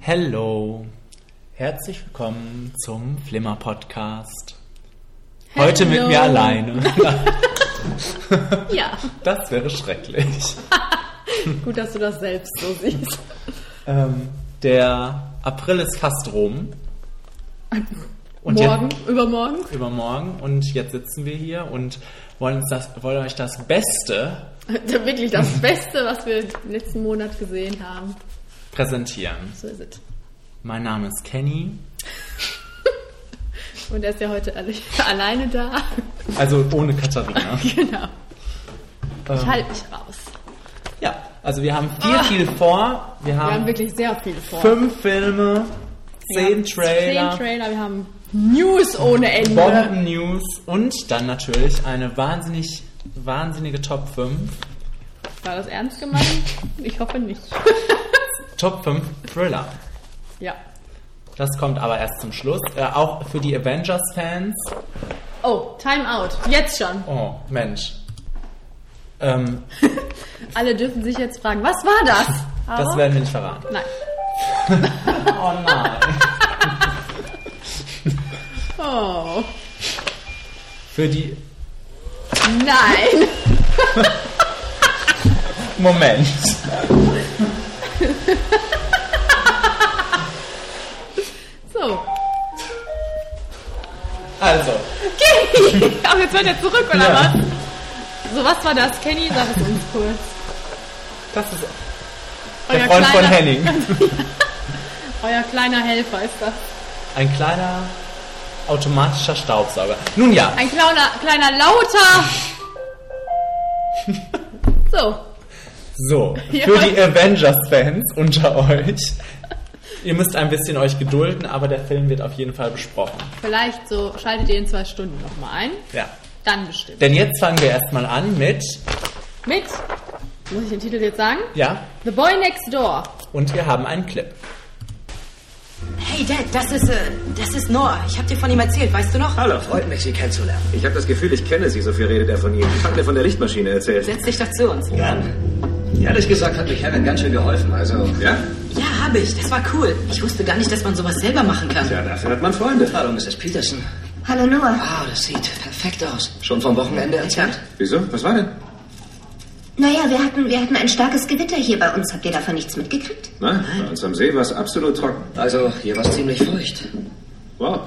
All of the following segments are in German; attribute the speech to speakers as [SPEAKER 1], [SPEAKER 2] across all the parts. [SPEAKER 1] Hello, herzlich willkommen zum Flimmer Podcast. Heute mit
[SPEAKER 2] Hello.
[SPEAKER 1] mir alleine.
[SPEAKER 2] Ja,
[SPEAKER 1] Das wäre schrecklich.
[SPEAKER 2] gut, dass du das selbst so siehst.
[SPEAKER 1] Ähm, der April ist fast rum. Und
[SPEAKER 2] Morgen, übermorgen.
[SPEAKER 1] Jetzt, übermorgen. Und jetzt sitzen wir hier und wollen, uns das, wollen euch das Beste
[SPEAKER 2] Wirklich das Beste, was wir im letzten Monat gesehen haben.
[SPEAKER 1] präsentieren.
[SPEAKER 2] So ist es.
[SPEAKER 1] Mein Name ist Kenny.
[SPEAKER 2] Und er ist ja heute alle, alleine da.
[SPEAKER 1] Also ohne Katharina.
[SPEAKER 2] Genau. Ich
[SPEAKER 1] Ähm,
[SPEAKER 2] halte mich raus.
[SPEAKER 1] ja, also wir haben viel, viel vor. Wir
[SPEAKER 2] Wir haben
[SPEAKER 1] haben,
[SPEAKER 2] wirklich sehr viel vor.
[SPEAKER 1] fünf Filme,
[SPEAKER 2] Wir
[SPEAKER 1] zehn
[SPEAKER 2] haben
[SPEAKER 1] Trailer.
[SPEAKER 2] Zehn Trailer, wir haben News ohne Ende.
[SPEAKER 1] Bomben-News und dann natürlich eine wahnsinnig, wahnsinnige Top 5.
[SPEAKER 2] War das ernst gemeint? Ich hoffe nicht.
[SPEAKER 1] Top 5 Thriller.
[SPEAKER 2] Ja.
[SPEAKER 1] Das kommt aber erst zum Schluss. Äh, auch für die Avengers-Fans.
[SPEAKER 2] Oh, Time Out. Jetzt schon.
[SPEAKER 1] Oh, Mensch. Ähm,
[SPEAKER 2] Alle dürfen sich jetzt fragen, was war das? Aber
[SPEAKER 1] das werden wir nicht verraten.
[SPEAKER 2] Nein.
[SPEAKER 1] Oh nein.
[SPEAKER 2] Oh.
[SPEAKER 1] Für die.
[SPEAKER 2] Nein.
[SPEAKER 1] Moment.
[SPEAKER 2] So.
[SPEAKER 1] Also,
[SPEAKER 2] Aber jetzt hört er zurück, oder
[SPEAKER 1] Ja.
[SPEAKER 2] was? So, Also, was war das? Kenny, sag es uns kurz.
[SPEAKER 1] das ist
[SPEAKER 2] Euer
[SPEAKER 1] der Freund von
[SPEAKER 2] kleiner-
[SPEAKER 1] Henning.
[SPEAKER 2] Euer kleiner Helfer ist das.
[SPEAKER 1] Ein kleiner automatischer Staubsauger. Nun ja,
[SPEAKER 2] Ein kleiner, kleiner Lauter. So.
[SPEAKER 1] So,
[SPEAKER 2] Ja.
[SPEAKER 1] für die Avengers-Fans unter euch. Ihr müsst ein bisschen euch gedulden, aber der Film wird auf jeden Fall besprochen.
[SPEAKER 2] Vielleicht so schaltet ihr in zwei Stunden nochmal ein.
[SPEAKER 1] Ja.
[SPEAKER 2] Dann bestimmt.
[SPEAKER 1] Denn jetzt fangen wir erstmal an mit,
[SPEAKER 2] Mit, muss ich den Titel jetzt sagen?
[SPEAKER 1] ja,
[SPEAKER 2] The Boy Next Door.
[SPEAKER 1] und wir haben einen Clip.
[SPEAKER 3] Hey Dad, das ist, äh, das ist Noah. Ich hab dir von ihm erzählt, weißt du noch?
[SPEAKER 4] Hallo, Freund.
[SPEAKER 3] Freut mich, Sie kennenzulernen.
[SPEAKER 4] Ich habe das Gefühl, ich kenne Sie, so viel redet er von Ihnen. Ich hab mir von der Lichtmaschine erzählt.
[SPEAKER 3] Setz dich doch zu uns.
[SPEAKER 4] Ja.
[SPEAKER 5] Ehrlich gesagt hat mir Kevin ganz schön geholfen, also.
[SPEAKER 4] Ja?
[SPEAKER 3] Ja, hab ich. Das war cool. Ich wusste gar nicht, dass man sowas selber machen kann.
[SPEAKER 4] Ja, dafür hat man Freunde.
[SPEAKER 5] Hallo, Mrs. Peterson.
[SPEAKER 3] Hallo Noah.
[SPEAKER 5] Wow, das sieht perfekt aus. Schon vom Wochenende erzählt?
[SPEAKER 4] Wieso? Was war denn?
[SPEAKER 6] Naja, wir hatten, wir hatten ein starkes Gewitter hier bei uns. Habt ihr davon nichts mitgekriegt?
[SPEAKER 4] Na, bei uns am See war es absolut trocken.
[SPEAKER 5] Also, hier war es ziemlich feucht.
[SPEAKER 4] Wow.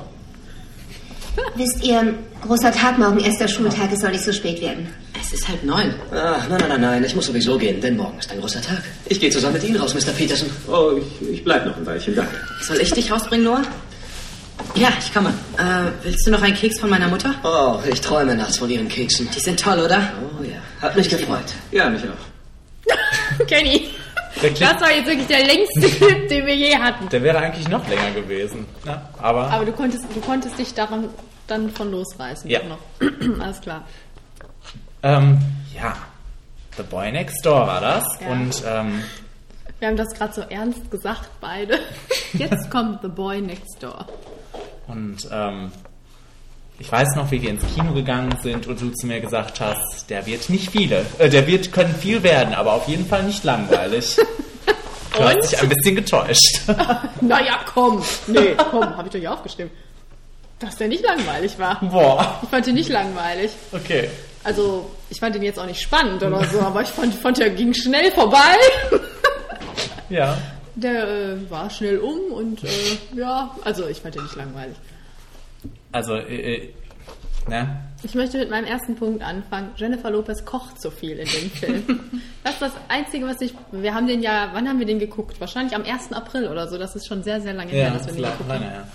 [SPEAKER 6] Wisst ihr, großer Tag morgen, erster Schultag, es soll nicht so spät werden.
[SPEAKER 3] Es ist halb neun.
[SPEAKER 5] Ach, nein, nein, nein, nein, ich muss sowieso gehen, denn morgen ist ein großer Tag. Ich gehe zusammen mit Ihnen raus, Mr. Peterson.
[SPEAKER 4] Oh, ich, ich bleib noch ein Weilchen, danke.
[SPEAKER 3] Soll ich dich rausbringen, Noah? Ja, ich komme. Äh, willst du noch einen Keks von meiner Mutter?
[SPEAKER 5] Oh, ich träume nachts von Ihren Keksen.
[SPEAKER 3] Die sind toll, oder?
[SPEAKER 5] Oh ja, hat mich gefreut.
[SPEAKER 4] Ja, mich auch.
[SPEAKER 2] Kenny.
[SPEAKER 1] Der Clip,
[SPEAKER 2] Das war jetzt wirklich der längste Clip, den wir je hatten.
[SPEAKER 1] der wäre eigentlich noch länger gewesen. Ja, aber
[SPEAKER 2] Aber du konntest, du konntest dich daran dann von losreißen.
[SPEAKER 1] Ja.
[SPEAKER 2] Noch. Alles klar.
[SPEAKER 1] ähm, ja, The Boy Next Door war das.
[SPEAKER 2] Ja.
[SPEAKER 1] Und ähm,
[SPEAKER 2] Wir haben das gerade so ernst gesagt, beide. Jetzt kommt The Boy Next Door.
[SPEAKER 1] Und ähm, ich weiß noch, wie wir ins Kino gegangen sind und du zu mir gesagt hast, der wird nicht viele. Äh, der wird können viel werden, aber auf jeden Fall nicht langweilig. Du
[SPEAKER 2] Und?
[SPEAKER 1] hast dich ein bisschen getäuscht.
[SPEAKER 2] Naja, komm. Nee, komm, habe ich doch hier aufgestimmt. Dass der nicht langweilig war.
[SPEAKER 1] Boah,
[SPEAKER 2] Ich fand ihn nicht langweilig.
[SPEAKER 1] okay.
[SPEAKER 2] Also, ich fand ihn jetzt auch nicht spannend oder so, aber ich fand, fand der ging schnell vorbei.
[SPEAKER 1] Ja.
[SPEAKER 2] Der äh, war schnell um und äh, ja, also ich fand ihn nicht langweilig.
[SPEAKER 1] Also, äh, äh, ne?
[SPEAKER 2] Ich möchte mit meinem ersten Punkt anfangen. Jennifer Lopez kocht so viel in dem Film. Das ist das Einzige, was ich. Wir haben den ja. Wann haben wir den geguckt? Wahrscheinlich am 1. April oder so. Das ist schon sehr, sehr lange her, dass wir
[SPEAKER 1] das
[SPEAKER 2] den
[SPEAKER 1] lag
[SPEAKER 2] geguckt haben.
[SPEAKER 1] lange her.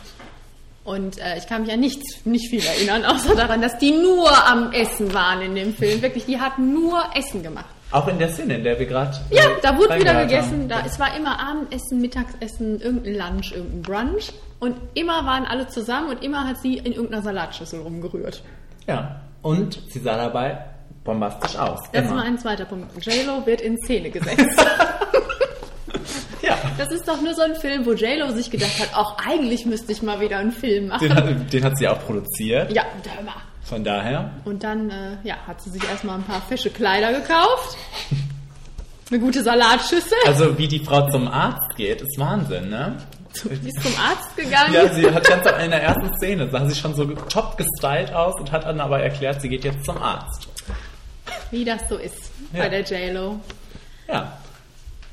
[SPEAKER 2] Und äh, ich kann mich an nichts, nicht viel erinnern, außer daran, dass die nur am Essen waren in dem Film. Wirklich, die hatten nur Essen gemacht.
[SPEAKER 1] Auch in der Szene, in der wir gerade.
[SPEAKER 2] Ja, da wurde wieder
[SPEAKER 1] reingehört
[SPEAKER 2] gegessen.
[SPEAKER 1] haben.
[SPEAKER 2] Da, es war immer Abendessen, Mittagessen, irgendein Lunch, irgendein Brunch. Und immer waren alle zusammen und immer hat sie in irgendeiner Salatschüssel rumgerührt.
[SPEAKER 1] Ja. Und sie sah dabei bombastisch aus.
[SPEAKER 2] Das
[SPEAKER 1] immer.
[SPEAKER 2] war ein zweiter Punkt. JLo wird in Szene gesetzt.
[SPEAKER 1] Ja.
[SPEAKER 2] Das ist doch nur so ein Film, wo JLo sich gedacht hat, auch eigentlich müsste ich mal wieder einen Film
[SPEAKER 1] Den
[SPEAKER 2] machen.
[SPEAKER 1] hat, den hat sie auch produziert.
[SPEAKER 2] Ja, hör mal.
[SPEAKER 1] Von daher.
[SPEAKER 2] Und dann äh, ja, hat sie sich erstmal ein paar fische Kleider gekauft. Eine gute Salatschüssel.
[SPEAKER 1] Also wie die Frau zum Arzt geht, ist Wahnsinn, ne?
[SPEAKER 2] Die ist zum Arzt gegangen.
[SPEAKER 1] Ja, sie hat ganz in der ersten Szene, sah sie schon so top gestylt aus und hat dann aber erklärt, sie geht jetzt zum Arzt.
[SPEAKER 2] Wie das so ist
[SPEAKER 1] Ja.
[SPEAKER 2] bei der JLo.
[SPEAKER 1] Ja.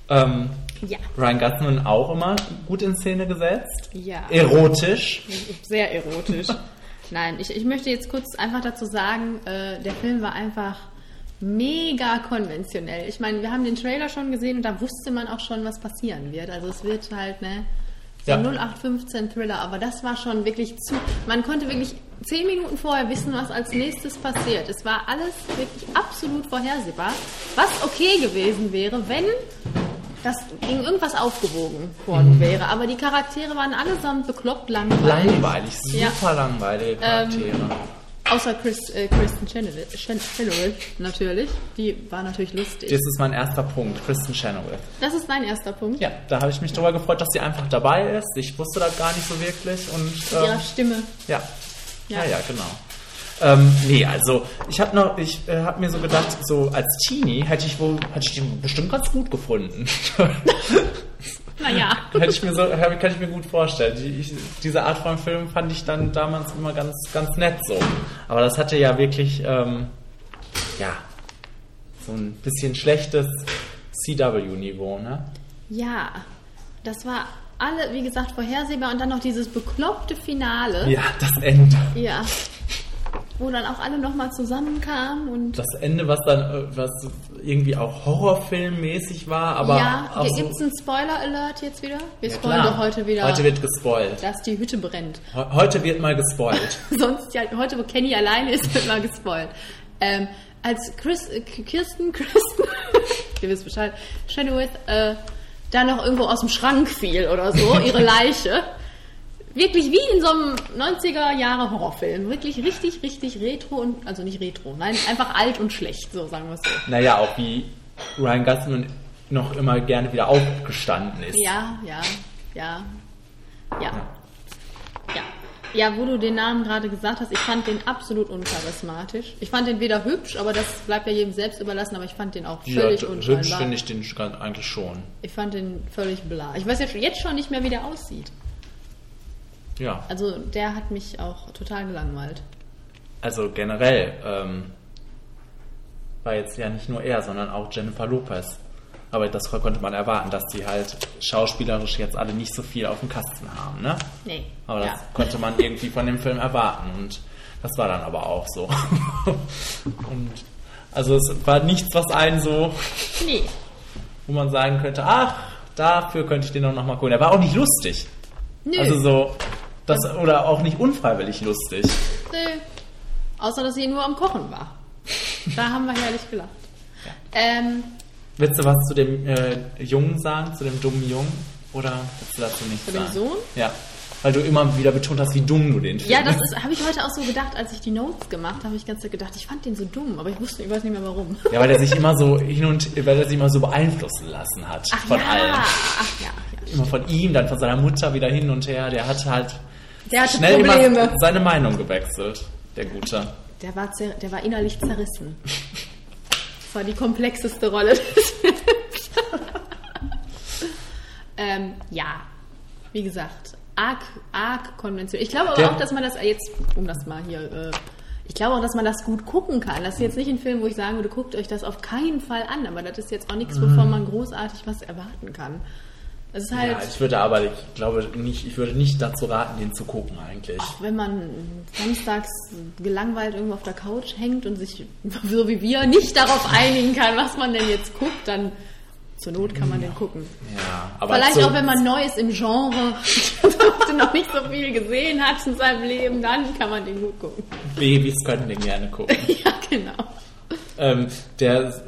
[SPEAKER 1] Ähm,
[SPEAKER 2] Ja,
[SPEAKER 1] Ryan Gosling auch immer gut in Szene gesetzt.
[SPEAKER 2] Ja.
[SPEAKER 1] Erotisch.
[SPEAKER 2] sehr erotisch. Nein, ich, ich möchte jetzt kurz einfach dazu sagen, äh, der Film war einfach mega konventionell. Ich meine, wir haben den Trailer schon gesehen und da wusste man auch schon, was passieren wird. Also es wird halt, ne? So
[SPEAKER 1] Ja.
[SPEAKER 2] 0815 Thriller, aber das war schon wirklich zu. Man konnte wirklich zehn Minuten vorher wissen, was als nächstes passiert. Es war alles wirklich absolut vorhersehbar, was okay gewesen wäre, wenn das gegen irgendwas aufgewogen worden wäre. Aber die Charaktere waren allesamt bekloppt langweilig.
[SPEAKER 1] Langweilig, super
[SPEAKER 2] Ja. Ähm,
[SPEAKER 1] langweilige Charaktere.
[SPEAKER 2] Außer Chris, äh, Kristen Chenoweth, Chen- Chenoweth natürlich. Die war natürlich lustig.
[SPEAKER 1] Das ist mein erster Punkt, Kristen Chenoweth.
[SPEAKER 2] das ist mein erster Punkt.
[SPEAKER 1] Ja, da habe ich mich drüber gefreut, dass sie einfach dabei ist. Ich wusste das gar nicht so wirklich und
[SPEAKER 2] Mit
[SPEAKER 1] ähm,
[SPEAKER 2] ihrer Stimme.
[SPEAKER 1] ja. ja,
[SPEAKER 2] Ja.
[SPEAKER 1] ja, genau. Ähm, nee, also ich habe noch, ich äh, habe mir so gedacht, so als Teenie hätte ich wohl, hätte ich den bestimmt ganz gut gefunden.
[SPEAKER 2] Naja.
[SPEAKER 1] Hätte ich mir so, hab- kann ich mir gut vorstellen. Die, ich, diese Art von Film fand ich dann damals immer ganz, ganz nett so. Aber das hatte ja wirklich, ähm, ja, so ein bisschen schlechtes CW-Niveau, ne?
[SPEAKER 2] Ja, das war alle, wie gesagt, vorhersehbar und dann noch dieses bekloppte Finale.
[SPEAKER 1] Ja, das Ende.
[SPEAKER 2] Ja. Wo dann auch alle nochmal zusammenkamen und.
[SPEAKER 1] Das Ende, was dann, äh, was irgendwie auch Horrorfilmmäßig war, aber
[SPEAKER 2] ja,
[SPEAKER 1] auch
[SPEAKER 2] hier
[SPEAKER 1] so-
[SPEAKER 2] gibt's einen Spoiler-Alert jetzt wieder. Wir
[SPEAKER 1] Ja,
[SPEAKER 2] spoilern
[SPEAKER 1] klar.
[SPEAKER 2] doch heute wieder,
[SPEAKER 1] Heute wird gespoilt.
[SPEAKER 2] dass die Hütte brennt.
[SPEAKER 1] He- Heute wird mal gespoilt.
[SPEAKER 2] Sonst ja, heute, wo Kenny alleine ist, wird mal gespoilt. Ähm, als Chris, äh, Kirsten, Kirsten, ihr wisst Bescheid, Shadowith, äh, da noch irgendwo aus dem Schrank fiel oder so, ihre Leiche. Wirklich wie in so einem 90er-Jahre-Horrorfilm. Wirklich richtig, richtig retro und, also nicht retro, nein, einfach alt und schlecht, so sagen wir es so.
[SPEAKER 1] naja, auch wie Ryan Gosling noch immer gerne wieder aufgestanden ist.
[SPEAKER 2] Ja, ja, ja, ja. Ja. Ja, wo du den Namen gerade gesagt hast, ich fand den absolut uncharismatisch. Ich fand den weder hübsch, aber das bleibt ja jedem selbst überlassen, aber ich fand den auch
[SPEAKER 1] Ja,
[SPEAKER 2] völlig
[SPEAKER 1] hübsch
[SPEAKER 2] unscheinbar.
[SPEAKER 1] finde
[SPEAKER 2] Ich.
[SPEAKER 1] ich den schon- eigentlich schon.
[SPEAKER 2] fand den völlig bla. Ich weiß jetzt, jetzt schon nicht mehr, wie der aussieht.
[SPEAKER 1] Ja,
[SPEAKER 2] Also der hat mich auch total gelangweilt.
[SPEAKER 1] also generell ähm, war jetzt ja nicht nur er, sondern auch Jennifer Lopez. Aber das konnte man erwarten, dass die halt schauspielerisch jetzt alle nicht so viel auf dem Kasten haben, ne?
[SPEAKER 2] Nee.
[SPEAKER 1] Aber das
[SPEAKER 2] ja.
[SPEAKER 1] konnte man irgendwie von dem Film erwarten und das war dann aber auch so. und also es war nichts, was einen so,
[SPEAKER 2] Nee.
[SPEAKER 1] wo man sagen könnte, ach, dafür könnte ich den doch nochmal gucken. Der war auch nicht lustig.
[SPEAKER 2] Nö.
[SPEAKER 1] Also so, das oder auch nicht unfreiwillig lustig.
[SPEAKER 2] Nö. Außer, dass sie nur am Kochen war. Da haben wir herrlich gelacht. Ähm,
[SPEAKER 1] Willst du was zu dem äh, Jungen sagen, zu dem dummen Jungen? Oder willst du dazu nichts
[SPEAKER 2] Zu dem
[SPEAKER 1] sagen?
[SPEAKER 2] Sohn?
[SPEAKER 1] Ja. Weil du immer wieder betont hast, wie dumm du den
[SPEAKER 2] Ja, das
[SPEAKER 1] findest.
[SPEAKER 2] ist habe ich heute auch so gedacht, als ich die Notes gemacht habe, habe ich ganz gedacht, ich fand den so dumm, aber ich wusste, ich weiß nicht mehr warum.
[SPEAKER 1] Ja, weil er sich immer so hin und weil er sich immer so beeinflussen lassen hat
[SPEAKER 2] Ach
[SPEAKER 1] von
[SPEAKER 2] ja,
[SPEAKER 1] allen.
[SPEAKER 2] ach ja, ja.
[SPEAKER 1] Immer von ihm, dann von seiner Mutter wieder hin und her. Der hat halt
[SPEAKER 2] Der hatte
[SPEAKER 1] schnell
[SPEAKER 2] Probleme.
[SPEAKER 1] immer seine Meinung gewechselt, der Gute.
[SPEAKER 2] Der war, zer der war innerlich zerrissen. Das war die komplexeste Rolle des Films. ähm, ja, wie gesagt, arg, arg konventionell. Ich glaube aber
[SPEAKER 1] Der-
[SPEAKER 2] auch, dass man das jetzt, um das mal hier, äh, ich glaube auch, dass man das gut gucken kann. Das ist jetzt nicht ein Film, wo ich sagen würde, guckt euch das auf keinen Fall an, aber das ist jetzt auch nichts, wovon man großartig was erwarten kann. Es ist halt,
[SPEAKER 1] Mhm. Ja, ich würde aber, ich glaube nicht, ich würde nicht dazu raten, den zu gucken eigentlich.
[SPEAKER 2] wenn man samstags gelangweilt irgendwo auf der Couch hängt und sich so wie wir nicht darauf einigen kann, was man denn jetzt guckt, dann zur Not kann man den gucken.
[SPEAKER 1] Ja, aber
[SPEAKER 2] Vielleicht
[SPEAKER 1] so-
[SPEAKER 2] auch, wenn man neu ist im Genre und noch nicht so viel gesehen hat in seinem Leben, dann kann man den gut gucken.
[SPEAKER 1] Babys können den gerne gucken.
[SPEAKER 2] Ja, genau.
[SPEAKER 1] Ähm, der,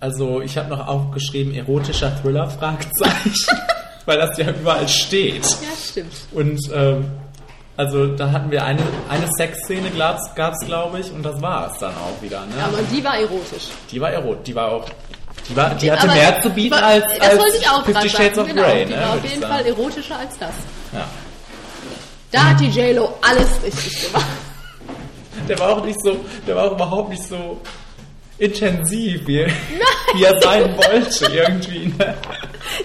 [SPEAKER 1] also ich habe noch aufgeschrieben, erotischer Thriller, Fragezeichen, weil das ja überall steht.
[SPEAKER 2] Ja, stimmt.
[SPEAKER 1] Und ähm, also da hatten wir eine, eine Sexszene, gab's, gab's glaube ich, und das war es dann auch wieder. Ne?
[SPEAKER 2] Aber die war erotisch.
[SPEAKER 1] die war erot, die war auch, die, war, die hatte
[SPEAKER 2] Aber
[SPEAKER 1] mehr zu bieten
[SPEAKER 2] war-
[SPEAKER 1] als,
[SPEAKER 2] das
[SPEAKER 1] als
[SPEAKER 2] wollte ich auch
[SPEAKER 1] Fifty
[SPEAKER 2] gerade
[SPEAKER 1] Shades
[SPEAKER 2] sagen.
[SPEAKER 1] of
[SPEAKER 2] genau,
[SPEAKER 1] Grey.
[SPEAKER 2] die
[SPEAKER 1] ne,
[SPEAKER 2] war auf
[SPEAKER 1] würde ich
[SPEAKER 2] jeden
[SPEAKER 1] sagen.
[SPEAKER 2] Fall erotischer als das.
[SPEAKER 1] Ja.
[SPEAKER 2] Da hat die J-Lo alles richtig gemacht.
[SPEAKER 1] Der war auch nicht so, der war auch überhaupt nicht so intensiv, wie, wie er sein wollte irgendwie. Ne?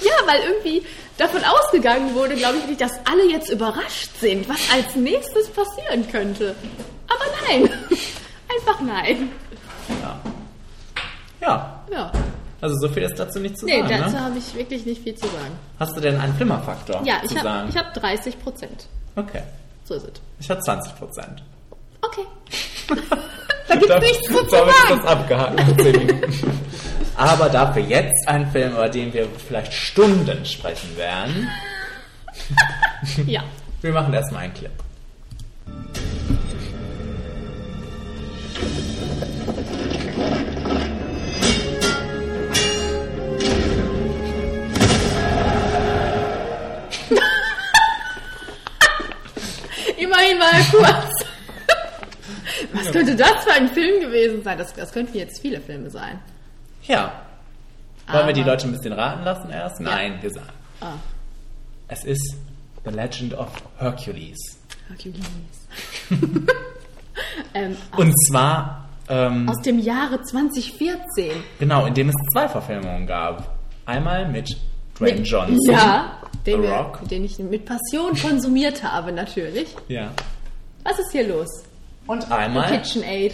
[SPEAKER 2] Ja, weil irgendwie davon ausgegangen wurde, glaube ich nicht, dass alle jetzt überrascht sind, was als nächstes passieren könnte. Aber nein. Einfach nein.
[SPEAKER 1] Ja,
[SPEAKER 2] Ja.
[SPEAKER 1] also so viel ist dazu nicht zu
[SPEAKER 2] Nee,
[SPEAKER 1] sagen.
[SPEAKER 2] dazu
[SPEAKER 1] Ne?
[SPEAKER 2] habe ich wirklich nicht viel zu sagen.
[SPEAKER 1] Hast du denn einen Flimmerfaktor
[SPEAKER 2] Ja,
[SPEAKER 1] zu
[SPEAKER 2] ich habe
[SPEAKER 1] sagen?
[SPEAKER 2] ich hab 30 Prozent.
[SPEAKER 1] okay,
[SPEAKER 2] So ist es.
[SPEAKER 1] ich habe 20 Prozent.
[SPEAKER 2] Okay. da gibt's nichts zu
[SPEAKER 1] so habe ich
[SPEAKER 2] sagen.
[SPEAKER 1] das abgehakt. mit zehn Minuten. Aber dafür jetzt ein Film, über den wir vielleicht Stunden sprechen werden.
[SPEAKER 2] Ja.
[SPEAKER 1] Wir machen erstmal einen Clip.
[SPEAKER 2] Immerhin war er kurz. Was könnte das für ein Film gewesen sein? Das, das könnten jetzt viele Filme sein.
[SPEAKER 1] Ja. Wollen wir die
[SPEAKER 2] Aber-
[SPEAKER 1] Leute ein bisschen raten lassen erst? Nein, wir sagen.
[SPEAKER 2] Ah.
[SPEAKER 1] Es ist The Legend of Hercules.
[SPEAKER 2] Hercules. ähm,
[SPEAKER 1] Und zwar, ähm,
[SPEAKER 2] aus dem Jahre 2014.
[SPEAKER 1] genau, indem es zwei Verfilmungen gab. Einmal mit Dwayne
[SPEAKER 2] Mit-
[SPEAKER 1] Johnson.
[SPEAKER 2] Ja, den,
[SPEAKER 1] The
[SPEAKER 2] wir-
[SPEAKER 1] Rock.
[SPEAKER 2] den ich mit Passion konsumiert habe, natürlich.
[SPEAKER 1] Ja.
[SPEAKER 2] Was ist hier los?
[SPEAKER 1] Und einmal,
[SPEAKER 2] KitchenAid,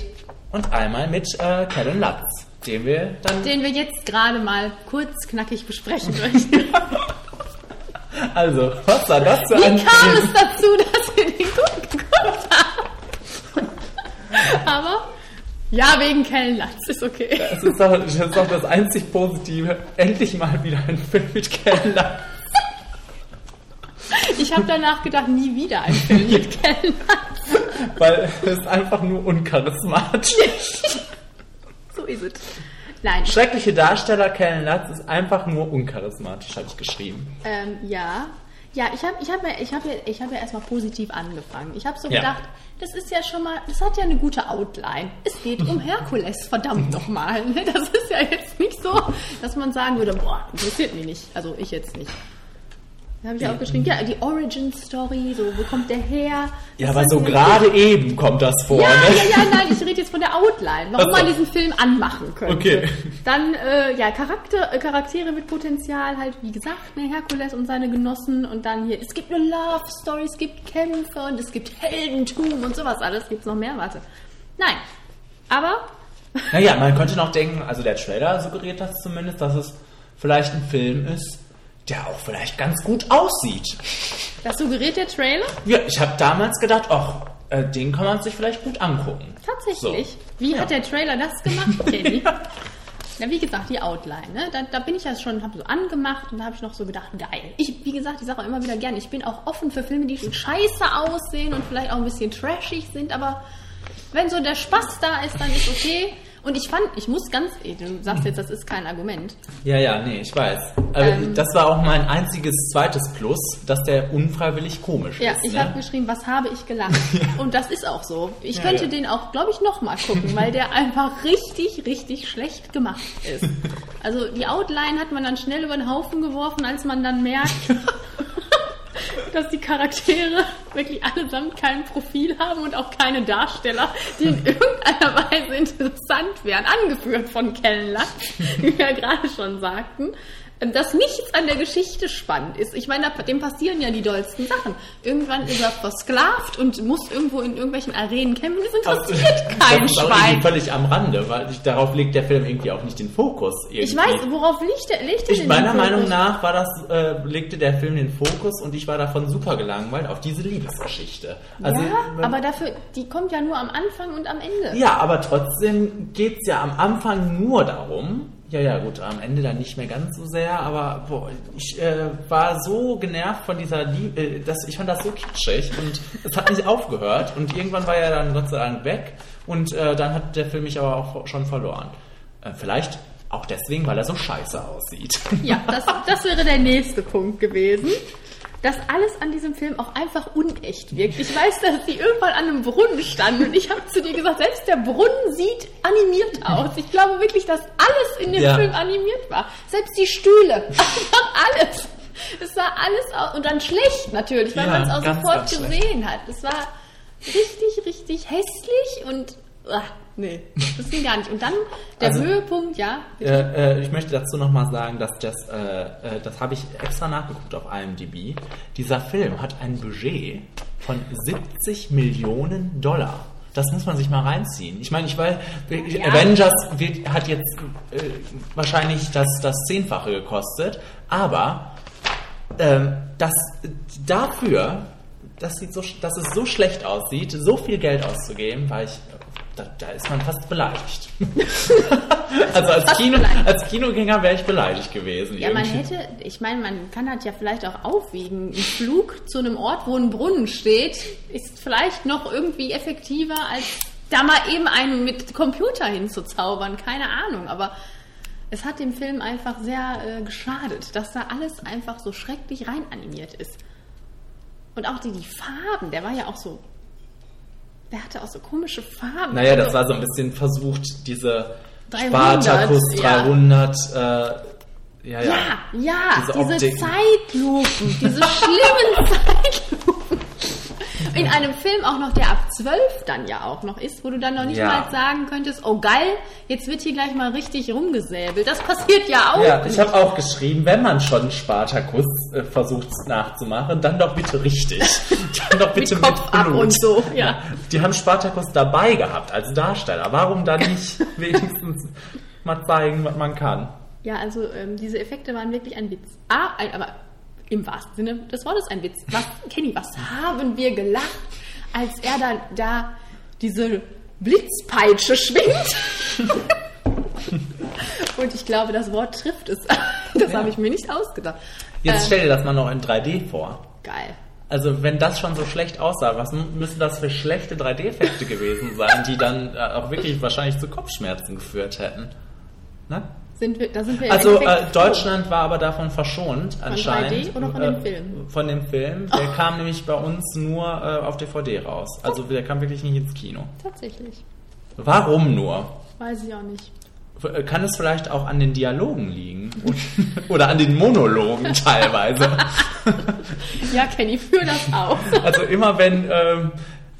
[SPEAKER 1] und einmal mit äh, Kevin Lutz, den wir dann
[SPEAKER 2] den wir jetzt gerade mal kurz knackig besprechen möchten.
[SPEAKER 1] Also, was war das für
[SPEAKER 2] Wie
[SPEAKER 1] ein
[SPEAKER 2] kam
[SPEAKER 1] Film?
[SPEAKER 2] es dazu, dass wir den gut geguckt haben? Aber ja, wegen Kellen Latz ist okay.
[SPEAKER 1] Das ist, doch, das ist doch das einzig Positive. Endlich mal wieder ein Film mit Kevin Lutz.
[SPEAKER 2] Ich habe danach gedacht, nie wieder ein Film mit Kellen Latz.
[SPEAKER 1] Weil es ist einfach nur uncharismatisch.
[SPEAKER 2] So ist es. Nein,
[SPEAKER 1] Schreckliche Darsteller Kevin Lutz ist einfach nur uncharismatisch, habe ich geschrieben.
[SPEAKER 2] Ähm, ja. Ja, ich habe ich hab ja, ich hab ja, ich hab ja erstmal positiv angefangen. Ich habe so
[SPEAKER 1] Ja.
[SPEAKER 2] gedacht, das ist ja schon mal, das hat ja eine gute Outline. Es geht um Herkules, verdammt nochmal. Ne? Das ist ja jetzt nicht so, dass man sagen würde, boah, interessiert mich nicht. Also ich jetzt nicht. Da habe ich auch geschrieben, ja, die Origin-Story, so, wo kommt der her?
[SPEAKER 1] Ja,
[SPEAKER 2] Das
[SPEAKER 1] aber
[SPEAKER 2] ist
[SPEAKER 1] so
[SPEAKER 2] ja-
[SPEAKER 1] gerade eben kommt das vor,
[SPEAKER 2] Ja,
[SPEAKER 1] ne?
[SPEAKER 2] ja, ja, nein, ich rede jetzt von der Outline, warum
[SPEAKER 1] Ach so.
[SPEAKER 2] man diesen Film anmachen könnte.
[SPEAKER 1] Okay.
[SPEAKER 2] Dann, äh, ja, Charakter, äh, Charaktere mit Potenzial, halt, wie gesagt, ne, Herkules und seine Genossen und dann hier, es gibt eine Love Story, es gibt Kämpfe und es gibt Heldentum und sowas alles. Gibt's noch mehr? Warte. Nein. Aber,
[SPEAKER 1] Naja, man könnte noch denken, also der Trailer suggeriert das zumindest, dass es vielleicht ein Film ist, der auch vielleicht ganz gut aussieht.
[SPEAKER 2] das suggeriert der Trailer
[SPEAKER 1] Ja, ich habe damals gedacht, ach, äh, den kann man sich vielleicht gut angucken.
[SPEAKER 2] tatsächlich.
[SPEAKER 1] So.
[SPEAKER 2] Wie
[SPEAKER 1] Ja.
[SPEAKER 2] hat der Trailer das gemacht, Kenny? Na, wie gesagt, die Outline, ne? Da, da bin ich ja schon, habe so angemacht und da habe ich noch so gedacht, geil. Ich, wie gesagt, ich sage auch immer wieder gerne, ich bin auch offen für Filme, die scheiße aussehen und vielleicht auch ein bisschen trashig sind, aber wenn so der Spaß da ist, dann ist okay. Und ich fand, ich muss ganz, du sagst jetzt, das ist kein Argument.
[SPEAKER 1] Ja, ja, nee, ich weiß. Aber
[SPEAKER 2] Ähm.
[SPEAKER 1] das war auch mein einziges zweites Plus, dass der unfreiwillig komisch
[SPEAKER 2] Ja,
[SPEAKER 1] ist.
[SPEAKER 2] ich
[SPEAKER 1] ne?
[SPEAKER 2] habe geschrieben, was habe ich gelacht? Und das ist auch so. Ich
[SPEAKER 1] Ja,
[SPEAKER 2] könnte
[SPEAKER 1] ja.
[SPEAKER 2] den auch, glaube ich, nochmal gucken, weil der einfach richtig, richtig schlecht gemacht ist. Also die Outline hat man dann schnell über den Haufen geworfen, als man dann merkt, dass die Charaktere wirklich allesamt kein Profil haben und auch keine Darsteller, die in irgendeiner Weise interessant wären, angeführt von Kellen Lutz, wie wir ja gerade schon sagten, dass nichts an der Geschichte spannend ist. Ich meine, da- dem passieren ja die dollsten Sachen. Irgendwann ist er versklavt und muss irgendwo in irgendwelchen Arenen kämpfen. Das interessiert kein
[SPEAKER 1] das ist auch irgendwie
[SPEAKER 2] Schwein.
[SPEAKER 1] völlig am Rande, weil ich, darauf legt der Film irgendwie auch nicht den Fokus. Irgendwie.
[SPEAKER 2] Ich weiß, worauf liegt der, liegt der
[SPEAKER 1] Ich,
[SPEAKER 2] denn
[SPEAKER 1] meiner
[SPEAKER 2] der Fokus?
[SPEAKER 1] Meinung nach war das, äh, legte der Film den Fokus und ich war davon super gelangweilt auf diese Liebesgeschichte. Also,
[SPEAKER 2] Ja,
[SPEAKER 1] man-
[SPEAKER 2] aber dafür, die kommt ja nur am Anfang und am Ende.
[SPEAKER 1] ja, aber trotzdem geht's ja am Anfang nur darum. Ja, ja, gut, am Ende dann nicht mehr ganz so sehr, aber boah, ich äh, war so genervt von dieser Liebe, äh, das, ich fand das so kitschig und es hat nicht aufgehört und irgendwann war er dann Gott sei Dank weg und äh, dann hat der Film mich aber auch schon verloren. Äh, vielleicht auch deswegen, weil er so scheiße aussieht.
[SPEAKER 2] Ja, das, das wäre der nächste Punkt gewesen. Dass alles an diesem Film auch einfach unecht wirkt. Ich weiß, dass die irgendwann an einem Brunnen standen und ich habe zu dir gesagt, selbst der Brunnen sieht animiert aus. Ich glaube wirklich, dass alles in dem
[SPEAKER 1] Ja.
[SPEAKER 2] Film animiert war. Selbst die Stühle. Einfach alles. Es sah alles aus. Und dann schlecht natürlich, weil
[SPEAKER 1] Ja,
[SPEAKER 2] man es auch
[SPEAKER 1] ganz,
[SPEAKER 2] sofort
[SPEAKER 1] ganz schlecht.
[SPEAKER 2] gesehen hat. Es war richtig, richtig hässlich und ah, nee, das ging gar nicht. Und dann der
[SPEAKER 1] Also-
[SPEAKER 2] Höhepunkt, ja,
[SPEAKER 1] Äh, äh, ich möchte dazu nochmal sagen, dass das, äh, äh, das habe ich extra nachgeguckt auf IMDb. Dieser Film hat ein Budget von 70 Millionen Dollar. Das muss man sich mal reinziehen. Ich meine, ich weiß, Avengers wird, hat jetzt äh, wahrscheinlich das, das Zehnfache gekostet, aber ähm, das dafür, dass, sieht so, sch- dass es so schlecht aussieht, so viel Geld auszugeben, war ich, da, da ist man fast beleidigt. also als,
[SPEAKER 2] Fast
[SPEAKER 1] Kino,
[SPEAKER 2] beleidigt.
[SPEAKER 1] als Kinogänger wäre ich beleidigt gewesen.
[SPEAKER 2] Ja, man
[SPEAKER 1] irgendwie.
[SPEAKER 2] hätte, ich meine, man kann das ja vielleicht auch aufwiegen. Ein Flug zu einem Ort, wo ein Brunnen steht, ist vielleicht noch irgendwie effektiver, als da mal eben einen mit Computer hinzuzaubern. Keine Ahnung, aber es hat dem Film einfach sehr äh, geschadet, dass da alles einfach so schrecklich reinanimiert ist. Und auch die, die Farben, der war ja auch so. Der hatte auch so komische Farben.
[SPEAKER 1] Naja, das
[SPEAKER 2] Also-
[SPEAKER 1] war so ein bisschen versucht, diese
[SPEAKER 2] 300,
[SPEAKER 1] Spartacus
[SPEAKER 2] ja.
[SPEAKER 1] 300, äh, ja, ja.
[SPEAKER 2] Ja, ja,
[SPEAKER 1] Diese
[SPEAKER 2] diese,
[SPEAKER 1] Optiken.
[SPEAKER 2] Zeitlupen, diese schlimmen Zeitlupen. In einem Film auch noch, der ab 12 dann ja auch noch ist, wo du dann noch nicht
[SPEAKER 1] Ja.
[SPEAKER 2] mal sagen könntest, oh geil, jetzt wird hier gleich mal richtig rumgesäbelt. Das passiert ja auch.
[SPEAKER 1] Ja, ich
[SPEAKER 2] nicht.
[SPEAKER 1] habe auch geschrieben, wenn man schon Spartacus äh, versucht nachzumachen, dann doch bitte richtig. Dann doch bitte mit,
[SPEAKER 2] Kopf ab
[SPEAKER 1] Blut.
[SPEAKER 2] und so, ja.
[SPEAKER 1] Die haben Spartacus dabei gehabt als Darsteller. Warum dann nicht wenigstens mal zeigen, was man kann?
[SPEAKER 2] ja, also ähm, diese Effekte waren wirklich ein Witz. Ah, ein, aber im wahrsten Sinne des Wortes ein Witz. Was, Kenny, was haben wir gelacht, als er da, da diese Blitzpeitsche schwingt? Und ich glaube, das Wort trifft es. Das habe ich mir nicht ausgedacht.
[SPEAKER 1] Jetzt
[SPEAKER 2] Ähm,
[SPEAKER 1] stell dir das mal noch in 3D vor.
[SPEAKER 2] geil.
[SPEAKER 1] Also wenn das schon so schlecht aussah, was m- müssen das für schlechte 3D-Effekte gewesen sein, die dann äh, auch wirklich wahrscheinlich zu Kopfschmerzen geführt hätten. Ne?
[SPEAKER 2] Sind wir, da sind wir im
[SPEAKER 1] Also äh,
[SPEAKER 2] Endeffekt
[SPEAKER 1] Deutschland war aber davon verschont anscheinend.
[SPEAKER 2] 3D oder von dem
[SPEAKER 1] Äh,
[SPEAKER 2] Film? Oh.
[SPEAKER 1] Von dem Film. Der kam nämlich bei uns nur äh, auf DVD raus. Also der kam wirklich nicht ins Kino.
[SPEAKER 2] froh. Tatsächlich.
[SPEAKER 1] Warum nur?
[SPEAKER 2] Weiß ich auch nicht.
[SPEAKER 1] F- äh, Kann es vielleicht auch an den Dialogen liegen? Oder an den Monologen teilweise?
[SPEAKER 2] Ja, Kenny, führ das auf.
[SPEAKER 1] Also immer wenn, ähm,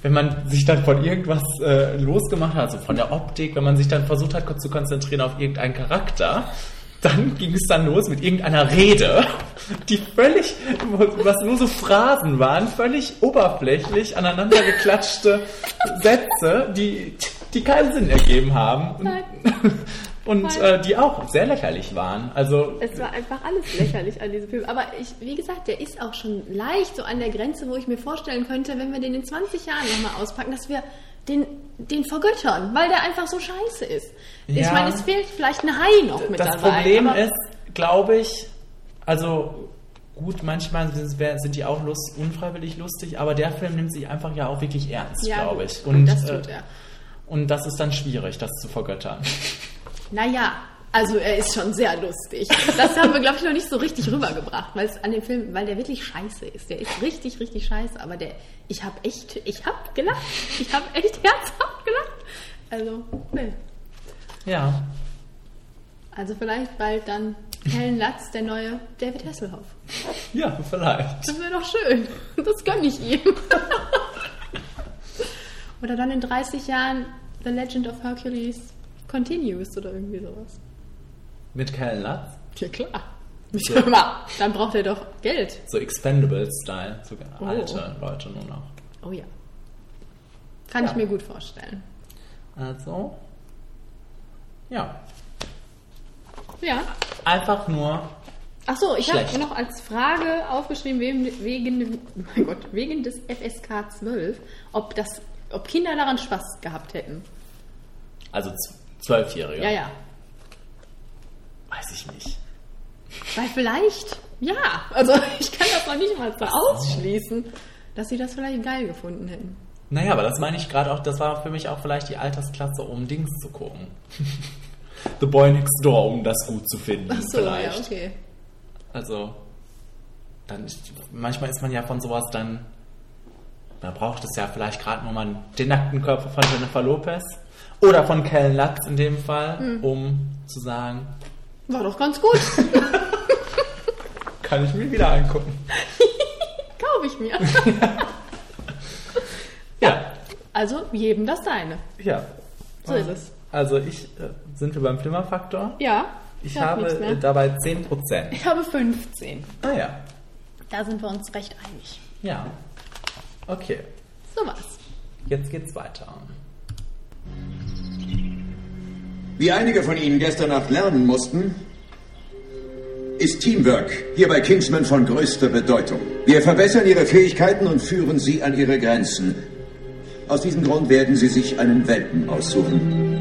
[SPEAKER 1] wenn man sich dann von irgendwas äh, losgemacht hat, also von der Optik, wenn man sich dann versucht hat kurz zu konzentrieren auf irgendeinen Charakter, dann ging es dann los mit irgendeiner Rede, die völlig, was nur so Phrasen waren, völlig oberflächlich aneinander geklatschte Sätze, die, die keinen Sinn ergeben haben.
[SPEAKER 2] Nein.
[SPEAKER 1] Und äh, die auch sehr lächerlich waren. Also
[SPEAKER 2] Es war einfach alles lächerlich an diesem Film. Aber ich, wie gesagt, der ist auch schon leicht so an der Grenze, wo ich mir vorstellen könnte, wenn wir den in 20 Jahren nochmal auspacken, dass wir den, den vergöttern, weil der einfach so scheiße ist. Ich
[SPEAKER 1] Ja.
[SPEAKER 2] meine, es fehlt vielleicht ein Hai noch mit
[SPEAKER 1] das
[SPEAKER 2] dabei.
[SPEAKER 1] Problem
[SPEAKER 2] aber-
[SPEAKER 1] ist, glaube ich, also gut, manchmal sind, wer- sind die auch lust, unfreiwillig lustig, aber der Film nimmt sich einfach ja auch wirklich ernst,
[SPEAKER 2] ja,
[SPEAKER 1] glaube
[SPEAKER 2] gut,
[SPEAKER 1] ich. Und
[SPEAKER 2] das tut
[SPEAKER 1] äh,
[SPEAKER 2] er.
[SPEAKER 1] und das ist dann schwierig, das zu vergöttern.
[SPEAKER 2] Naja, also er ist schon sehr lustig. Das haben wir, glaube ich, noch nicht so richtig rübergebracht, weil es an dem Film, weil der wirklich scheiße ist. Der ist richtig, richtig scheiße. Aber der, ich habe echt, ich habe gelacht. Ich habe echt herzhaft gelacht. Also, nee.
[SPEAKER 1] Ja.
[SPEAKER 2] Also vielleicht bald dann Helen Latz, der neue David Hasselhoff.
[SPEAKER 1] Ja, vielleicht.
[SPEAKER 2] Das wäre doch schön. Das gönne ich ihm. Oder dann in 30 Jahren The Legend of Hercules Continues oder irgendwie sowas.
[SPEAKER 1] Mit Kellen Lutz.
[SPEAKER 2] Ja, klar. Ich hör mal, dann braucht er doch Geld.
[SPEAKER 1] So Expendable-Style. Sogar
[SPEAKER 2] Oh.
[SPEAKER 1] alte Leute nur noch.
[SPEAKER 2] Oh ja. Kann ich mir gut vorstellen.
[SPEAKER 1] Also. Ja.
[SPEAKER 2] Ja.
[SPEAKER 1] Einfach nur
[SPEAKER 2] Achso, ich habe
[SPEAKER 1] Schlecht.
[SPEAKER 2] noch als Frage aufgeschrieben, wem- wegen, oh mein Gott, wegen des FSK 12, ob, das, ob Kinder daran Spaß gehabt hätten.
[SPEAKER 1] also z- Zwölfjährige.
[SPEAKER 2] Ja, ja.
[SPEAKER 1] Weiß ich nicht.
[SPEAKER 2] Weil vielleicht, ja. Also ich kann das noch nicht mal so ausschließen, dass sie das vielleicht geil gefunden hätten.
[SPEAKER 1] Naja, aber das meine ich gerade auch, das war für mich auch vielleicht die Altersklasse, um Dings zu gucken. The Boy Next Door, um das gut zu finden,
[SPEAKER 2] Achso, ja,
[SPEAKER 1] vielleicht.
[SPEAKER 2] okay.
[SPEAKER 1] Also, dann ist, manchmal ist man ja von sowas dann, man braucht es ja vielleicht gerade nur mal den nackten Körper von Jennifer Lopez oder von Kellen Lutz in dem Fall,
[SPEAKER 2] Hm.
[SPEAKER 1] um zu sagen,
[SPEAKER 2] War doch ganz gut.
[SPEAKER 1] kann ich mir wieder angucken.
[SPEAKER 2] Kaufe ich mir.
[SPEAKER 1] Ja,
[SPEAKER 2] Also jedem das seine.
[SPEAKER 1] ja.
[SPEAKER 2] So ist es.
[SPEAKER 1] Also ich, äh, sind wir beim Flimmerfaktor?
[SPEAKER 2] Ja.
[SPEAKER 1] Ich
[SPEAKER 2] hab
[SPEAKER 1] habe
[SPEAKER 2] nichts mehr.
[SPEAKER 1] äh, dabei Ah 10%.
[SPEAKER 2] ich habe 15.
[SPEAKER 1] Naja,
[SPEAKER 2] Da sind wir uns recht einig.
[SPEAKER 1] ja. Okay,
[SPEAKER 2] So was.
[SPEAKER 1] jetzt geht's weiter.
[SPEAKER 7] Wie einige von Ihnen gestern Nacht lernen mussten, ist Teamwork hier bei Kingsman von größter Bedeutung. Wir verbessern Ihre Fähigkeiten und führen Sie an Ihre Grenzen. Aus diesem Grund werden Sie sich einen Welpen aussuchen.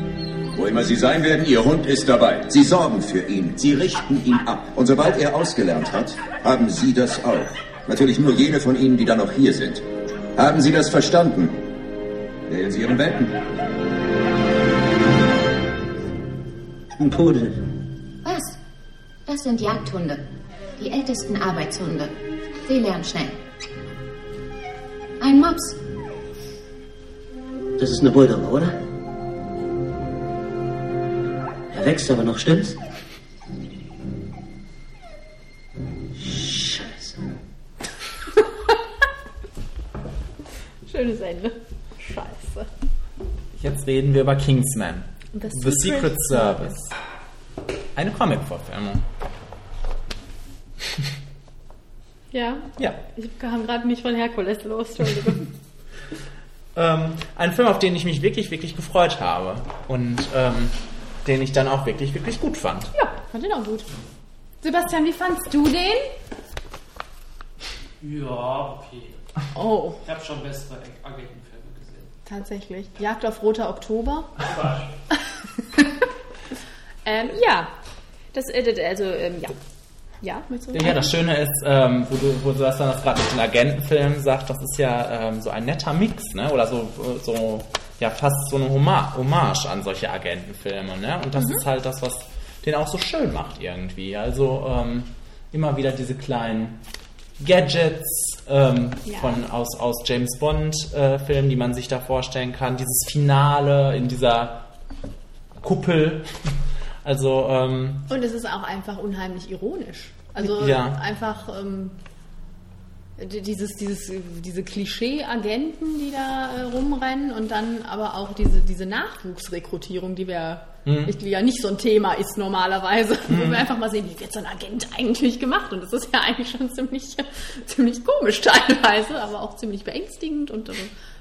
[SPEAKER 7] Wo immer Sie sein werden, Ihr Hund ist dabei. Sie sorgen für ihn, Sie richten ihn ab. Und sobald er ausgelernt hat, haben Sie das auch. Natürlich nur jene von Ihnen, die dann noch hier sind. Haben Sie das verstanden? Wählen Sie Ihren Welpen.
[SPEAKER 8] Ein Pudel.
[SPEAKER 6] Was? Das sind Jagdhunde. Die ältesten Arbeitshunde. Sie lernen schnell. Ein Mops.
[SPEAKER 8] Das ist eine Bulldogge, oder? Er wächst aber noch, stimmt's? Scheiße.
[SPEAKER 2] Schönes Ende. Scheiße.
[SPEAKER 1] Jetzt reden wir über Kingsman.
[SPEAKER 2] The
[SPEAKER 1] The Secret,
[SPEAKER 2] Secret
[SPEAKER 1] Service. Eine Comic-Verfilmung.
[SPEAKER 2] Ja.
[SPEAKER 1] Ja.
[SPEAKER 2] Ich kam gerade nicht von Herkules los. Entschuldigung.
[SPEAKER 1] Ähm, ein Film, auf den ich mich wirklich, wirklich gefreut habe. Und ähm, den ich dann auch wirklich, wirklich gut fand.
[SPEAKER 2] ja, fand den auch gut. Sebastian, wie fandst du den?
[SPEAKER 9] Ja, okay.
[SPEAKER 2] Oh,
[SPEAKER 9] Ich habe schon bessere Ag- Agentenfilme gesehen.
[SPEAKER 2] tatsächlich. Jagd auf roter Oktober. Ähm, ja. Das, äh, das- also, ähm, ja. Ja, möchtest du?
[SPEAKER 1] Ja, das Schöne ist, ähm, wo du, wo du das dann gerade mit den Agentenfilmen sagt, das ist ja ähm, so ein netter Mix, ne? Oder so, so ja fast so eine Homa- Hommage an solche Agentenfilme, ne? Und das ist halt das, was den auch so schön macht irgendwie. Also ähm, immer wieder diese kleinen Gadgets ähm,
[SPEAKER 2] Ja.
[SPEAKER 1] von aus aus James Bond äh, Filmen, die man sich da vorstellen kann. Dieses Finale in dieser Kuppel. Also ähm,
[SPEAKER 2] Und es ist auch einfach unheimlich ironisch. Also
[SPEAKER 1] Ja.
[SPEAKER 2] einfach ähm, d- dieses, dieses, äh, diese Klischee-Agenten, die da äh, rumrennen und dann aber auch diese, diese Nachwuchsrekrutierung, die wir
[SPEAKER 1] Mhm.
[SPEAKER 2] ich- die ja nicht so ein Thema ist normalerweise, wo wir einfach mal sehen, wie wird so ein Agent eigentlich gemacht? Und das ist ja eigentlich schon ziemlich, ziemlich komisch teilweise, aber auch ziemlich beängstigend und äh,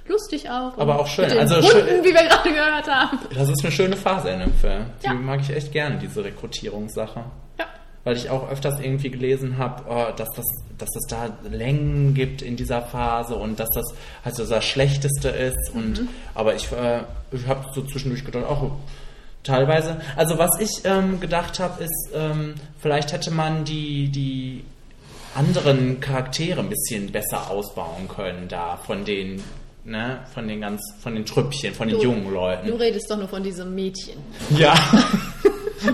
[SPEAKER 2] lustig auch.
[SPEAKER 1] Aber
[SPEAKER 2] Und
[SPEAKER 1] auch schön.
[SPEAKER 2] Mit den
[SPEAKER 1] Also
[SPEAKER 2] Hunden,
[SPEAKER 1] schön-
[SPEAKER 2] wie wir gerade gehört haben.
[SPEAKER 1] Das ist eine schöne Phase in dem Film. Die
[SPEAKER 2] Ja.
[SPEAKER 1] mag ich echt gern, diese Rekrutierungssache.
[SPEAKER 2] Ja.
[SPEAKER 1] Weil ich auch öfters irgendwie gelesen habe, oh, dass, das, dass es da Längen gibt in dieser Phase und dass das also das Schlechteste ist.
[SPEAKER 2] Mhm.
[SPEAKER 1] Und, aber ich, äh, ich habe so zwischendurch gedacht, auch teilweise. Also was ich ähm, gedacht habe, ist, ähm, vielleicht hätte man die, die anderen Charaktere ein bisschen besser ausbauen können da von den, ne, von den ganz, von den Trüppchen, von den
[SPEAKER 2] Du-
[SPEAKER 1] jungen Leuten.
[SPEAKER 2] Du redest doch nur von diesem Mädchen.
[SPEAKER 1] Ja.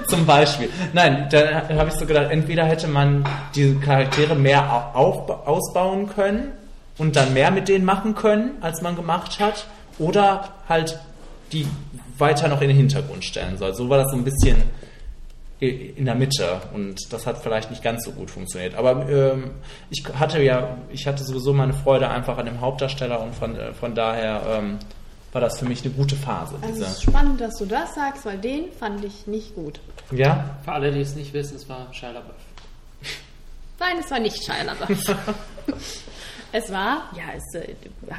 [SPEAKER 1] Zum Beispiel. Nein, da habe ich so gedacht, entweder hätte man diese Charaktere mehr au- aufba- ausbauen können und dann mehr mit denen machen können, als man gemacht hat, oder halt die weiter noch in den Hintergrund stellen soll. So war das so ein bisschen i- in der Mitte und das hat vielleicht nicht ganz so gut funktioniert. Aber ähm, ich hatte ja, ich hatte sowieso meine Freude einfach an dem Hauptdarsteller und von, äh, von daher ähm, war das für mich eine gute Phase.
[SPEAKER 2] Also
[SPEAKER 1] Diese.
[SPEAKER 2] es ist spannend, dass du das sagst, weil den fand ich nicht gut.
[SPEAKER 1] Ja,
[SPEAKER 9] Für alle, die es nicht wissen, es war Shia LaBeouf.
[SPEAKER 2] Nein, es war nicht Shia LaBeouf. es war, ja, es, äh,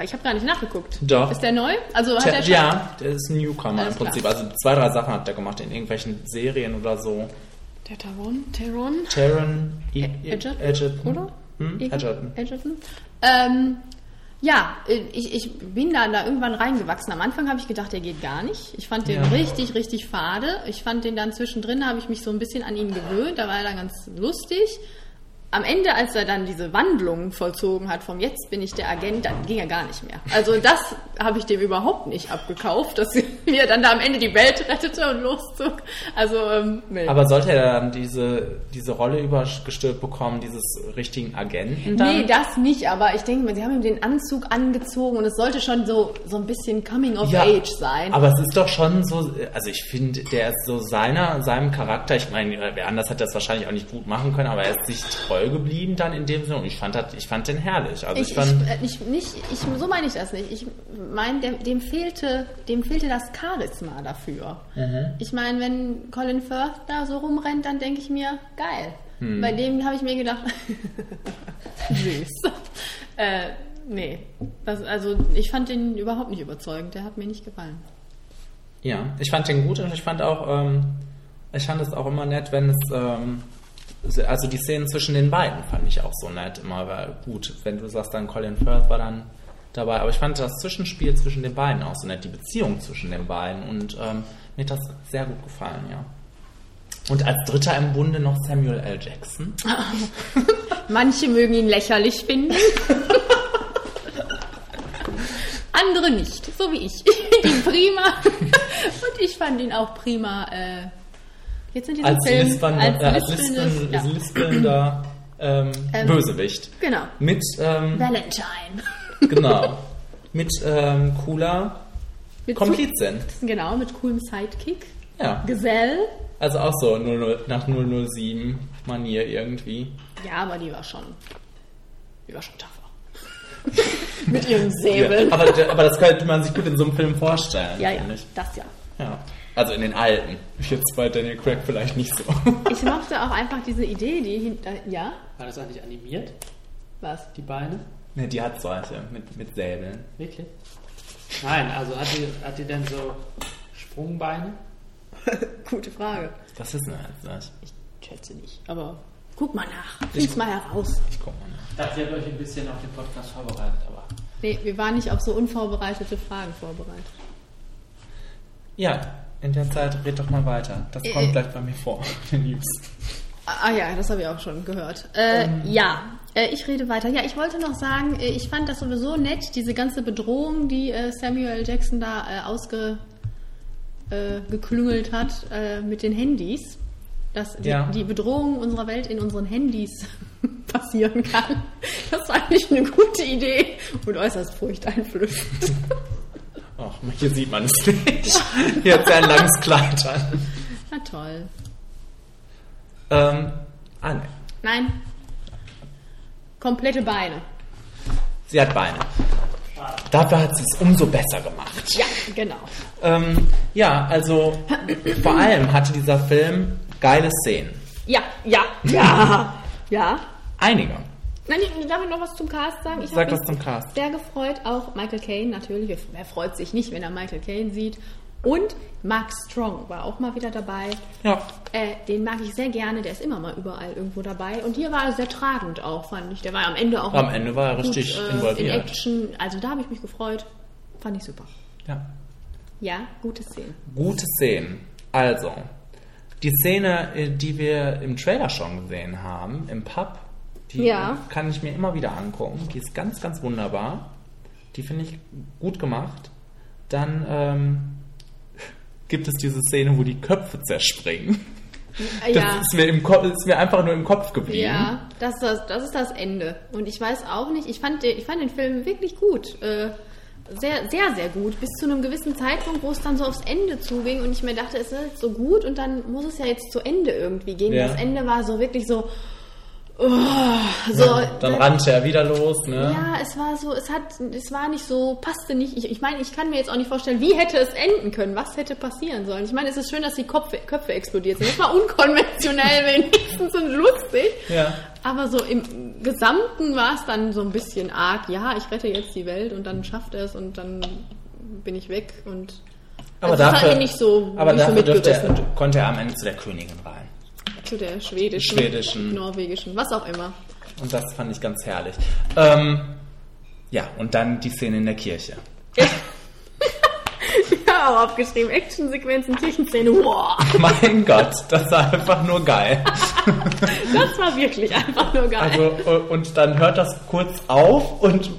[SPEAKER 2] ich habe gar nicht nachgeguckt.
[SPEAKER 1] Doch.
[SPEAKER 2] Ist der neu? Also hat
[SPEAKER 1] Tja,
[SPEAKER 2] er schon,
[SPEAKER 1] ja, der ist ein Newcomer
[SPEAKER 2] Alles
[SPEAKER 1] im Prinzip.
[SPEAKER 2] klar.
[SPEAKER 1] Also zwei, drei Sachen hat er gemacht in irgendwelchen Serien oder so.
[SPEAKER 2] Der Taron, Taron,
[SPEAKER 1] Taron I- I-
[SPEAKER 2] Edgerton,
[SPEAKER 1] Edgerton.
[SPEAKER 2] oder?
[SPEAKER 1] Hm?
[SPEAKER 2] Eg-
[SPEAKER 1] Edgerton.
[SPEAKER 2] Edgerton. Ähm, ja, äh, ich, ich bin da, da irgendwann reingewachsen. Am Anfang habe ich gedacht, der geht gar nicht. Ich fand den
[SPEAKER 1] Ja.
[SPEAKER 2] richtig, richtig fade. Ich fand den dann zwischendrin, habe ich mich so ein bisschen an ihn gewöhnt. Da war er dann ganz lustig. Am Ende, als er dann diese Wandlung vollzogen hat, vom jetzt bin ich der Agent, dann ging er gar nicht mehr. Also das habe ich dem überhaupt nicht abgekauft, dass wie er dann da am Ende die Welt rettete und loszog. Also, ähm, nee.
[SPEAKER 1] Aber sollte er dann diese, diese Rolle übergestülpt bekommen, dieses richtigen Agenten dann?
[SPEAKER 2] Nee, das nicht, aber ich denke mal, sie haben ihm den Anzug angezogen und es sollte schon so, so ein bisschen Coming of
[SPEAKER 1] Ja,
[SPEAKER 2] Age sein.
[SPEAKER 1] Aber es ist doch schon so, also ich finde, der ist so seiner, seinem Charakter, ich meine, wer anders hat das wahrscheinlich auch nicht gut machen können, aber er ist sich treu treu geblieben dann in dem Sinne. Und ich fand, das, ich fand den herrlich. Also ich,
[SPEAKER 2] Ich, ich,
[SPEAKER 1] fand,
[SPEAKER 2] äh, nicht, nicht, ich, so meine ich das nicht. Ich meine, dem, dem, fehlte, dem fehlte das Charisma dafür.
[SPEAKER 1] Mhm.
[SPEAKER 2] Ich meine, wenn Colin Firth da so rumrennt, dann denke ich mir, geil.
[SPEAKER 1] Hm.
[SPEAKER 2] Bei dem habe ich mir gedacht, süß. äh, nee, das, also ich fand den überhaupt nicht überzeugend. Der hat mir nicht gefallen.
[SPEAKER 1] ja, ich fand den gut und ich fand auch, ähm, ich fand es auch immer nett, wenn es, ähm, also die Szenen zwischen den beiden fand ich auch so nett immer, weil gut, wenn du sagst, dann Colin Firth war dann dabei, aber ich fand das Zwischenspiel zwischen den beiden auch so nett, die Beziehung zwischen den beiden und ähm, mir hat das sehr gut gefallen, ja. Und als dritter im Bunde noch Samuel L. Jackson.
[SPEAKER 2] Ah, Manche mögen ihn lächerlich finden. Andere nicht, so wie ich. Ich finde ihn prima. Und ich fand ihn auch prima. Äh, jetzt sind diese
[SPEAKER 1] als
[SPEAKER 2] Film,
[SPEAKER 1] Lispen,
[SPEAKER 2] als
[SPEAKER 1] äh, als
[SPEAKER 2] lispelndes-
[SPEAKER 1] Lispen,
[SPEAKER 2] ja.
[SPEAKER 1] lispelnder ähm,
[SPEAKER 2] Ähm,
[SPEAKER 1] Bösewicht.
[SPEAKER 2] Genau.
[SPEAKER 1] Mit, ähm,
[SPEAKER 2] Valentine.
[SPEAKER 1] genau, mit ähm, cooler
[SPEAKER 2] Mit
[SPEAKER 1] Komplizin.
[SPEAKER 2] Zu, genau, mit coolem Sidekick.
[SPEAKER 1] Ja,
[SPEAKER 2] Gesell.
[SPEAKER 1] also auch so 00, nach 007 Manier irgendwie.
[SPEAKER 2] Ja, aber die war schon. Die war schon tougher. mit ihrem
[SPEAKER 1] Ja,
[SPEAKER 2] Säbel.
[SPEAKER 1] aber, der- aber das könnte man sich gut in so einem Film vorstellen.
[SPEAKER 2] Ja, ja,
[SPEAKER 1] finde ich.
[SPEAKER 2] das ja.
[SPEAKER 1] ja. Also in den alten. Jetzt bei Daniel Craig vielleicht nicht so.
[SPEAKER 2] Ich mochte auch einfach diese Idee, die hinter. Ja?
[SPEAKER 9] War das eigentlich animiert,
[SPEAKER 2] Was?
[SPEAKER 9] die Beine?
[SPEAKER 1] ne, die hat solche mit, mit Säbeln.
[SPEAKER 9] Wirklich? Nein, also hat die, hat die denn so Sprungbeine?
[SPEAKER 2] Gute Frage.
[SPEAKER 1] Das wissen wir jetzt nicht. Ich,
[SPEAKER 2] Ich schätze nicht. Aber guck mal nach. Find's mal heraus.
[SPEAKER 1] ich guck mal nach.
[SPEAKER 9] Ich dachte, ihr habt euch ein bisschen auf den Podcast vorbereitet, aber
[SPEAKER 2] Nee, wir waren nicht auf so unvorbereitete Fragen vorbereitet.
[SPEAKER 1] Ja, in der Zeit red doch mal weiter. Das
[SPEAKER 2] Äh,
[SPEAKER 1] kommt
[SPEAKER 2] äh.
[SPEAKER 1] gleich bei mir vor. Die News.
[SPEAKER 2] Ah ja, das habe ich auch schon gehört. Äh, Ja, äh, ich rede weiter. Ja, ich wollte noch sagen, äh, ich fand das sowieso nett, diese ganze Bedrohung, die äh, Samuel Jackson da äh, ausge äh, geklüngelt hat äh, mit den Handys. Dass die,
[SPEAKER 1] Ja.
[SPEAKER 2] die Bedrohung unserer Welt in unseren Handys passieren kann. Das war eigentlich eine gute Idee und äußerst furchteinflößend.
[SPEAKER 1] Ach, hier sieht man es nicht. Hier hat sie ein langes Kleid an.
[SPEAKER 2] Na toll.
[SPEAKER 1] Ähm, ah, ne.
[SPEAKER 2] Nein. Komplette Beine.
[SPEAKER 1] Sie hat Beine. Dafür hat sie es umso besser gemacht.
[SPEAKER 2] Ja, genau.
[SPEAKER 1] Ähm, ja, also vor allem hatte dieser Film geile Szenen.
[SPEAKER 2] Ja, ja, ja. ja.
[SPEAKER 1] Einige.
[SPEAKER 2] Nein, ich darf ich noch was zum Cast sagen? Ich
[SPEAKER 1] Sag
[SPEAKER 2] hab
[SPEAKER 1] was
[SPEAKER 2] mich
[SPEAKER 1] zum Cast.
[SPEAKER 2] Sehr gefreut, auch Michael Caine natürlich. Wer freut sich nicht, wenn er Michael Caine sieht? Und Mark Strong war auch mal wieder dabei.
[SPEAKER 1] Ja.
[SPEAKER 2] Äh, den mag ich sehr gerne, der ist immer mal überall irgendwo dabei. Und hier war er sehr tragend auch, fand ich. Der war am Ende auch
[SPEAKER 1] Am Ende war er
[SPEAKER 2] gut,
[SPEAKER 1] richtig
[SPEAKER 2] äh, in
[SPEAKER 1] involviert.
[SPEAKER 2] Action. Also da habe ich mich gefreut. Fand ich super.
[SPEAKER 1] ja.
[SPEAKER 2] Ja, gute Szene.
[SPEAKER 1] Gute Szenen. Also, die Szene, äh, die wir im Trailer schon gesehen haben, im Pub, die
[SPEAKER 2] Ja.
[SPEAKER 1] äh, kann ich mir immer wieder angucken. Die ist ganz, ganz wunderbar. Die finde ich gut gemacht. Dann ähm, gibt es diese Szene, wo die Köpfe zerspringen.
[SPEAKER 2] Äh,
[SPEAKER 1] Das
[SPEAKER 2] ja.
[SPEAKER 1] ist, mir im Ko- ist mir einfach nur im Kopf geblieben.
[SPEAKER 2] Ja, das ist das, das ist das Ende. Und ich weiß auch nicht, ich fand, den- ich fand den Film wirklich gut. Äh, sehr, sehr, sehr gut. Bis zu einem gewissen Zeitpunkt, wo es dann so aufs Ende zuging und ich mir dachte, es ist jetzt so gut und dann muss es ja jetzt zu Ende irgendwie gehen.
[SPEAKER 1] Ja.
[SPEAKER 2] Das Ende war so wirklich so. Oh, so
[SPEAKER 1] Dann
[SPEAKER 2] das-
[SPEAKER 1] rannte er wieder los, ne?
[SPEAKER 2] ja, es war so, es hat, es war nicht so, passte nicht. Ich, ich meine, ich kann mir jetzt auch nicht vorstellen, wie hätte es enden können, was hätte passieren sollen. Ich meine, es ist schön, dass die Köpfe, Köpfe explodiert sind. Das war unkonventionell, wenigstens und lustig.
[SPEAKER 1] Ja.
[SPEAKER 2] Aber so im Gesamten war es dann so ein bisschen arg. Ja, ich rette jetzt die Welt und dann schafft er es und dann bin ich weg und.
[SPEAKER 1] Aber
[SPEAKER 2] Also, das hat
[SPEAKER 1] dafür,
[SPEAKER 2] ihn nicht so,
[SPEAKER 1] aber
[SPEAKER 2] nicht so
[SPEAKER 1] dafür durfte er,
[SPEAKER 2] mitgerissen.
[SPEAKER 1] konnte er am Ende zu der Königin rein.
[SPEAKER 2] Zu der schwedischen,
[SPEAKER 1] Schwedischen.
[SPEAKER 2] norwegischen, was auch immer.
[SPEAKER 1] Und das fand ich ganz herrlich. Ähm, ja, und dann die Szene in der Kirche.
[SPEAKER 2] Ja, auch aufgeschrieben. Actionsequenzen, Kirchenszene. Wow.
[SPEAKER 1] Mein Gott, das war einfach nur geil.
[SPEAKER 2] Das war wirklich einfach nur geil.
[SPEAKER 1] Also, äh, und dann hört das kurz auf und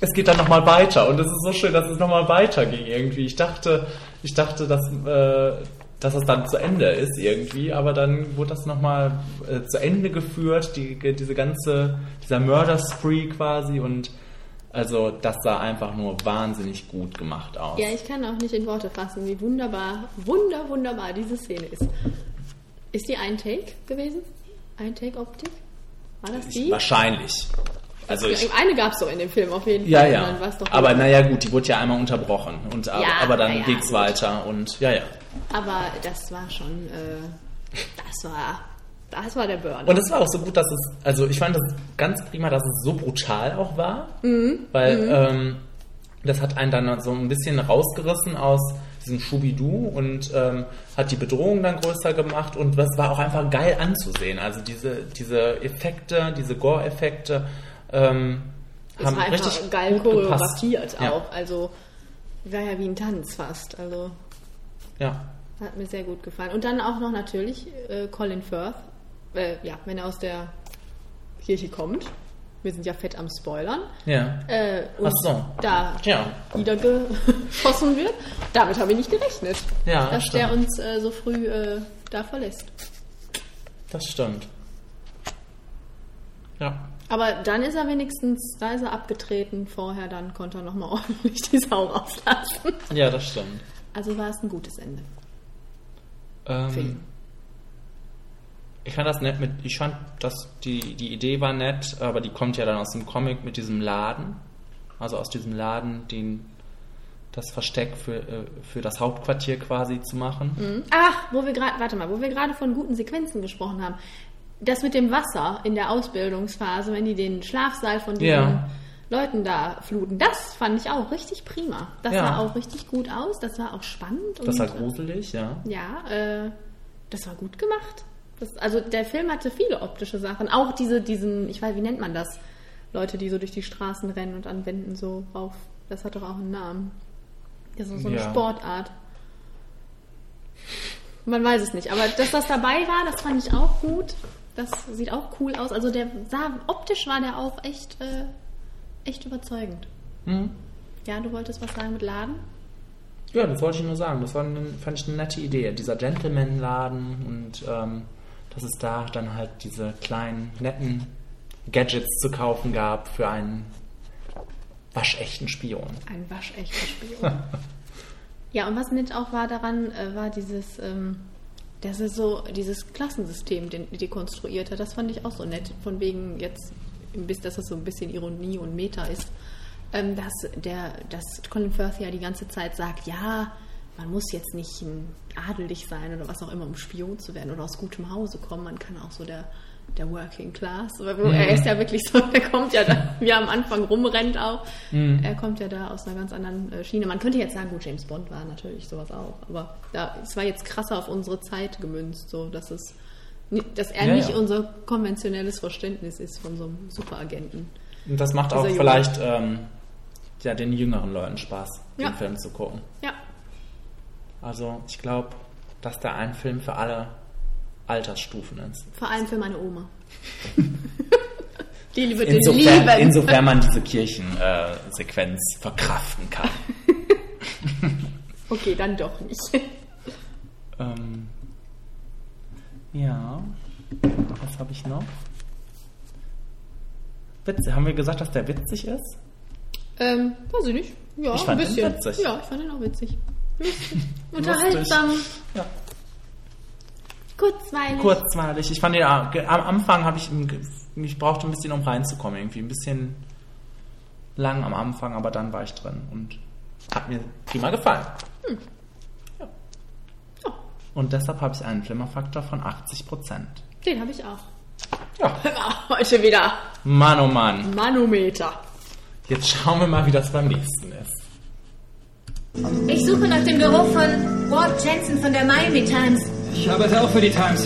[SPEAKER 1] es geht dann nochmal weiter. Und es ist so schön, dass es nochmal weiterging irgendwie. Ich dachte, ich dachte, dass, äh, dass es dann zu Ende ist irgendwie, aber dann wurde das nochmal äh, zu Ende geführt, die, diese ganze, dieser Murder-Spree quasi und also das sah einfach nur wahnsinnig gut gemacht aus.
[SPEAKER 2] ja, ich kann auch nicht in Worte fassen, wie wunderbar, wunder, wunderbar diese Szene ist. Ist die ein Take gewesen? Ein Take-Optik? War das die?
[SPEAKER 1] Wahrscheinlich. Also ich.
[SPEAKER 2] Eine gab es doch in dem Film auf jeden Fall.
[SPEAKER 1] Ja,
[SPEAKER 2] Und
[SPEAKER 1] ja.
[SPEAKER 2] Dann war's doch
[SPEAKER 1] Aber naja, gut, die wurde ja einmal unterbrochen. Und, aber,
[SPEAKER 2] Ja,
[SPEAKER 1] aber dann
[SPEAKER 2] ja, ja,
[SPEAKER 1] ging's
[SPEAKER 2] gut.
[SPEAKER 1] weiter und ja, ja.
[SPEAKER 2] Aber das war schon, äh, das war, das war der Burn.
[SPEAKER 1] Und es war auch so gut, dass es, also ich fand es ganz prima, dass es so brutal auch war,
[SPEAKER 2] Mhm.
[SPEAKER 1] weil Ähm, das hat einen dann so ein bisschen rausgerissen aus diesem Schubidu und ähm, hat die Bedrohung dann größer gemacht und das war auch einfach geil anzusehen. Also diese, diese Effekte, diese Gore-Effekte ähm,
[SPEAKER 2] das
[SPEAKER 1] haben
[SPEAKER 2] war einfach
[SPEAKER 1] richtig
[SPEAKER 2] geil
[SPEAKER 1] gut
[SPEAKER 2] choreografiert
[SPEAKER 1] gepasst.
[SPEAKER 2] auch. Also war ja wie ein Tanz fast. Also
[SPEAKER 1] Ja, ja.
[SPEAKER 2] hat mir sehr gut gefallen. Und dann auch noch natürlich äh, Colin Firth. Äh, ja, wenn er aus der Kirche kommt. Wir sind ja fett am Spoilern.
[SPEAKER 1] Ja.
[SPEAKER 2] Äh, und
[SPEAKER 1] Ach so.
[SPEAKER 2] da
[SPEAKER 1] Ja.
[SPEAKER 2] niedergeschossen wird. Damit habe ich nicht gerechnet.
[SPEAKER 1] Ja,
[SPEAKER 2] dass
[SPEAKER 1] stimmt.
[SPEAKER 2] der uns äh, so früh äh, da verlässt.
[SPEAKER 1] Das stimmt. Ja.
[SPEAKER 2] Aber dann ist er wenigstens, da ist er abgetreten. Vorher dann konnte er nochmal ordentlich die Sau rauslassen.
[SPEAKER 1] Ja, das stimmt.
[SPEAKER 2] Also war es ein gutes Ende. Für
[SPEAKER 1] Ähm,
[SPEAKER 2] ihn.
[SPEAKER 1] ich fand das nett mit, ich fand, dass die, die Idee war nett, aber die kommt ja dann aus dem Comic mit diesem Laden. Also aus diesem Laden, den das Versteck für, äh, für das Hauptquartier quasi zu machen.
[SPEAKER 2] Mhm. Hm. Ach, wo wir gerade, warte mal, wo wir gerade von guten Sequenzen gesprochen haben. Das mit dem Wasser in der Ausbildungsphase, wenn die den Schlafsaal von diesen
[SPEAKER 1] Ja.
[SPEAKER 2] Leuten da fluten, das fand ich auch richtig prima. Das
[SPEAKER 1] Ja.
[SPEAKER 2] sah auch richtig gut aus, das war auch spannend.
[SPEAKER 1] Das war
[SPEAKER 2] äh,
[SPEAKER 1] gruselig, ja.
[SPEAKER 2] Ja, äh, das war gut gemacht. Das, also der Film hatte viele optische Sachen. Auch diese, diesen, ich weiß, wie nennt man das? Leute, die so durch die Straßen rennen und an Wänden so rauf. Das hat doch auch einen Namen. Das ist so eine
[SPEAKER 1] Ja.
[SPEAKER 2] Sportart. Man weiß es nicht. Aber dass das dabei war, das fand ich auch gut. Das sieht auch cool aus. Also der sah, optisch war der auch echt, äh, echt überzeugend.
[SPEAKER 1] Mhm.
[SPEAKER 2] Ja, du wolltest was sagen mit Laden?
[SPEAKER 1] Ja, das wollte ich nur sagen. Das war eine, fand ich eine nette Idee. Dieser Gentleman-Laden und ähm, dass es da dann halt diese kleinen, netten Gadgets zu kaufen gab für einen waschechten Spion.
[SPEAKER 2] Ein waschechter Spion. ja, und was nett auch war daran, äh, war dieses, ähm, dass er so dieses Klassensystem den, dekonstruiert hat. Das fand ich auch so nett. Von wegen jetzt, ein bisschen- dass das so ein bisschen Ironie und Meta ist. Ähm, dass, der, dass Colin Firth ja die ganze Zeit sagt, ja, man muss jetzt nicht ähm, adelig sein oder was auch immer, um Spion zu werden oder aus gutem Hause kommen. Man kann auch so der, der Working Class, weil wo-
[SPEAKER 1] Mhm.
[SPEAKER 2] er ist ja wirklich so, er kommt ja da, wie er am Anfang rumrennt auch,
[SPEAKER 1] Mhm.
[SPEAKER 2] er kommt ja da aus einer ganz anderen äh, Schiene. Man könnte jetzt sagen, gut, James Bond war natürlich sowas auch, aber da, es war jetzt krasser auf unsere Zeit gemünzt, so dass es ni- dass er
[SPEAKER 1] Ja,
[SPEAKER 2] nicht
[SPEAKER 1] ja.
[SPEAKER 2] unser konventionelles Verständnis ist von so einem Superagenten.
[SPEAKER 1] Und das macht auch
[SPEAKER 2] Dieser Junge.
[SPEAKER 1] vielleicht ähm, ja, den jüngeren Leuten Spaß,
[SPEAKER 2] Ja.
[SPEAKER 1] den Film zu gucken.
[SPEAKER 2] Ja,
[SPEAKER 1] Also ich glaube, dass da ein Film für alle Altersstufen ist.
[SPEAKER 2] vor allem für meine Oma. Die liebe den
[SPEAKER 1] Insofern,
[SPEAKER 2] Lieben.
[SPEAKER 1] insofern man diese Kirchensequenz äh, verkraften kann.
[SPEAKER 2] Okay, dann doch nicht.
[SPEAKER 1] Ähm, ja, was habe ich noch? Witz, haben wir gesagt, dass der witzig ist?
[SPEAKER 2] Ähm, weiß ich nicht. Ja,
[SPEAKER 1] Ich fand
[SPEAKER 2] ein
[SPEAKER 1] den
[SPEAKER 2] bisschen.
[SPEAKER 1] witzig.
[SPEAKER 2] Ja, ich fand ihn auch witzig. Lustig. Unterhaltsam.
[SPEAKER 1] Ja.
[SPEAKER 2] Kurzweilig.
[SPEAKER 1] Kurzweilig. Ich fand den, am Anfang habe ich, ihn ge- ich brauchte ein bisschen, um reinzukommen, irgendwie ein bisschen lang am Anfang, aber dann war ich drin und hat mir prima gefallen. Ja. Und deshalb habe ich einen Flimmerfaktor von 80 Prozent.
[SPEAKER 2] Den habe ich auch.
[SPEAKER 1] Ja.
[SPEAKER 2] Ah, Heute wieder
[SPEAKER 1] Mann, oh Mann.
[SPEAKER 2] Manometer.
[SPEAKER 1] Jetzt schauen wir mal, wie das beim nächsten ist.
[SPEAKER 6] Ich suche nach dem Büro von Ward Jensen von der Miami Times.
[SPEAKER 10] Ich arbeite auch für die Times.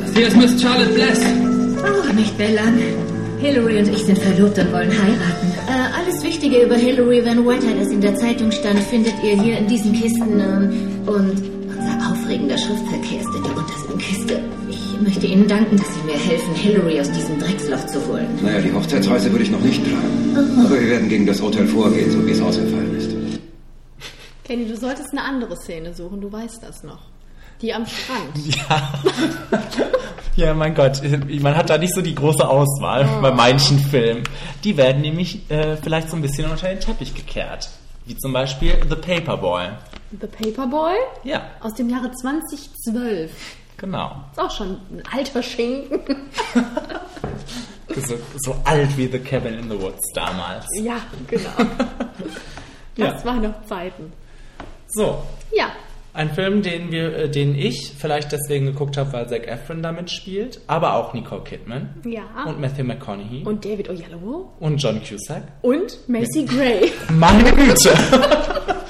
[SPEAKER 10] Das hier ist Miss Charlotte Bless.
[SPEAKER 6] Oh, nicht mehr lang. Hillary und ich sind verlobt und wollen heiraten. Äh, alles Wichtige über Hillary Van Wetter, das in der Zeitung stand, findet ihr hier in diesen Kisten. Ähm, und unser aufregender Schriftverkehr ist in der untersten Kiste. Ich möchte Ihnen danken, dass Sie mir helfen, Hillary aus diesem Drecksloch zu holen.
[SPEAKER 4] Naja, die Hochzeitsreise würde ich noch nicht planen. Aber wir werden gegen das Urteil vorgehen, so wie es ausgefallen ist.
[SPEAKER 2] Kenny, du solltest eine andere Szene suchen, du weißt das noch. Die am Strand.
[SPEAKER 1] Ja. ja, mein Gott. Man hat da nicht so die große Auswahl bei manchen Filmen. Die werden nämlich äh, vielleicht so ein bisschen unter den Teppich gekehrt. Wie zum Beispiel The Paperboy.
[SPEAKER 2] The Paperboy
[SPEAKER 1] Ja.
[SPEAKER 2] aus dem Jahre 2012.
[SPEAKER 1] Genau.
[SPEAKER 2] Ist auch schon ein alter Schinken.
[SPEAKER 1] So, so alt wie The Cabin in the Woods damals.
[SPEAKER 2] Ja, genau.
[SPEAKER 1] Ja.
[SPEAKER 2] Das waren noch Zeiten.
[SPEAKER 1] So,
[SPEAKER 2] Ja,
[SPEAKER 1] Ein Film, den wir, äh, den ich vielleicht deswegen geguckt habe, weil Zac Efron da mitspielt, aber auch Nicole Kidman
[SPEAKER 2] ja.
[SPEAKER 1] und Matthew McConaughey und,
[SPEAKER 2] Und David Oyelowo
[SPEAKER 1] John Cusack.
[SPEAKER 2] und Macy Gray.
[SPEAKER 1] Meine Güte!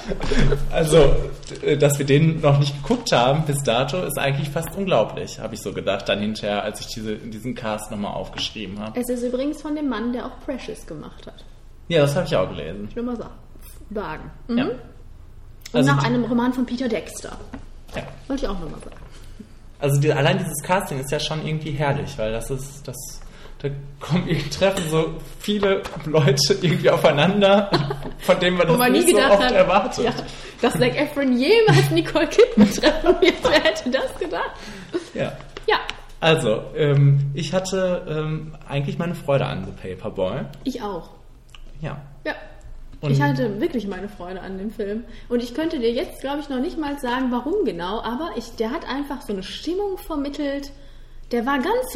[SPEAKER 1] also, äh, dass wir den noch nicht geguckt haben bis dato, ist eigentlich fast unglaublich, habe ich so gedacht, dann hinterher, als ich diese, diesen Cast nochmal aufgeschrieben habe.
[SPEAKER 2] Es ist übrigens von dem Mann, der auch Precious gemacht hat.
[SPEAKER 1] Ja, das habe ich auch gelesen.
[SPEAKER 2] Ich will mal sa- sagen. Mhm.
[SPEAKER 1] Ja.
[SPEAKER 2] Und
[SPEAKER 1] Also
[SPEAKER 2] nach
[SPEAKER 1] die-
[SPEAKER 2] einem Roman von Peter Dexter.
[SPEAKER 1] Ja.
[SPEAKER 2] Wollte ich auch nochmal sagen.
[SPEAKER 1] Also die, allein dieses Casting ist ja schon irgendwie herrlich, weil das ist das da kommen irgendwie treffen so viele Leute irgendwie aufeinander, von denen man das
[SPEAKER 2] Wo man nie
[SPEAKER 1] nicht so
[SPEAKER 2] gedacht
[SPEAKER 1] oft
[SPEAKER 2] hat,
[SPEAKER 1] erwartet.
[SPEAKER 2] ja, dass Zac Efron jemals Nicole Kidman treffen wird. Wer hätte das gedacht?
[SPEAKER 1] Ja.
[SPEAKER 2] Ja,
[SPEAKER 1] Also, ähm, ich hatte ähm, eigentlich meine Freude an The Paperboy.
[SPEAKER 2] ich auch.
[SPEAKER 1] Ja.
[SPEAKER 2] Ja.
[SPEAKER 1] Und-
[SPEAKER 2] ich hatte wirklich meine Freude an dem Film. Und ich könnte dir jetzt, glaube ich, noch nicht mal sagen, warum genau, aber ich, der hat einfach so eine Stimmung vermittelt. Der war ganz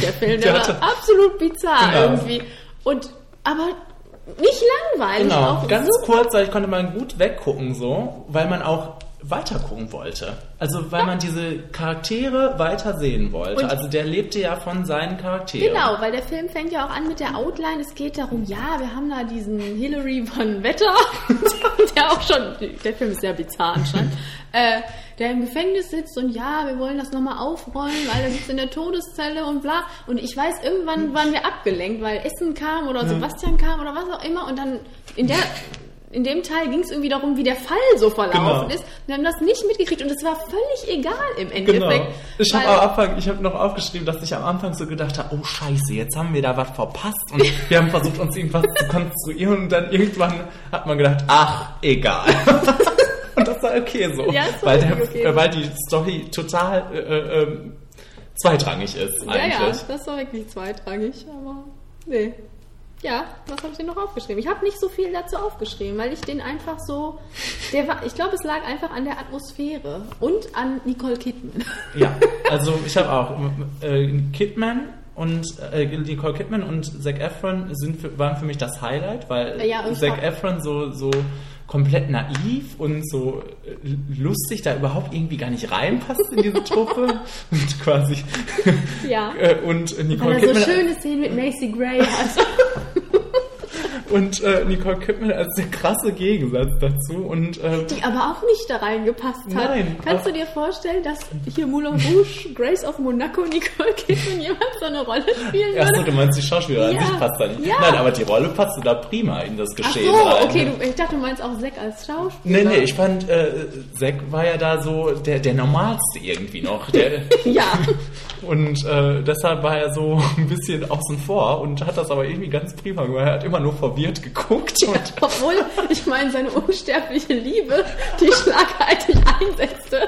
[SPEAKER 2] der Film. Der,
[SPEAKER 1] Der hatte-
[SPEAKER 2] war absolut bizarr
[SPEAKER 1] Genau.
[SPEAKER 2] irgendwie. Und, aber nicht langweilig.
[SPEAKER 1] Genau,
[SPEAKER 2] Auch
[SPEAKER 1] ganz
[SPEAKER 2] so
[SPEAKER 1] kurz, ich konnte man gut weggucken so, weil man auch weiter gucken wollte. Also weil man diese Charaktere weiter sehen wollte.
[SPEAKER 2] Und-
[SPEAKER 1] also der lebte ja von seinen Charakteren.
[SPEAKER 2] Genau, weil der Film fängt ja auch an mit der Outline. Es geht darum, ja, wir haben da diesen Hillary von Wetter, der auch schon, der Film ist sehr bizarr anscheinend, äh, der im Gefängnis sitzt und ja, wir wollen das nochmal aufräumen, weil er sitzt in der Todeszelle und bla. Und ich weiß,
[SPEAKER 1] Hm.
[SPEAKER 2] irgendwann waren wir abgelenkt, weil Essen kam oder Sebastian kam oder was auch immer und dann in der... In dem Teil ging es irgendwie darum, wie der Fall so verlaufen
[SPEAKER 1] Genau.
[SPEAKER 2] ist. Wir haben das nicht mitgekriegt und es war völlig egal im Endeffekt.
[SPEAKER 1] Genau. Ich habe
[SPEAKER 2] weil-
[SPEAKER 1] am Anfang, ich habe noch aufgeschrieben, dass ich am Anfang so gedacht habe, oh Scheiße, jetzt haben wir da was verpasst und wir haben versucht uns irgendwas zu konstruieren und dann irgendwann hat man gedacht, ach, egal. und das war okay so,
[SPEAKER 2] Ja, es war
[SPEAKER 1] weil, der,
[SPEAKER 2] wirklich okay.
[SPEAKER 1] äh, weil die Story total äh, äh, ähm, zweitrangig ist
[SPEAKER 2] Ja, ja,
[SPEAKER 1] eigentlich.
[SPEAKER 2] das war wirklich zweitrangig, aber nee. Ja, was habe ich denn noch aufgeschrieben? Ich habe nicht so viel dazu aufgeschrieben, weil ich den einfach so. Der war, ich glaube, es lag einfach an der Atmosphäre und an Nicole Kidman.
[SPEAKER 1] Ja, also ich habe auch äh, Kidman und äh, Nicole Kidman und Zac Efron sind für, waren für mich das Highlight, weil
[SPEAKER 2] Ja, und
[SPEAKER 1] Zac
[SPEAKER 2] vor-
[SPEAKER 1] Efron so so komplett naiv und so äh, lustig da überhaupt irgendwie gar nicht reinpasst in diese Truppe und quasi
[SPEAKER 2] Ja.
[SPEAKER 1] äh, und Nicole
[SPEAKER 2] Weil er so
[SPEAKER 1] Kidman
[SPEAKER 2] schöne Szenen mit Macy Gray hat.
[SPEAKER 1] und äh, Nicole Kidman als der krasse Gegensatz dazu und äh,
[SPEAKER 2] Die aber auch nicht da reingepasst hat.
[SPEAKER 1] Nein,
[SPEAKER 2] Kannst
[SPEAKER 1] aber-
[SPEAKER 2] du dir vorstellen, dass hier Moulin Rouge, Grace of Monaco, Nicole Kidman jemand so eine Rolle spielen
[SPEAKER 1] Ach so,
[SPEAKER 2] würde?
[SPEAKER 1] du meinst die Schauspielerin
[SPEAKER 2] Ja,
[SPEAKER 1] an sich passt da nicht.
[SPEAKER 2] ja.
[SPEAKER 1] Nein, aber die Rolle passte da prima in das
[SPEAKER 2] Ach
[SPEAKER 1] Geschehen
[SPEAKER 2] so,
[SPEAKER 1] rein.
[SPEAKER 2] okay, du, ich dachte, du meinst auch Zack als Schauspieler.
[SPEAKER 1] Nee, nee, ich fand, äh, Zack war ja da so der, der Normalste irgendwie noch. Der,
[SPEAKER 2] Ja.
[SPEAKER 1] und äh, deshalb war er so ein bisschen außen vor und hat das aber irgendwie ganz prima gemacht. Er hat immer nur verwirrt geguckt. Und,
[SPEAKER 2] Obwohl, ich meine, seine unsterbliche Liebe, die schlaghaltig einsetzte,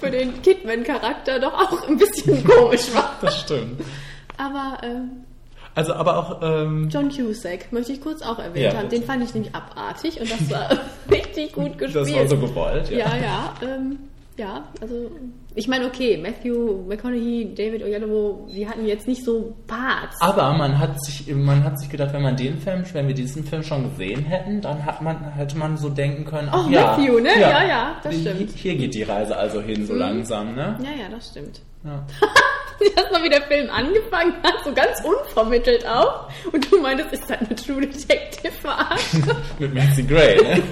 [SPEAKER 2] für den Kidman-Charakter doch auch ein bisschen komisch war.
[SPEAKER 1] das stimmt.
[SPEAKER 2] Aber ähm,
[SPEAKER 1] Also, aber auch, ähm,
[SPEAKER 2] John Cusack möchte ich kurz auch erwähnt
[SPEAKER 1] Ja,
[SPEAKER 2] haben.
[SPEAKER 1] bitte.
[SPEAKER 2] Den fand ich nämlich abartig und das war richtig gut gespielt.
[SPEAKER 1] das war so gewollt.
[SPEAKER 2] ja, ja. Ähm, ja, also ich meine, okay, Matthew McConaughey, David Oyelowo, die hatten jetzt nicht so Parts.
[SPEAKER 1] Aber man hat sich, man hat sich gedacht, wenn man den Film, wenn wir diesen Film schon gesehen hätten, dann hat man, hätte man so denken können, ach
[SPEAKER 2] Oh,
[SPEAKER 1] ja,
[SPEAKER 2] Matthew, ne? Ja, ja, das stimmt. Mhm.
[SPEAKER 1] Hier geht die Reise also hin, so langsam, ne?
[SPEAKER 2] Ja, ja, das stimmt.
[SPEAKER 1] Ja.
[SPEAKER 2] Erst mal, wie der Film angefangen hat, so ganz unvermittelt auch. Und du meintest, ist das eine True Detective verarscht,
[SPEAKER 1] Mit Maxi Gray, ne?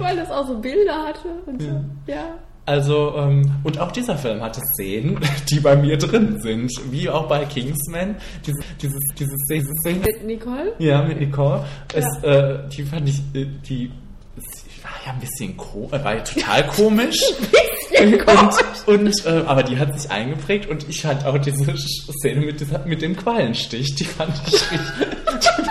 [SPEAKER 2] weil das auch so Bilder hatte und so. Ja.
[SPEAKER 1] Also, ähm, und auch dieser Film hatte Szenen, die bei mir drin sind, wie auch bei Kingsman. Diese, dieses, dieses, diese Szene
[SPEAKER 2] Mit Nicole?
[SPEAKER 1] ja, mit Nicole, es, äh, die fand ich, äh, die es war ja ein bisschen ko äh, war ja total komisch. und, und, äh, aber die hat sich eingeprägt und ich fand auch diese Sch- Szene mit, dieser, mit dem Quallenstich, die fand ich richtig.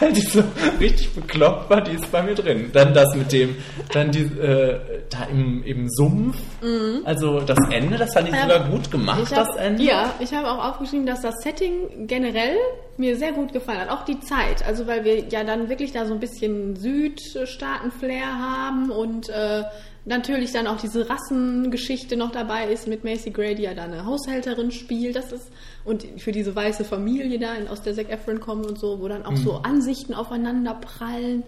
[SPEAKER 1] Weil die so richtig bekloppt war, die ist bei mir drin. Dann das mit dem, dann die, äh, da im, im Sumpf. Also das Ende, das fand ich
[SPEAKER 2] Mhm. Ja.
[SPEAKER 1] sogar gut gemacht,
[SPEAKER 2] Ich hab-
[SPEAKER 1] das Ende.
[SPEAKER 2] Ja, ich habe auch aufgeschrieben, dass das Setting generell mir sehr gut gefallen hat. Auch die Zeit. Also, weil wir ja dann wirklich da so ein bisschen Südstaaten-Flair haben und äh, natürlich dann auch diese Rassengeschichte noch dabei ist, mit Macy Gray, die ja da eine Haushälterin spielt, das ist, und für diese weiße Familie da, in- aus der Zac Efron kommen und so, wo dann auch
[SPEAKER 1] Mhm.
[SPEAKER 2] so Ansichten aufeinander prallen.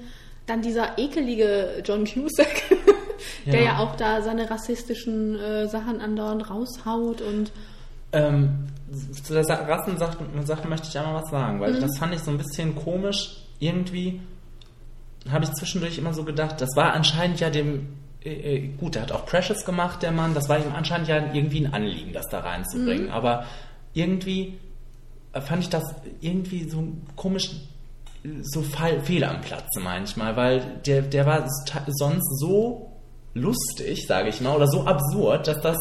[SPEAKER 2] Dann dieser ekelige John Cusack, der
[SPEAKER 1] Ja.
[SPEAKER 2] ja auch da seine rassistischen äh, Sachen andauernd raushaut und
[SPEAKER 1] Ähm, zu der Sa- Rassensache Sache möchte ich einmal was sagen, weil
[SPEAKER 2] Mhm.
[SPEAKER 1] das fand ich so ein bisschen komisch. Irgendwie habe ich zwischendurch immer so gedacht, das war anscheinend ja dem. äh, äh, Gut, der hat auch Precious gemacht, der Mann. Das war ihm anscheinend ja irgendwie ein Anliegen, das da reinzubringen.
[SPEAKER 2] Mhm.
[SPEAKER 1] Aber irgendwie äh, fand ich das irgendwie so komisch, äh, so fehl, fehl am Platze manchmal, weil der, der war sta- sonst so lustig, sage ich mal, oder so absurd, dass das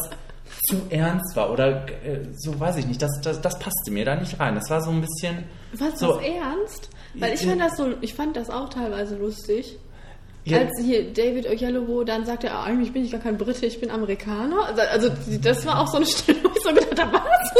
[SPEAKER 1] zu ernst war oder äh, so weiß ich nicht, das, das, das passte mir da nicht rein. Das war so ein bisschen
[SPEAKER 2] was
[SPEAKER 1] so,
[SPEAKER 2] ist eh ernst? Weil ich
[SPEAKER 1] Ja.
[SPEAKER 2] fand das so, ich fand das auch teilweise lustig.
[SPEAKER 1] Ja.
[SPEAKER 2] Als hier David Oyelowo dann sagte, ah, eigentlich bin ich gar kein Brite, ich bin Amerikaner. Also, Also das war auch so eine Stelle, wo ich so gedacht habe, was?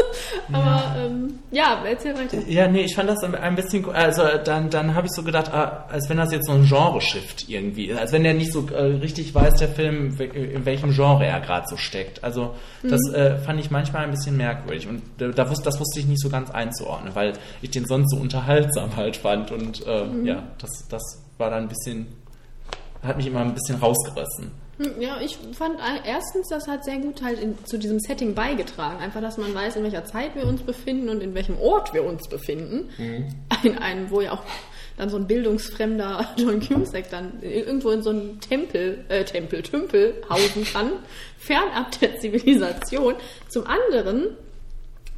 [SPEAKER 2] Aber ähm, ja, erzähl weiter.
[SPEAKER 1] Ja, nee, ich fand das ein- ein bisschen, also dann, dann habe ich so gedacht, ah, als wenn das jetzt so ein Genre-Shift irgendwie ist, als wenn der nicht so äh, richtig weiß, der Film, we- in welchem Genre er gerade so steckt. Also das
[SPEAKER 11] Mhm.
[SPEAKER 1] äh, fand ich manchmal ein bisschen merkwürdig und da, da wus- das wusste ich nicht so ganz einzuordnen, weil ich den sonst so unterhaltsam halt fand und äh,
[SPEAKER 2] Mhm.
[SPEAKER 1] ja, das, das war dann ein bisschen, hat mich immer ein bisschen rausgerissen.
[SPEAKER 2] Hm, Ja, ich fand ein- erstens, das hat sehr gut halt in, zu diesem Setting beigetragen. Einfach, dass man weiß, in welcher Zeit wir uns befinden und in welchem Ort wir uns befinden. In einem, wo ja auch dann so ein bildungsfremder John Cusack dann irgendwo in so einem Tempel, äh, Tempel, Tümpel hausen kann, fernab der Zivilisation. Zum anderen,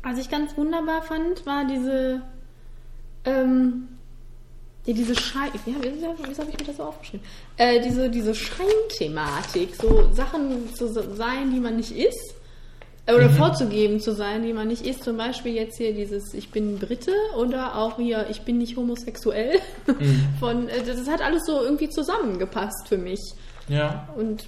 [SPEAKER 2] was ich ganz wunderbar fand, war diese, ähm, ja, diese Schein, ja, wieso wieso habe ich mir das so aufgeschrieben? Äh, diese, diese Scheinthematik, so Sachen zu se- sein, die man nicht ist, äh, oder
[SPEAKER 1] Mhm.
[SPEAKER 2] vorzugeben zu sein, die man nicht ist. Zum Beispiel jetzt hier dieses Ich bin Brite oder auch hier Ich bin nicht homosexuell. Von, äh, das hat alles so irgendwie zusammengepasst für mich.
[SPEAKER 1] Ja.
[SPEAKER 2] Und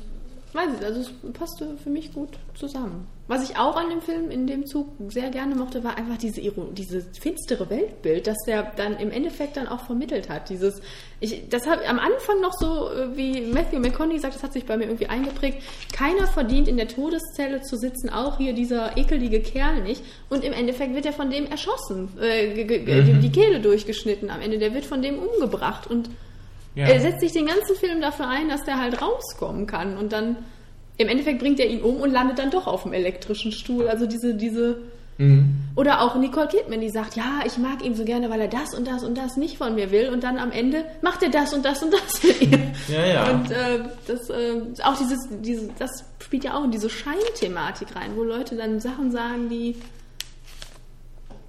[SPEAKER 2] weiß ich, also es passte für mich gut zusammen. Was ich auch an dem Film in dem Zug sehr gerne mochte, war einfach diese Iro dieses finstere Weltbild, das der dann im Endeffekt dann auch vermittelt hat. Dieses, ich, das habe am Anfang noch so, äh, wie Matthew McConaughey sagt, das hat sich bei mir irgendwie eingeprägt. Keiner verdient in der Todeszelle zu sitzen, auch hier dieser ekelige Kerl nicht. Und im Endeffekt wird er von dem erschossen, äh, ge- ge- ge-
[SPEAKER 1] Mhm.
[SPEAKER 2] die Kehle durchgeschnitten am Ende. Der wird von dem umgebracht und
[SPEAKER 1] Ja.
[SPEAKER 2] er setzt sich den ganzen Film dafür ein, dass der halt rauskommen kann und dann im Endeffekt bringt er ihn um und landet dann doch auf dem elektrischen Stuhl. Also diese, diese.
[SPEAKER 1] Mhm.
[SPEAKER 2] Oder auch Nicole Kidman, die sagt, ja, ich mag ihn so gerne, weil er das und das und das nicht von mir will. Und dann am Ende macht er das und das und das mit ihr.
[SPEAKER 1] Ja, ja.
[SPEAKER 2] Und äh, das, äh, auch dieses, dieses, das spielt ja auch in diese Scheinthematik rein, wo Leute dann Sachen sagen, die,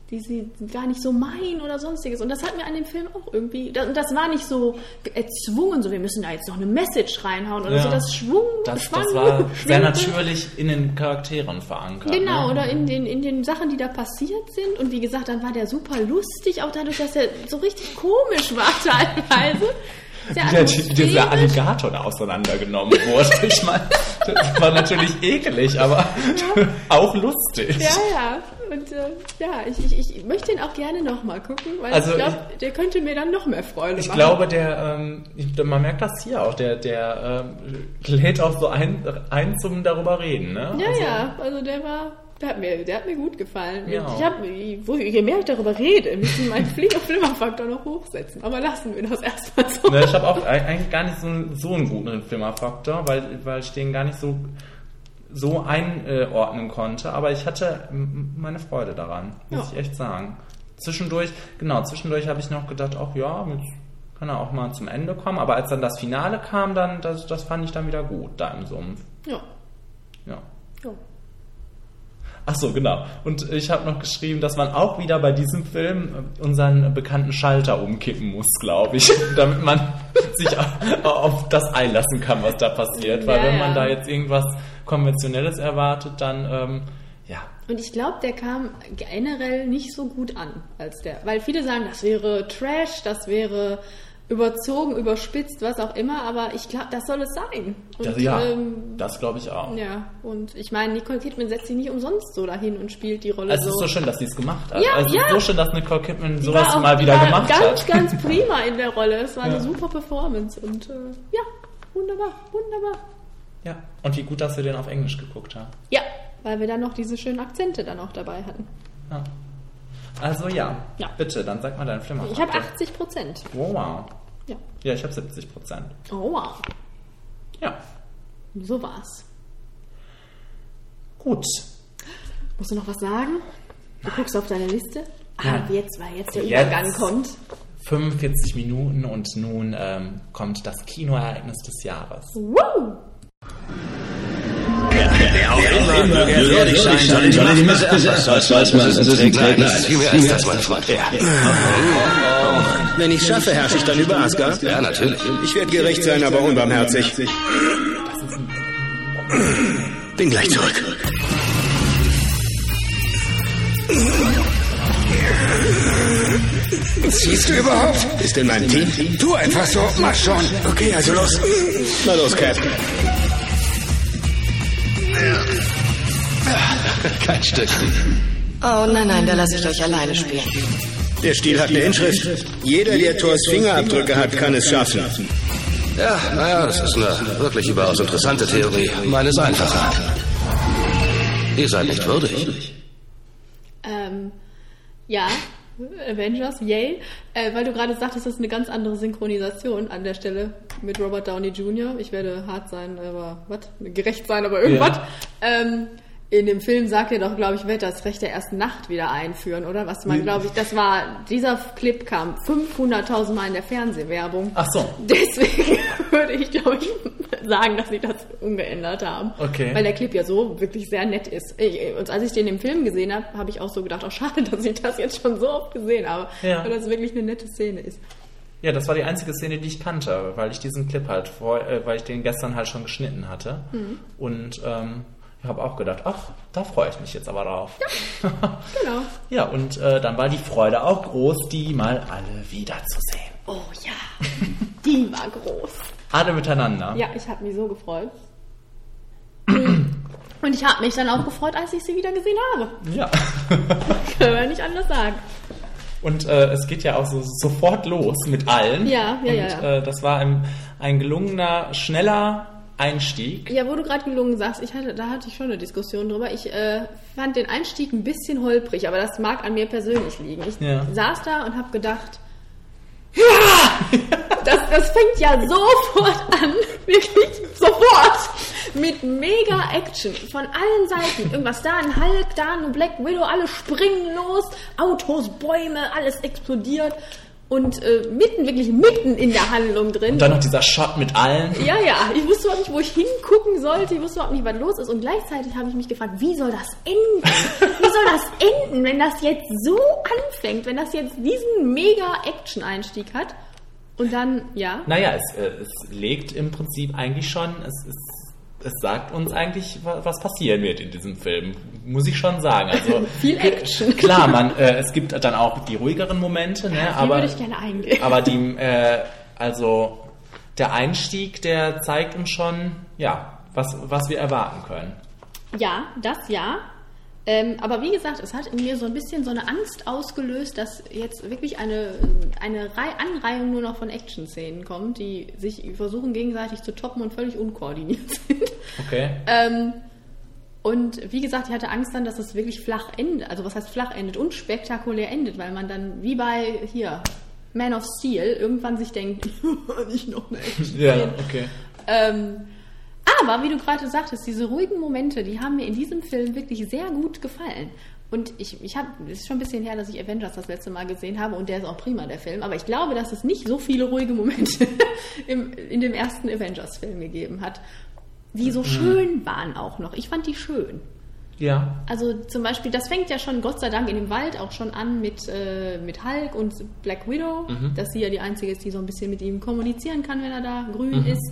[SPEAKER 2] die sie gar nicht so meinen oder sonstiges. Und das hat mir an dem Film auch irgendwie, das, und das war nicht so erzwungen, so wir müssen da jetzt noch eine Message reinhauen oder
[SPEAKER 1] Ja.
[SPEAKER 2] so, das schwung,
[SPEAKER 1] Das,
[SPEAKER 2] schwang,
[SPEAKER 1] das war sehr
[SPEAKER 2] schwingte.
[SPEAKER 1] natürlich in den Charakteren verankert.
[SPEAKER 2] Genau,
[SPEAKER 1] ne?
[SPEAKER 2] oder in den, in den Sachen, die da passiert sind. Und wie gesagt, dann war der super lustig, auch dadurch, dass er so richtig komisch war teilweise.
[SPEAKER 1] Wie
[SPEAKER 2] Sehr
[SPEAKER 1] der,
[SPEAKER 2] atmosphärisch.
[SPEAKER 1] wie dieser Alligator da auseinandergenommen wurde. Ich meine, das war natürlich ekelig, aber auch lustig.
[SPEAKER 2] Ja, ja. Und äh, ja, ich, ich, ich möchte ihn auch gerne nochmal gucken, weil
[SPEAKER 1] Also
[SPEAKER 2] ich glaube, der könnte mir dann noch mehr Freude
[SPEAKER 1] Ich
[SPEAKER 2] machen.
[SPEAKER 1] glaube, der, ähm, ich- man merkt das hier auch, der, der ähm, lädt auch so ein, ein zum darüber reden, ne?
[SPEAKER 2] Ja,
[SPEAKER 1] Also,
[SPEAKER 2] ja, also der war. Der hat, mir, der hat mir gut gefallen.
[SPEAKER 1] Ja.
[SPEAKER 2] Und Ich hab, wo, je mehr ich darüber rede, müssen mein Fliegerflimmerfaktor noch hochsetzen. Aber lassen wir das erstmal so.
[SPEAKER 1] Ne, ich habe auch eig- eigentlich gar nicht so, einen- so einen guten Filmerfaktor, weil, weil ich den gar nicht so, so einordnen konnte. Aber ich hatte m- meine Freude daran, muss
[SPEAKER 2] Ja.
[SPEAKER 1] ich echt sagen. Zwischendurch, genau, zwischendurch habe ich noch gedacht, ach ja, jetzt kann er auch mal zum Ende kommen. Aber als dann das Finale kam, dann, das, das fand ich dann wieder gut, da im Sumpf.
[SPEAKER 2] Ja.
[SPEAKER 1] Ja.
[SPEAKER 2] Ja.
[SPEAKER 1] Ach so, genau. Und ich habe noch geschrieben, dass man auch wieder bei diesem Film unseren bekannten Schalter umkippen muss, glaube ich, damit man sich au- auf das einlassen kann, was da passiert. Weil
[SPEAKER 2] Ja,
[SPEAKER 1] wenn
[SPEAKER 2] ja.
[SPEAKER 1] man da jetzt irgendwas Konventionelles erwartet, dann ähm, ja.
[SPEAKER 2] Und ich glaube, der kam generell nicht so gut an als der. Weil viele sagen, das wäre Trash, das wäre überzogen, überspitzt, was auch immer. Aber ich glaube, das soll es sein. Und,
[SPEAKER 1] das, Also ja,
[SPEAKER 2] ähm,
[SPEAKER 1] das glaube ich auch.
[SPEAKER 2] ja, und ich meine, Nicole Kidman setzt sich nicht umsonst so dahin und spielt die Rolle
[SPEAKER 1] Also
[SPEAKER 2] so.
[SPEAKER 1] es ist so schön, dass sie es gemacht hat.
[SPEAKER 2] Ja,
[SPEAKER 1] also es
[SPEAKER 2] ja.
[SPEAKER 1] ist so schön, dass Nicole Kidman
[SPEAKER 2] Die
[SPEAKER 1] sowas
[SPEAKER 2] war auch-
[SPEAKER 1] mal
[SPEAKER 2] die
[SPEAKER 1] wieder
[SPEAKER 2] war
[SPEAKER 1] gemacht
[SPEAKER 2] ganz,
[SPEAKER 1] hat.
[SPEAKER 2] Ganz, ganz prima in der Rolle. Es war
[SPEAKER 1] Ja.
[SPEAKER 2] eine super Performance und äh, ja, wunderbar, wunderbar.
[SPEAKER 1] Ja. Und wie gut, dass wir den auf Englisch geguckt haben.
[SPEAKER 2] Ja, weil wir dann noch diese schönen Akzente dann auch dabei hatten.
[SPEAKER 1] Ja. Also ja.
[SPEAKER 2] Ja.
[SPEAKER 1] Bitte, dann sag mal deinen Flimmer.
[SPEAKER 2] Ich habe 80 Prozent.
[SPEAKER 1] Oh, wow.
[SPEAKER 2] Ja.
[SPEAKER 1] Ja, ich habe 70 Prozent.
[SPEAKER 2] Oh, wow.
[SPEAKER 1] Ja.
[SPEAKER 2] So war's.
[SPEAKER 1] Gut.
[SPEAKER 2] Musst du noch was sagen? Du guckst auf deine Liste. Ah,
[SPEAKER 1] Nein.
[SPEAKER 2] jetzt, weil jetzt der
[SPEAKER 1] Jetzt.
[SPEAKER 2] Übergang kommt.
[SPEAKER 1] 45 Minuten und nun ähm, kommt das Kinoereignis des Jahres.
[SPEAKER 2] Wow!
[SPEAKER 11] Würdig sein soll, soll die Macht besessen. Was weiß man, es ist ein kleines, es ist viel mehr als das, mein Freund. Ja.
[SPEAKER 12] Wenn ich schaffe, herrsche ich dann über Asgard? Ja, natürlich. Ich werde gerecht sein, aber unbarmherzig. Bin gleich zurück.
[SPEAKER 13] Siehst du überhaupt?
[SPEAKER 12] Ist in meinem Team?
[SPEAKER 13] Tu einfach so, mach schon. Okay, also los.
[SPEAKER 12] Na los, Cap.
[SPEAKER 11] Kein Stück.
[SPEAKER 3] Oh, nein, nein, da lasse ich euch alleine spielen.
[SPEAKER 12] Der Stiel hat eine Inschrift. Jeder, der Thors Fingerabdrücke hat, kann es schaffen.
[SPEAKER 11] Ja, naja, das ist eine wirklich überaus interessante Theorie. Meine ist einfacher. Ihr seid nicht würdig.
[SPEAKER 2] Ähm, ja, Avengers, yay. Äh, weil du gerade sagtest, das ist eine ganz andere Synchronisation an der Stelle mit Robert Downey Jr. Ich werde hart sein, aber was? Gerecht sein, aber irgendwas.
[SPEAKER 14] Ja.
[SPEAKER 2] Ähm, in dem Film sagt er doch, glaube ich, wird das Recht der ersten Nacht wieder einführen, oder? Was man,
[SPEAKER 1] Nee.
[SPEAKER 2] glaube ich, das war, dieser Clip kam 500.000 Mal in der Fernsehwerbung.
[SPEAKER 1] Ach so.
[SPEAKER 2] Deswegen würde ich, glaube ich, sagen, dass sie das umgeändert haben.
[SPEAKER 1] Okay.
[SPEAKER 2] Weil der Clip ja so wirklich sehr nett ist. Ich, und als ich den im Film gesehen habe, habe ich auch so gedacht, oh schade, dass ich das jetzt schon so oft gesehen habe.
[SPEAKER 1] Ja.
[SPEAKER 2] Weil das wirklich eine nette Szene ist.
[SPEAKER 1] Ja, das war die einzige Szene, die ich kannte, weil ich diesen Clip halt vor, äh, weil ich den gestern halt schon geschnitten hatte.
[SPEAKER 2] Mhm.
[SPEAKER 1] Und ähm, ich habe auch gedacht, ach, da freue ich mich jetzt aber drauf.
[SPEAKER 2] Genau.
[SPEAKER 1] Ja, und äh, dann war die Freude auch groß, die mal alle wiederzusehen.
[SPEAKER 2] Oh ja, die war groß.
[SPEAKER 1] Alle miteinander.
[SPEAKER 2] Ja, ich habe mich so gefreut. Und ich habe mich dann auch gefreut, als ich sie wieder gesehen habe.
[SPEAKER 1] Ja.
[SPEAKER 2] Können wir nicht anders sagen.
[SPEAKER 1] Und äh, es geht ja auch so sofort los mit allen.
[SPEAKER 2] Ja, ja,
[SPEAKER 1] und,
[SPEAKER 2] ja, ja.
[SPEAKER 1] Äh, das war ein, ein gelungener, schneller Einstieg.
[SPEAKER 2] Ja, wo du gerade gelungen sagst, ich hatte, da hatte ich schon eine Diskussion drüber. Ich äh, fand den Einstieg ein bisschen holprig, aber das mag an mir persönlich liegen. Ich
[SPEAKER 1] Ja.
[SPEAKER 2] saß da und habe gedacht, ja! Das, das fängt ja sofort an, wirklich sofort, mit mega Action von allen Seiten. Irgendwas da, ein Hulk, da eine Black Widow, alle springen los, Autos, Bäume, alles explodiert. Und äh, mitten, wirklich mitten in der Handlung drin.
[SPEAKER 1] Und dann noch dieser Shot mit allen.
[SPEAKER 2] Ja, ja, ich wusste überhaupt nicht, wo ich hingucken sollte, ich wusste überhaupt nicht, was los ist und gleichzeitig habe ich mich gefragt, wie soll das enden? Wie soll das enden, wenn das jetzt so anfängt, wenn das jetzt diesen mega Action-Einstieg hat und dann, ja.
[SPEAKER 1] Naja, es, äh, es legt im Prinzip eigentlich schon, es, es, es sagt uns eigentlich, wa- was passieren wird in diesem Film. Muss ich schon sagen. Also,
[SPEAKER 2] Viel Action.
[SPEAKER 1] klar, man, äh, es gibt dann auch die ruhigeren Momente, ne,
[SPEAKER 2] Hier
[SPEAKER 1] aber,
[SPEAKER 2] würde ich gerne eingehen.
[SPEAKER 1] aber die, äh, also, der Einstieg, der zeigt uns schon, ja, was, was wir erwarten können.
[SPEAKER 2] Ja, das ja. Ähm, aber wie gesagt, es hat in mir so ein bisschen so eine Angst ausgelöst, dass jetzt wirklich eine, eine Rei Anreihung nur noch von Action-Szenen kommt, die sich versuchen gegenseitig zu toppen und völlig unkoordiniert sind.
[SPEAKER 1] Okay.
[SPEAKER 2] Ähm, und wie gesagt, ich hatte Angst dann, dass es wirklich flach endet. Also was heißt flach endet? Unspektakulär endet, weil man dann wie bei hier Man of Steel irgendwann sich denkt, nicht noch eine Action.
[SPEAKER 1] okay.
[SPEAKER 2] Ähm, aber wie du gerade sagtest, diese ruhigen Momente, die haben mir in diesem Film wirklich sehr gut gefallen. Und ich, ich habe, es ist schon ein bisschen her, dass ich Avengers das letzte Mal gesehen habe und der ist auch prima, der Film. Aber ich glaube, dass es nicht so viele ruhige Momente im, in dem ersten Avengers-Film gegeben hat, die so
[SPEAKER 1] Mhm.
[SPEAKER 2] schön waren auch noch. Ich fand die schön.
[SPEAKER 1] Ja.
[SPEAKER 2] Also zum Beispiel, das fängt ja schon, Gott sei Dank, in dem Wald auch schon an mit, äh, mit Hulk und Black Widow,
[SPEAKER 1] Mhm.
[SPEAKER 2] dass sie ja die Einzige ist, die so ein bisschen mit ihm kommunizieren kann, wenn er da grün
[SPEAKER 1] Mhm.
[SPEAKER 2] ist.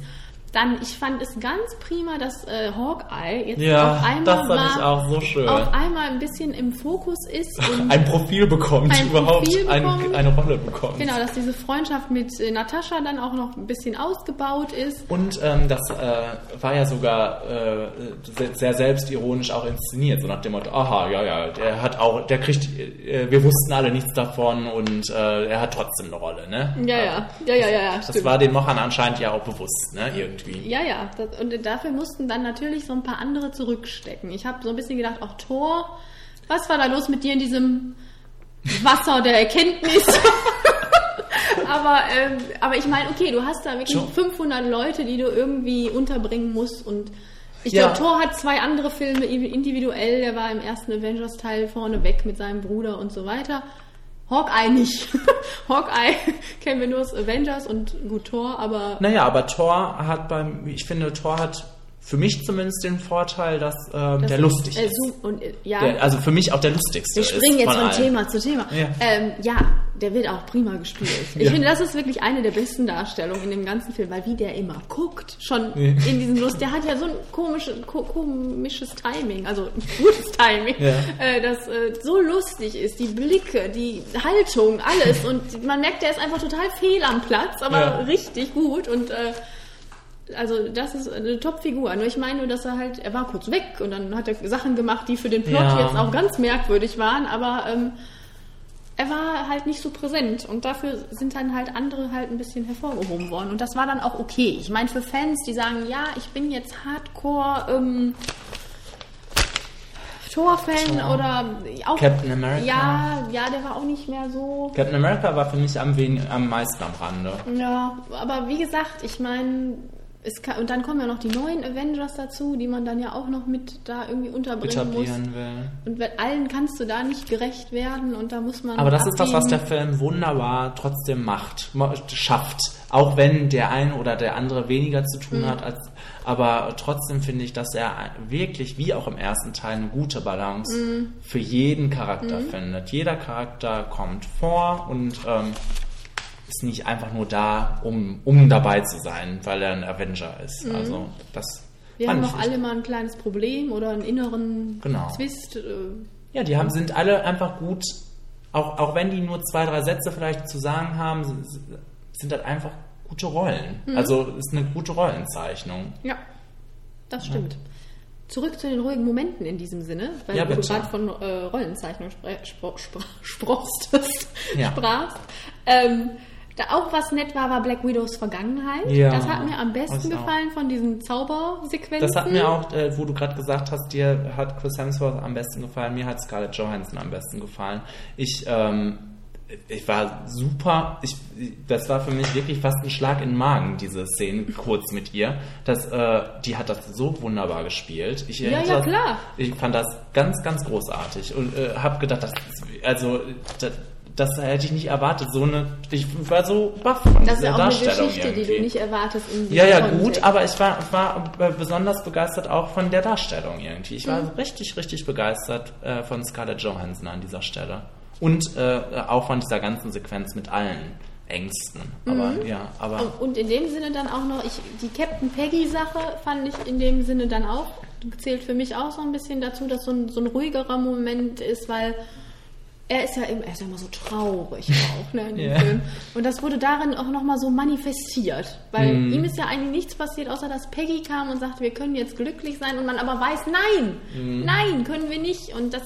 [SPEAKER 2] Dann, ich fand es ganz prima, dass äh, Hawkeye jetzt
[SPEAKER 1] Ja,
[SPEAKER 2] auf einmal
[SPEAKER 1] das fand
[SPEAKER 2] mal,
[SPEAKER 1] ich auch so schön.
[SPEAKER 2] auf einmal ein bisschen im Fokus ist. Und
[SPEAKER 1] Ein Profil bekommt,
[SPEAKER 2] Ein
[SPEAKER 1] überhaupt
[SPEAKER 2] Profil
[SPEAKER 1] ein-
[SPEAKER 2] bekommt.
[SPEAKER 1] eine Rolle bekommt.
[SPEAKER 2] genau, dass diese Freundschaft mit äh, Natascha dann auch noch ein bisschen ausgebaut ist.
[SPEAKER 1] Und ähm, das äh, war ja sogar äh, se- sehr selbstironisch auch inszeniert, so nach dem Motto, aha, ja, ja, der hat auch, der kriegt, äh, wir wussten alle nichts davon und äh, er hat trotzdem eine Rolle, ne?
[SPEAKER 2] Ja, ja, ja, ja, ja, ja.
[SPEAKER 1] Das
[SPEAKER 2] stimmt.
[SPEAKER 1] war den Mochern anscheinend ja auch bewusst, ne? Irgendwie. irgendwie.
[SPEAKER 2] Ja, ja. Das, und dafür mussten dann natürlich so ein paar andere zurückstecken. Ich habe so ein bisschen gedacht, auch Thor, was war da los mit dir in diesem Wasser der Erkenntnis? aber, ähm, aber ich meine, okay, du hast da wirklich
[SPEAKER 1] Schon.
[SPEAKER 2] 500 Leute, die du irgendwie unterbringen musst und ich
[SPEAKER 1] Ja.
[SPEAKER 2] glaube, Thor hat zwei andere Filme individuell. Der war im ersten Avengers-Teil vorne weg mit seinem Bruder und so weiter. Hawkeye nicht. Hawkeye kennen wir nur aus Avengers und gut Thor, aber
[SPEAKER 1] Naja, aber Thor hat beim, ich finde, Thor hat für mich zumindest den Vorteil, dass ähm,
[SPEAKER 2] Das
[SPEAKER 1] der lustig
[SPEAKER 2] äh,
[SPEAKER 1] ist.
[SPEAKER 2] Zoom Und, äh, ja,
[SPEAKER 1] Der, also für mich auch der lustigste.
[SPEAKER 2] wir springen jetzt
[SPEAKER 1] ist
[SPEAKER 2] von
[SPEAKER 1] allen.
[SPEAKER 2] Thema zu Thema.
[SPEAKER 1] Ja.
[SPEAKER 2] Ja. Ähm, ja, der wird auch prima gespielt. Ich
[SPEAKER 1] Ja.
[SPEAKER 2] finde, das ist wirklich eine der besten Darstellungen in dem ganzen Film, weil wie der immer guckt, schon
[SPEAKER 1] Ja.
[SPEAKER 2] in diesem Lust, der hat ja so ein komisches, ko komisches Timing, also ein gutes Timing,
[SPEAKER 1] Ja.
[SPEAKER 2] äh, das äh, so lustig ist, die Blicke, die Haltung, alles und man merkt, der ist einfach total fehl am Platz, aber
[SPEAKER 1] Ja.
[SPEAKER 2] richtig gut und äh, also das ist eine Top-Figur. Nur ich meine nur, dass er halt, er war kurz weg und dann hat er Sachen gemacht, die für den Plot
[SPEAKER 1] Ja.
[SPEAKER 2] jetzt auch ganz merkwürdig waren, aber ähm, er war halt nicht so präsent und dafür sind dann halt andere halt ein bisschen hervorgehoben worden und das war dann auch okay. Ich meine, für Fans, die sagen, ja, ich bin jetzt Hardcore ähm, Thor-Fan
[SPEAKER 1] Thor.
[SPEAKER 2] oder auch...
[SPEAKER 1] Captain America.
[SPEAKER 2] Ja, ja, der war auch nicht mehr so...
[SPEAKER 1] Captain America war für mich am, wen, am meisten am Rande.
[SPEAKER 2] Ja, aber wie gesagt, ich meine, es kann, und dann kommen ja noch die neuen Avengers dazu, die man dann ja auch noch mit da irgendwie unterbringen muss.
[SPEAKER 1] Etablieren will.
[SPEAKER 2] Und wenn- allen kannst du da nicht gerecht werden und da muss man.
[SPEAKER 1] Aber das ist das, was der
[SPEAKER 2] abwägen.
[SPEAKER 1] Film wunderbar trotzdem macht, ma- schafft. Auch wenn der eine oder der andere weniger zu tun
[SPEAKER 2] Mhm.
[SPEAKER 1] hat, als, aber trotzdem finde ich, dass er ein- wirklich, wie auch im ersten Teil, eine gute Balance
[SPEAKER 2] Mhm.
[SPEAKER 1] für jeden Charakter
[SPEAKER 2] Mhm.
[SPEAKER 1] findet. Jeder Charakter kommt vor und ähm, ist nicht einfach nur da, um, um dabei zu sein, weil er ein Avenger ist.
[SPEAKER 2] Mhm.
[SPEAKER 1] Also das
[SPEAKER 2] Wir
[SPEAKER 1] fand
[SPEAKER 2] haben
[SPEAKER 1] ich
[SPEAKER 2] auch alle mal ein kleines Problem oder einen inneren
[SPEAKER 1] Genau.
[SPEAKER 2] Zwist. äh,
[SPEAKER 1] Ja, die haben, sind alle einfach gut, auch, auch wenn die nur zwei, drei Sätze vielleicht zu sagen haben, sind- sind das einfach gute Rollen.
[SPEAKER 2] Mhm.
[SPEAKER 1] Also ist eine gute Rollenzeichnung.
[SPEAKER 2] Ja, das stimmt. Zurück zu den ruhigen Momenten in diesem Sinne, weil
[SPEAKER 1] Ja,
[SPEAKER 2] du
[SPEAKER 1] bitte.
[SPEAKER 2] gerade von äh, Rollenzeichnung spre spro spro sprostest,
[SPEAKER 1] Ja.
[SPEAKER 2] sprachst. Ähm, da auch was nett war, war Black Widows Vergangenheit.
[SPEAKER 1] Ja.
[SPEAKER 2] Das hat mir am besten
[SPEAKER 1] Das auch.
[SPEAKER 2] gefallen von diesen Zaubersequenzen.
[SPEAKER 1] Das hat mir auch, äh, wo du gerade gesagt hast, dir hat Chris Hemsworth am besten gefallen, mir hat Scarlett Johansson am besten gefallen. Ich, ähm, ich war super, ich, das war für mich wirklich fast ein Schlag in den Magen, diese Szene kurz mit ihr. Das, äh, die hat das so wunderbar gespielt. Ich,
[SPEAKER 2] Ja,
[SPEAKER 1] hätte
[SPEAKER 2] ja,
[SPEAKER 1] das,
[SPEAKER 2] klar.
[SPEAKER 1] Ich fand das ganz, ganz großartig und äh, habe gedacht, das, also, das, das hätte ich nicht erwartet. So eine, ich war so baff von
[SPEAKER 2] Das ist
[SPEAKER 1] dieser
[SPEAKER 2] ja auch eine
[SPEAKER 1] Darstellung
[SPEAKER 2] Geschichte,
[SPEAKER 1] irgendwie.
[SPEAKER 2] die du nicht erwartest. In
[SPEAKER 1] Ja, ja,
[SPEAKER 2] diesem
[SPEAKER 1] gut,
[SPEAKER 2] Kontext.
[SPEAKER 1] aber ich war, war besonders begeistert auch von der Darstellung irgendwie. Ich war
[SPEAKER 2] Mhm.
[SPEAKER 1] richtig, richtig begeistert äh, von Scarlett Johansson an dieser Stelle. Und äh, auch von dieser ganzen Sequenz mit allen Ängsten. Aber
[SPEAKER 2] Mhm.
[SPEAKER 1] ja, aber.
[SPEAKER 2] Und, und in dem Sinne dann auch noch, ich, die Captain Peggy-Sache fand ich in dem Sinne dann auch, zählt für mich auch so ein bisschen dazu, dass so ein, so ein ruhigerer Moment ist, weil er ist ja immer, er ist ja immer so traurig auch ne, in dem
[SPEAKER 1] Ja.
[SPEAKER 2] Film. Und das wurde darin auch nochmal so manifestiert, weil
[SPEAKER 1] Mhm.
[SPEAKER 2] ihm ist ja eigentlich nichts passiert, außer dass Peggy kam und sagte, wir können jetzt glücklich sein und man aber weiß, nein,
[SPEAKER 1] Mhm.
[SPEAKER 2] nein, können wir nicht. Und das,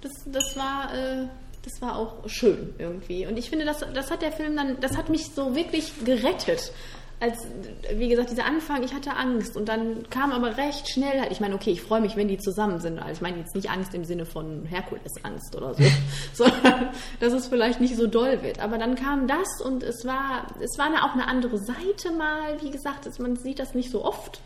[SPEAKER 2] das, das war. Äh, das war auch schön irgendwie. Und ich finde, das, das hat der Film dann, das hat mich so wirklich gerettet. Als, wie gesagt, dieser Anfang, ich hatte Angst und dann kam aber recht schnell halt, ich meine, okay, ich freue mich, wenn die zusammen sind. Also ich meine jetzt nicht Angst im Sinne von Herkules-Angst oder so, sondern dass es vielleicht nicht so doll wird. Aber dann kam das und es war, es war eine, auch eine andere Seite mal, wie gesagt, es- man sieht das nicht so oft.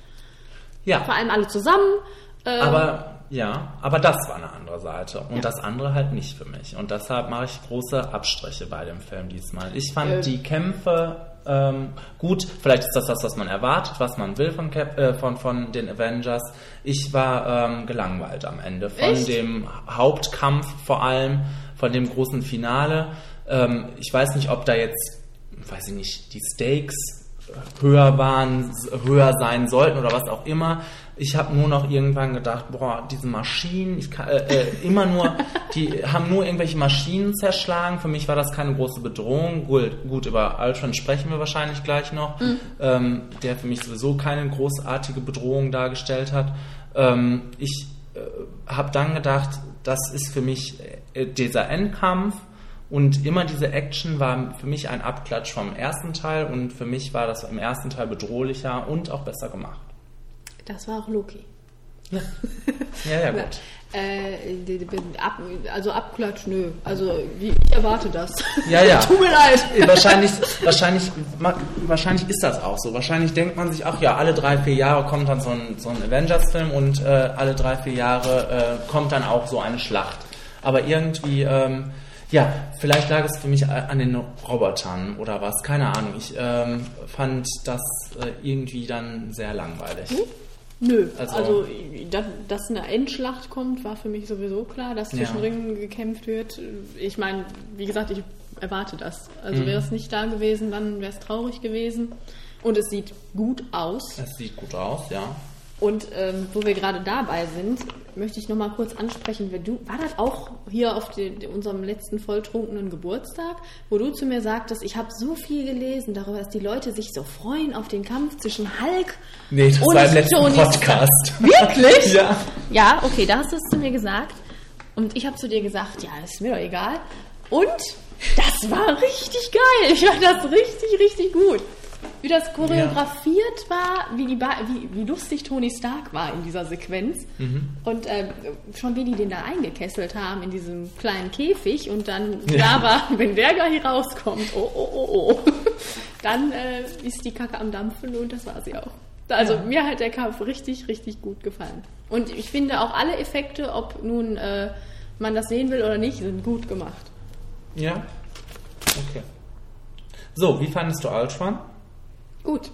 [SPEAKER 1] Ja.
[SPEAKER 2] Vor allem alle zusammen. Ähm,
[SPEAKER 1] Aber ja, aber das war eine andere Seite und das andere halt nicht für mich. Und deshalb mache ich große Abstriche bei dem Film diesmal. Ich fand
[SPEAKER 2] Ähm.
[SPEAKER 1] die Kämpfe ähm, gut. Vielleicht ist das das, was man erwartet, was man will von, Cap, äh, von, von den Avengers. Ich war ähm, gelangweilt am Ende von
[SPEAKER 2] Echt?
[SPEAKER 1] dem Hauptkampf vor allem, von dem großen Finale. Ähm, ich weiß nicht, ob da jetzt, weiß ich nicht, die Stakes höher waren, höher sein sollten oder was auch immer. Ich habe nur noch irgendwann gedacht, boah, diese Maschinen, ich kann, äh, äh, immer nur, die haben nur irgendwelche Maschinen zerschlagen. Für mich war das keine große Bedrohung. Gut, gut über Ultron sprechen wir wahrscheinlich gleich noch,
[SPEAKER 2] Mhm.
[SPEAKER 1] ähm, der für mich sowieso keine großartige Bedrohung dargestellt hat. Ähm, ich äh, habe dann gedacht, das ist für mich äh, dieser Endkampf Und immer diese Action war für mich ein Abklatsch vom ersten Teil und für mich war das im ersten Teil bedrohlicher und auch besser gemacht.
[SPEAKER 2] Das war auch Loki.
[SPEAKER 1] Ja, ja, gut.
[SPEAKER 2] Äh, die- die- die- ab, also abklatsch, nö. Also wie, ich erwarte das.
[SPEAKER 1] Ja, ja.
[SPEAKER 2] Tut mir leid.
[SPEAKER 1] Wahrscheinlich, wahrscheinlich, ma- wahrscheinlich ist das auch so. Wahrscheinlich denkt man sich, ach ja, alle drei, vier Jahre kommt dann so ein, so ein Avengers-Film und äh, alle drei, vier Jahre äh, kommt dann auch so eine Schlacht. Aber irgendwie, ähm, ja, vielleicht lag es für mich a- an den Robotern oder was, keine Ahnung. Ich ähm, fand das äh, irgendwie dann sehr langweilig.
[SPEAKER 2] Nö,
[SPEAKER 1] Also-
[SPEAKER 2] also, dass, dass eine Endschlacht kommt, war für mich sowieso klar, dass
[SPEAKER 1] Ja.
[SPEAKER 2] zwischen Ringen gekämpft wird. Ich meine, wie gesagt, ich erwarte das. Also
[SPEAKER 1] Mhm.
[SPEAKER 2] wäre es nicht da gewesen, dann wäre es traurig gewesen. Und es sieht gut aus.
[SPEAKER 1] Es sieht gut aus, ja.
[SPEAKER 2] Und ähm, wo wir gerade dabei sind, möchte ich nochmal kurz ansprechen, wenn du, war das auch hier auf den, unserem letzten volltrunkenen Geburtstag, wo du zu mir sagtest, ich habe so viel gelesen darüber, dass die Leute sich so freuen auf den Kampf zwischen Hulk
[SPEAKER 1] Nee, das
[SPEAKER 2] und
[SPEAKER 1] war im letzten
[SPEAKER 2] Tony
[SPEAKER 1] Podcast.
[SPEAKER 2] Wirklich?
[SPEAKER 1] Ja.
[SPEAKER 2] Ja, okay, da hast du es zu mir gesagt. Und ich habe zu dir gesagt, ja, ist mir doch egal. Und das war richtig geil. Ich fand das richtig, richtig gut. Wie das choreografiert war, wie, die ba wie, wie lustig Tony Stark war in dieser Sequenz.
[SPEAKER 1] Mhm.
[SPEAKER 2] Und ähm, schon wie die den da eingekesselt haben in diesem kleinen Käfig und dann
[SPEAKER 1] Ja.
[SPEAKER 2] da war, wenn der gar hier rauskommt, oh, oh, oh, oh, dann äh, ist die Kacke am Dampfen und das war sie auch. Also mir hat der Kampf richtig, richtig gut gefallen. Und ich finde auch alle Effekte, ob nun äh, man das sehen will oder nicht, sind gut gemacht.
[SPEAKER 1] Ja. Okay. So, wie fandest du Ultron?
[SPEAKER 2] Gut.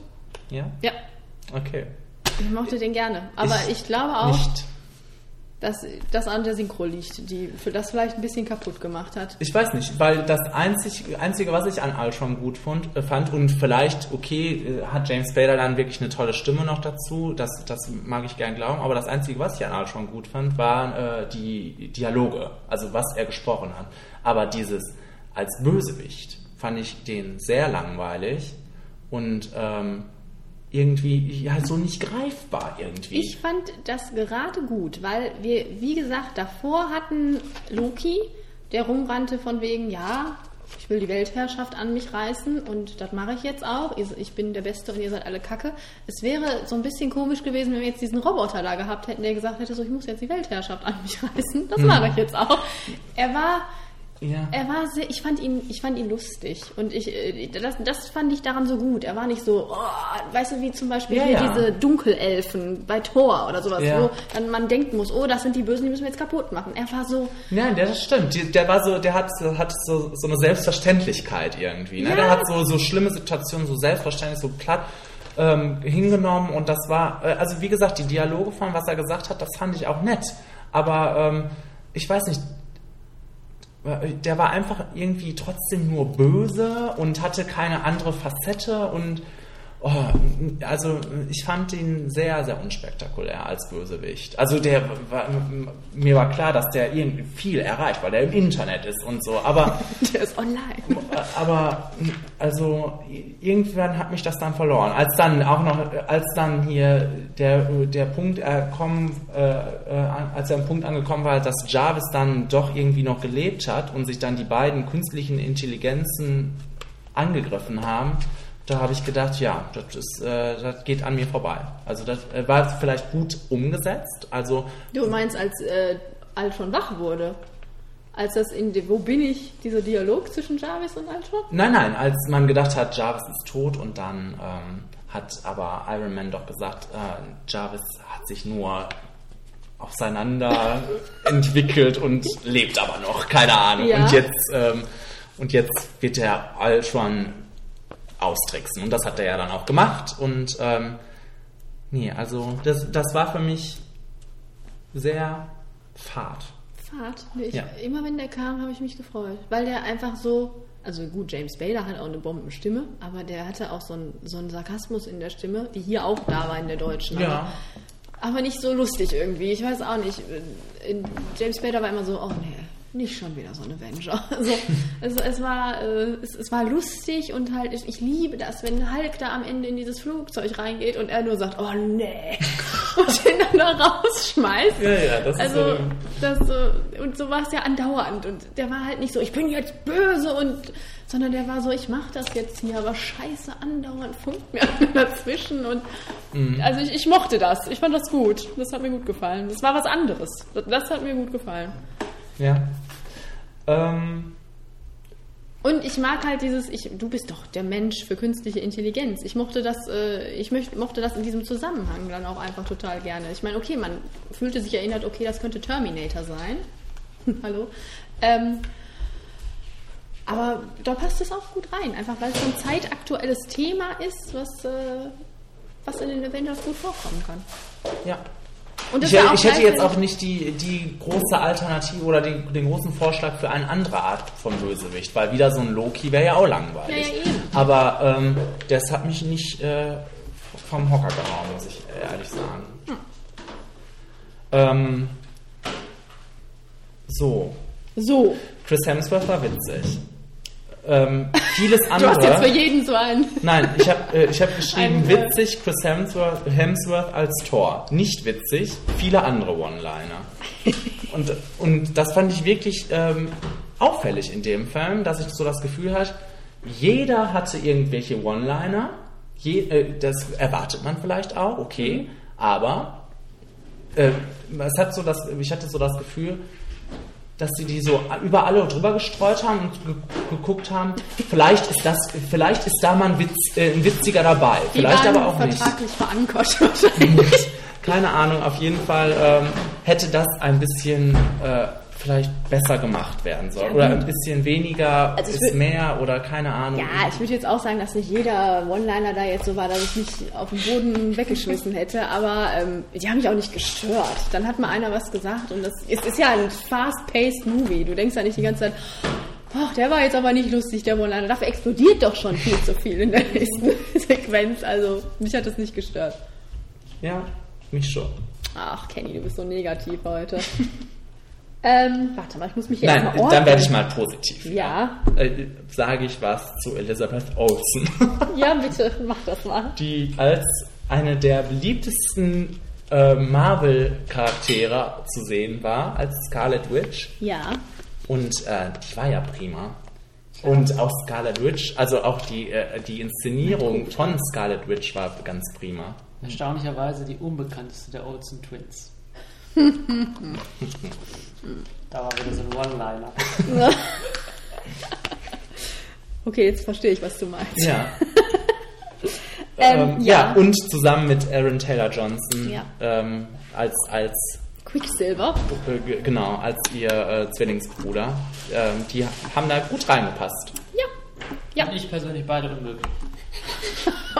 [SPEAKER 1] Ja?
[SPEAKER 2] Ja,
[SPEAKER 1] Okay.
[SPEAKER 2] ich mochte den gerne. Aber ich, glaube auch,
[SPEAKER 1] Nicht.
[SPEAKER 2] dass das an der Synchro liegt, die für das vielleicht ein bisschen kaputt gemacht hat.
[SPEAKER 1] Ich weiß nicht, weil das einzig, Einzige, was ich an Ultron gut fand, äh, fand und vielleicht, okay, äh, hat James Spader dann wirklich eine tolle Stimme noch dazu, das, das mag ich gern glauben, aber das Einzige, was ich an Ultron gut fand, waren äh, die Dialoge, also was er gesprochen hat. Aber dieses als Bösewicht fand ich den sehr langweilig und ähm, irgendwie ja, so nicht greifbar irgendwie.
[SPEAKER 2] Ich fand das gerade gut, weil wir, wie gesagt, davor hatten Loki, der rumrannte von wegen, ja, ich will die Weltherrschaft an mich reißen und das mache ich jetzt auch. Ich- Ich bin der Beste und ihr seid alle Kacke. Es wäre so ein bisschen komisch gewesen, wenn wir jetzt diesen Roboter da gehabt hätten, der gesagt hätte, so, ich muss jetzt die Weltherrschaft an mich reißen. Das
[SPEAKER 1] Hm.
[SPEAKER 2] mache ich jetzt auch. Er war
[SPEAKER 1] ja.
[SPEAKER 2] er war sehr, ich fand ihn, ich fand ihn lustig und ich, äh, das, das fand ich daran so gut. Er war nicht so, oh, weißt du, wie zum Beispiel
[SPEAKER 1] Ja,
[SPEAKER 2] hier
[SPEAKER 1] ja.
[SPEAKER 2] diese Dunkelelfen bei Thor oder sowas,
[SPEAKER 1] Ja.
[SPEAKER 2] wo dann man denken muss, oh, das sind die Bösen, die müssen wir jetzt kaputt machen. Er war so,
[SPEAKER 1] Nein, der, das stimmt. Die- Der war so, der hat, so- hat so, so eine Selbstverständlichkeit irgendwie. Ne?
[SPEAKER 2] Ja.
[SPEAKER 1] Der hat so, so schlimme Situationen so selbstverständlich, so platt ähm, hingenommen und das war, äh, also wie gesagt, die Dialoge von was er gesagt hat, das fand ich auch nett. Aber ähm, ich weiß nicht, äh, der war einfach irgendwie trotzdem nur böse und hatte keine andere Facette und oh, also ich fand ihn sehr, sehr unspektakulär als Bösewicht. Also der war, mir war klar, dass der irgendwie viel erreicht, weil der im Internet ist und so, aber
[SPEAKER 2] der ist online.
[SPEAKER 1] aber also irgendwann hat mich das dann verloren. Als dann auch noch, als dann hier der, der Punkt erkommen, äh, äh, als er am Punkt angekommen war, dass Jarvis dann doch irgendwie noch gelebt hat und sich dann die beiden künstlichen Intelligenzen angegriffen haben, da habe ich gedacht, ja, das, ist, äh, das geht an mir vorbei. Also das äh, war vielleicht gut umgesetzt. Also
[SPEAKER 2] Du meinst, als äh, Altron wach wurde, als das in, de- wo bin ich, dieser Dialog zwischen Jarvis und Altron?
[SPEAKER 1] Nein, nein, als man gedacht hat, Jarvis ist tot und dann ähm, hat aber Iron Man doch gesagt, äh, Jarvis hat sich nur auseinander entwickelt und lebt aber noch, keine Ahnung.
[SPEAKER 2] Ja.
[SPEAKER 1] Und, jetzt, ähm, und jetzt wird er Ultron austricksen und das hat er ja dann auch gemacht und ähm, nee, also das, das war für mich sehr fad.
[SPEAKER 2] Fahrt. Nee, Ich,
[SPEAKER 1] Ja.
[SPEAKER 2] Immer wenn der kam, habe ich mich gefreut, weil der einfach so, also gut, James Bader hat auch eine Bombenstimme, aber der hatte auch so einen, so einen Sarkasmus in der Stimme, die hier auch da war in der deutschen.
[SPEAKER 1] Ja.
[SPEAKER 2] Aber, aber nicht so lustig irgendwie, ich weiß auch nicht. In- James Bader war immer so, oh nee, nicht schon wieder so ein Avenger. Also, es, es, war, äh, es, es war lustig und halt, ich, ich liebe das, wenn Hulk da am Ende in dieses Flugzeug reingeht und er nur sagt, oh nee. und den dann da rausschmeißt.
[SPEAKER 1] Ja, ja, das ist
[SPEAKER 2] also,
[SPEAKER 1] so-
[SPEAKER 2] Das, so- und so war es ja andauernd. Und der war halt nicht so, ich bin jetzt böse und sondern der war so, ich mach das jetzt hier, aber scheiße, andauernd funkt mir einer dazwischen. Und
[SPEAKER 1] Mhm.
[SPEAKER 2] also ich, ich mochte das. Ich fand das gut. Das hat mir gut gefallen. Das war was anderes. Das, das hat mir gut gefallen.
[SPEAKER 1] Ja. Ähm,
[SPEAKER 2] Und ich mag halt dieses, ich, du bist doch der Mensch für künstliche Intelligenz. Ich mochte das, äh, ich möcht, mochte das in diesem Zusammenhang dann auch einfach total gerne. Ich meine, okay, man fühlte sich erinnert, okay, das könnte Terminator sein. Hallo. Ähm, aber da passt es auch gut rein, einfach weil es so ein zeitaktuelles Thema ist, was, äh, was in den Avengers gut vorkommen kann.
[SPEAKER 1] Ja.
[SPEAKER 2] Und das
[SPEAKER 1] ich,
[SPEAKER 2] war auch
[SPEAKER 1] ich hätte
[SPEAKER 2] gleich-
[SPEAKER 1] jetzt auch nicht die, die große Alternative oder den, den großen Vorschlag für eine andere Art von Bösewicht, weil wieder so ein Loki wäre ja auch langweilig.
[SPEAKER 2] Ja, ja, eben.
[SPEAKER 1] Aber ähm, das hat mich nicht äh, vom Hocker gehauen, muss ich äh, ehrlich sagen.
[SPEAKER 2] Hm.
[SPEAKER 1] Ähm, so.
[SPEAKER 2] So.
[SPEAKER 1] Chris Hemsworth war witzig. Ähm, vieles
[SPEAKER 2] Du
[SPEAKER 1] andere.
[SPEAKER 2] hast jetzt für jeden so einen.
[SPEAKER 1] Nein, ich habe äh, ich hab geschrieben,
[SPEAKER 2] Ein, äh,
[SPEAKER 1] witzig Chris Hemsworth, Hemsworth als Thor. Nicht witzig, viele andere One-Liner. Und, und das fand ich wirklich ähm, auffällig in dem Film, dass ich so das Gefühl hatte, jeder hatte irgendwelche One-Liner. Je, äh, das erwartet man vielleicht auch, okay. Aber äh, es hat so das, ich hatte so das Gefühl, dass sie die so über alle drüber gestreut haben und ge geguckt haben, vielleicht ist das, vielleicht ist da mal ein, Witz, äh, ein witziger dabei,
[SPEAKER 2] Die
[SPEAKER 1] vielleicht
[SPEAKER 2] waren
[SPEAKER 1] aber auch nicht.
[SPEAKER 2] vertraglich verankert wahrscheinlich.
[SPEAKER 1] Keine Ahnung, auf jeden Fall ähm, hätte das ein bisschen äh, vielleicht besser gemacht werden sollen.
[SPEAKER 2] Ja,
[SPEAKER 1] Oder
[SPEAKER 2] gut.
[SPEAKER 1] ein bisschen weniger
[SPEAKER 2] Also ich
[SPEAKER 1] ist
[SPEAKER 2] wür-
[SPEAKER 1] mehr oder keine Ahnung.
[SPEAKER 2] Ja, ich würde jetzt auch sagen, dass nicht jeder One-Liner da jetzt so war, dass ich mich auf den Boden weggeschmissen hätte, aber ähm, die haben mich auch nicht gestört. Dann hat mal einer was gesagt und das es ist ja ein fast-paced Movie. Du denkst ja nicht die ganze Zeit, ach, der war jetzt aber nicht lustig, der One-Liner. Dafür explodiert doch schon viel zu viel in der nächsten Sequenz. Also mich hat das nicht gestört.
[SPEAKER 1] Ja, mich schon.
[SPEAKER 2] Ach, Kenny, du bist so negativ heute. ähm, warte mal, ich muss mich hier
[SPEAKER 1] Nein,
[SPEAKER 2] erstmal ordnen.
[SPEAKER 1] dann werde ich mal positiv.
[SPEAKER 2] Ja,
[SPEAKER 1] Äh, sage ich was zu Elizabeth Olsen.
[SPEAKER 2] ja, bitte, mach das mal.
[SPEAKER 1] die als eine der beliebtesten äh, Marvel-Charaktere zu sehen war, als Scarlet Witch.
[SPEAKER 2] Ja.
[SPEAKER 1] Und äh, die war ja prima. Und auch Scarlet Witch, also auch die, äh, die Inszenierung von Scarlet Witch war ganz prima.
[SPEAKER 9] Erstaunlicherweise die unbekannteste der Olsen Twins. Da war wieder so ein One-Liner.
[SPEAKER 2] Okay, jetzt verstehe ich, was du meinst.
[SPEAKER 1] Ja.
[SPEAKER 2] ähm, ja.
[SPEAKER 1] und zusammen mit Aaron Taylor Johnson
[SPEAKER 2] Ja.
[SPEAKER 1] ähm, als, als
[SPEAKER 2] Quicksilver.
[SPEAKER 1] äh, g- genau, als ihr äh, Zwillingsbruder. Ähm, die haben da gut reingepasst.
[SPEAKER 2] Ja. Ja.
[SPEAKER 9] Ich persönlich beide unmöglich.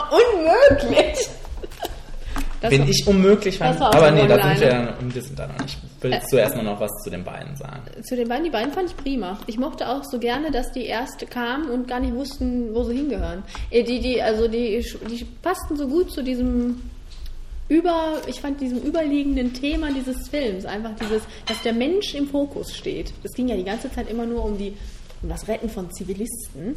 [SPEAKER 2] Unmöglich. Das
[SPEAKER 1] Bin
[SPEAKER 2] war-
[SPEAKER 1] ich unmöglich,
[SPEAKER 2] das war auch
[SPEAKER 1] aber
[SPEAKER 2] so
[SPEAKER 1] nee, da
[SPEAKER 2] online.
[SPEAKER 1] sind wir, dann, wir sind da noch nicht. Willst du
[SPEAKER 2] Äh.
[SPEAKER 1] erstmal noch was zu den beiden sagen?
[SPEAKER 2] Zu den beiden, die beiden fand ich prima. Ich mochte auch so gerne, dass die erst kamen und gar nicht wussten, wo sie hingehören. Äh, Die, die, also die, die passten so gut zu diesem über, ich fand diesem überliegenden Thema dieses Films einfach dieses, dass der Mensch im Fokus steht. Das ging ja die ganze Zeit immer nur um die, um das Retten von Zivilisten.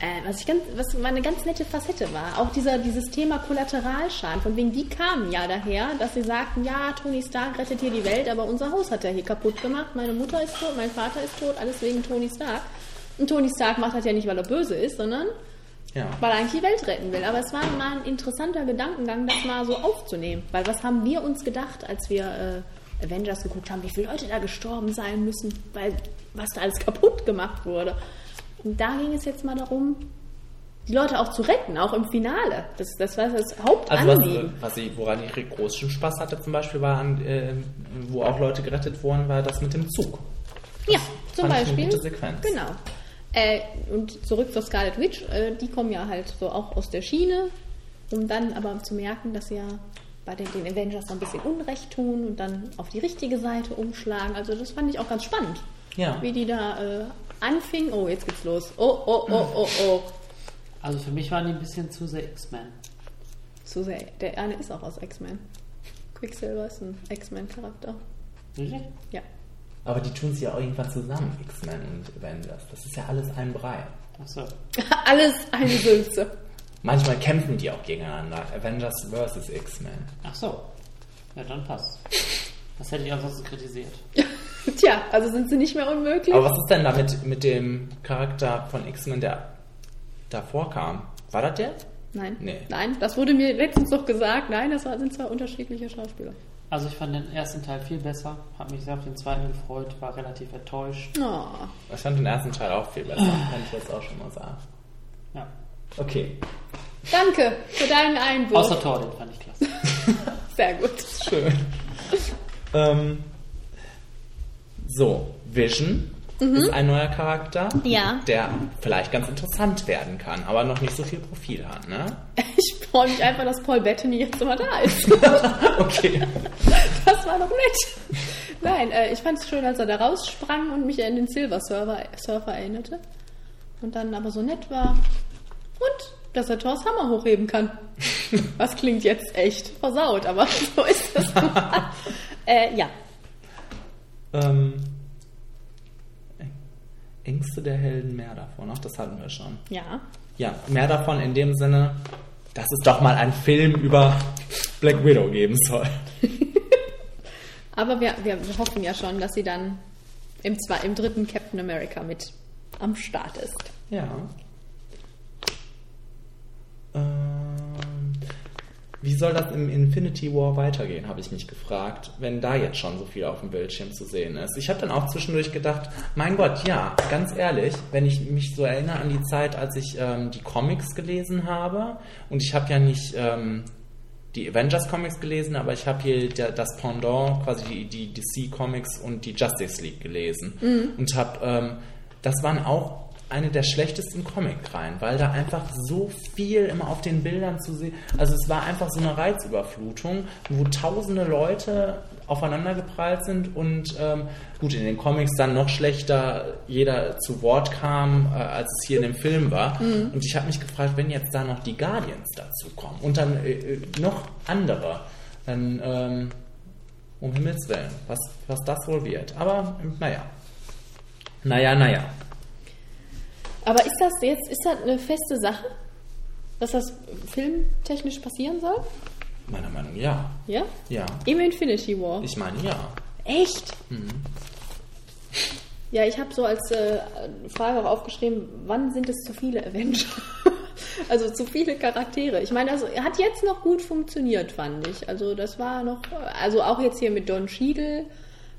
[SPEAKER 2] Äh, was, ich ganz, was mal eine ganz nette Facette war, auch dieser, dieses Thema Kollateralschaden, von wegen die kamen ja daher, dass sie sagten, ja, Tony Stark rettet hier die Welt, aber unser Haus hat er hier kaputt gemacht, meine Mutter ist tot, mein Vater ist tot, alles wegen Tony Stark. Und Tony Stark macht das ja nicht, weil er böse ist, sondern
[SPEAKER 1] Ja.
[SPEAKER 2] weil er eigentlich die Welt retten will. Aber es war mal ein interessanter Gedankengang, das mal so aufzunehmen. Weil was haben wir uns gedacht, als wir äh, Avengers geguckt haben, wie viele Leute da gestorben sein müssen, weil was da alles kaputt gemacht wurde. Und da ging es jetzt mal darum, die Leute auch zu retten, auch im Finale. Das, das war das
[SPEAKER 1] Also was,
[SPEAKER 2] Hauptanliegen.
[SPEAKER 1] was ich, woran ich großen Spaß hatte zum Beispiel war, an, äh, wo auch Leute gerettet wurden, war das mit dem Zug.
[SPEAKER 2] Ja, zum
[SPEAKER 1] fand ich eine
[SPEAKER 2] Beispiel.
[SPEAKER 1] gute Sequenz.
[SPEAKER 2] Genau. Äh, und zurück zur Scarlet Witch, äh, die kommen ja halt so auch aus der Schiene, um dann aber zu merken, dass sie ja bei den, den Avengers so ein bisschen Unrecht tun und dann auf die richtige Seite umschlagen. Also das fand ich auch ganz spannend.
[SPEAKER 9] Ja.
[SPEAKER 2] Wie die da äh, anfingen. Oh, jetzt geht's los. Oh, oh, oh, oh, oh.
[SPEAKER 9] Also für mich waren die ein bisschen zu sehr X-Men.
[SPEAKER 2] So sehr, der eine ist auch aus X-Men. Quicksilver ist ein X-Men-Charakter.
[SPEAKER 9] Wirklich?
[SPEAKER 2] Ja.
[SPEAKER 1] Aber die tun es ja auch irgendwann zusammen, X-Men und Avengers. Das ist ja alles ein Brei.
[SPEAKER 9] Achso.
[SPEAKER 2] Alles eine Sülze.
[SPEAKER 1] Manchmal kämpfen die auch gegeneinander. Avengers vs. X-Men.
[SPEAKER 9] Ach so. Ja, dann passt. Das hätte ich ansonsten kritisiert.
[SPEAKER 2] Tja, also sind sie nicht mehr unmöglich.
[SPEAKER 1] Aber was ist denn damit mit dem Charakter von X-Men, der davor kam? War das der?
[SPEAKER 2] Nein.
[SPEAKER 1] Nee.
[SPEAKER 2] Nein, das wurde mir letztens noch gesagt. Nein, das war- sind zwei unterschiedliche Schauspieler.
[SPEAKER 9] Also ich fand den ersten Teil viel besser, habe mich sehr auf den zweiten gefreut, war relativ enttäuscht.
[SPEAKER 2] Oh.
[SPEAKER 1] Ich fand den ersten Teil auch viel besser, kann ich jetzt auch schon mal sagen.
[SPEAKER 9] Ja.
[SPEAKER 1] Okay.
[SPEAKER 2] Danke für deinen Einwurf.
[SPEAKER 9] Außer Thor, den fand ich klasse.
[SPEAKER 2] Sehr gut.
[SPEAKER 1] Schön. Ähm, so, Vision
[SPEAKER 2] Mhm.
[SPEAKER 1] ist ein neuer Charakter,
[SPEAKER 2] Ja.
[SPEAKER 1] der vielleicht ganz interessant werden kann, aber noch nicht so viel Profil hat, ne?
[SPEAKER 2] Ich freue mich einfach, dass Paul Bettany jetzt immer da ist.
[SPEAKER 1] Okay.
[SPEAKER 2] Das war doch nett. Nein, äh, ich fand es schön, als er da raussprang und mich an den Silver-Surfer Surfer erinnerte. Und dann aber so nett war. Und dass er Thors Hammer hochheben kann. Was klingt jetzt echt versaut, aber so ist das. nun mal. äh, ja.
[SPEAKER 1] Ähm, Ängste der Helden, mehr davon. Ach, das hatten wir schon.
[SPEAKER 2] Ja.
[SPEAKER 1] Ja, mehr davon in dem Sinne, dass es doch mal einen Film über Black Widow geben soll.
[SPEAKER 2] Aber wir, wir hoffen ja schon, dass sie dann im, zwei, im dritten Captain America mit am Start ist.
[SPEAKER 1] Ja. Ähm, wie soll das im Infinity War weitergehen, habe ich mich gefragt, wenn da jetzt schon so viel auf dem Bildschirm zu sehen ist. Ich habe dann auch zwischendurch gedacht, mein Gott, ja, ganz ehrlich, wenn ich mich so erinnere an die Zeit, als ich ähm, die Comics gelesen habe, und ich habe ja nicht ähm, die Avengers Comics gelesen, aber ich habe hier der, das Pendant, quasi die, die DC Comics und die Justice League gelesen.
[SPEAKER 14] Mhm.
[SPEAKER 1] Und habe, ähm, das waren auch eine der schlechtesten Comic-Reihen, weil da einfach so viel immer auf den Bildern zu sehen. Also es war einfach so eine Reizüberflutung, wo tausende Leute aufeinander geprallt sind und ähm, gut, in den Comics dann noch schlechter jeder zu Wort kam, äh, als es hier in dem Film war.
[SPEAKER 14] Mhm.
[SPEAKER 1] Und ich habe mich gefragt, wenn jetzt da noch die Guardians dazu kommen und dann äh, äh, noch andere, dann ähm, um Himmels Willen, was, was das wohl wird. Aber ähm, naja. Naja, naja.
[SPEAKER 2] Aber ist das jetzt, ist das eine feste Sache, dass das filmtechnisch passieren soll?
[SPEAKER 1] Meiner Meinung nach, ja.
[SPEAKER 2] Ja?
[SPEAKER 1] Ja.
[SPEAKER 2] Im Infinity War.
[SPEAKER 1] Ich meine, ja.
[SPEAKER 2] Echt?
[SPEAKER 1] Mhm.
[SPEAKER 2] Ja, ich habe so als äh, Frage auch aufgeschrieben, wann sind es zu viele Avenger? also zu viele Charaktere. Ich meine, das hat jetzt noch gut funktioniert, fand ich. Also das war noch, also auch jetzt hier mit Don Schiedel,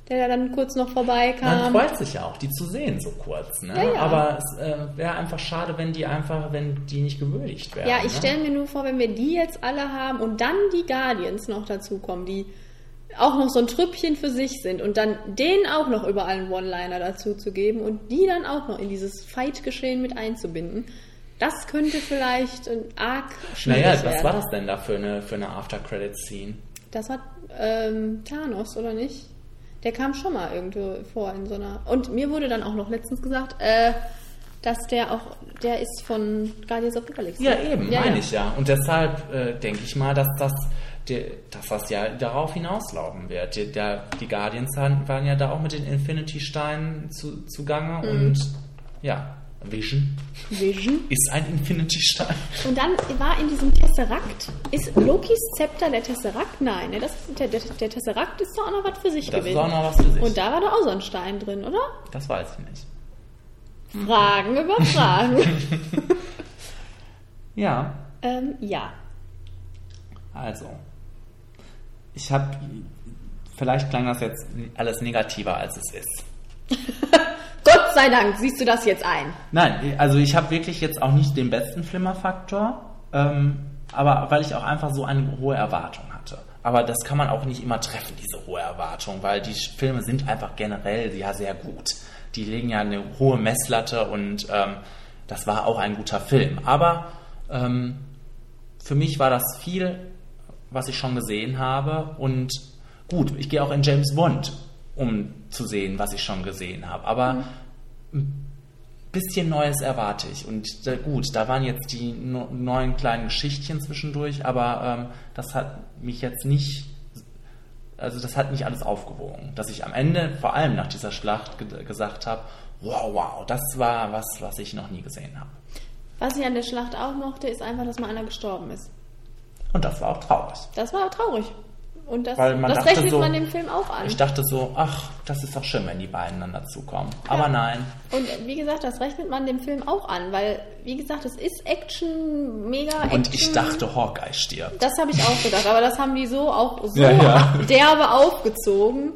[SPEAKER 2] der da dann kurz noch
[SPEAKER 1] Man
[SPEAKER 2] vorbeikam.
[SPEAKER 1] freut sich ja auch, die zu sehen so kurz. Ne?
[SPEAKER 2] Ähm, Ja, ja.
[SPEAKER 1] Aber es äh, wäre einfach schade, wenn die einfach, wenn die nicht gewürdigt werden.
[SPEAKER 2] Ja, ich
[SPEAKER 1] ne?
[SPEAKER 2] stelle mir nur vor, wenn wir die jetzt alle haben und dann die Guardians noch dazukommen, die auch noch so ein Trüppchen für sich sind und dann denen auch noch überall einen One-Liner dazu zu geben und die dann auch noch in dieses Fight-Geschehen mit einzubinden, das könnte vielleicht ein arg schwierig
[SPEAKER 1] Naja, was
[SPEAKER 2] werden.
[SPEAKER 1] war das denn da für eine, für eine After-Credit-Scene?
[SPEAKER 2] Das hat ähm, Thanos, oder nicht? Der kam schon mal irgendwo vor in so einer. Und mir wurde dann auch noch letztens gesagt, äh, dass der auch, der ist von Guardians of the Galaxy.
[SPEAKER 1] Ja, eben, meine ich ja. Und deshalb äh, denke ich mal, dass das, der- dass das ja darauf hinauslaufen wird. Die, der, die Guardians waren waren ja da auch mit den Infinity-Steinen zu, zugange
[SPEAKER 2] Mhm.
[SPEAKER 1] und ja, Vision
[SPEAKER 2] Vision.
[SPEAKER 1] ist ein Infinity-Stein.
[SPEAKER 2] Und dann war in diesem Tesseract, ist Lokis Zepter der Tesseract? Nein, ne, das, der, der, der Tesseract ist doch auch noch was für sich
[SPEAKER 1] Das ist
[SPEAKER 2] gewesen.
[SPEAKER 1] auch noch was für sich.
[SPEAKER 2] Und da war doch auch so ein Stein drin, oder?
[SPEAKER 1] Das weiß ich nicht. Mhm.
[SPEAKER 2] Fragen über Fragen.
[SPEAKER 1] Ja,
[SPEAKER 2] ähm, ja.
[SPEAKER 1] Also, ich habe, vielleicht klang das jetzt alles negativer, als es ist.
[SPEAKER 2] Gott sei Dank siehst du das jetzt ein.
[SPEAKER 1] Nein, also ich habe wirklich jetzt auch nicht den besten Flimmerfaktor, ähm, aber weil ich auch einfach so eine hohe Erwartung hatte. Aber das kann man auch nicht immer treffen, diese hohe Erwartung, weil die Filme sind einfach generell ja sehr gut. Die legen ja eine hohe Messlatte und ähm, das war auch ein guter Film. Aber ähm, für mich war das viel, was ich schon gesehen habe. Und gut, ich gehe auch in James Bond, um zu sehen, was ich schon gesehen habe. Aber bisschen Neues erwarte ich. Und da, gut, da waren jetzt die no neuen kleinen Geschichtchen zwischendurch, aber ähm, das hat mich jetzt nicht, also das hat nicht alles aufgewogen. Dass ich am Ende, vor allem nach dieser Schlacht, ge gesagt habe, wow, wow, das war was, was ich noch nie gesehen habe.
[SPEAKER 2] Was ich an der Schlacht auch mochte, ist einfach, dass mal einer gestorben ist.
[SPEAKER 1] Und das war auch traurig.
[SPEAKER 2] Das war traurig. Und das,
[SPEAKER 1] Weil man
[SPEAKER 2] das
[SPEAKER 1] dachte
[SPEAKER 2] rechnet
[SPEAKER 1] so-
[SPEAKER 2] man dem Film auch an.
[SPEAKER 1] Ich dachte so, ach, das ist doch schön, wenn die beiden dann dazukommen. Aber nein.
[SPEAKER 2] Und äh, wie gesagt, das rechnet man dem Film auch an, weil, wie gesagt, es ist Action, mega Action.
[SPEAKER 1] Und ich dachte, Hawkeye stirbt.
[SPEAKER 2] Das habe ich auch gedacht, aber das haben die so auch so
[SPEAKER 1] Ja, ja.
[SPEAKER 2] derbe aufgezogen.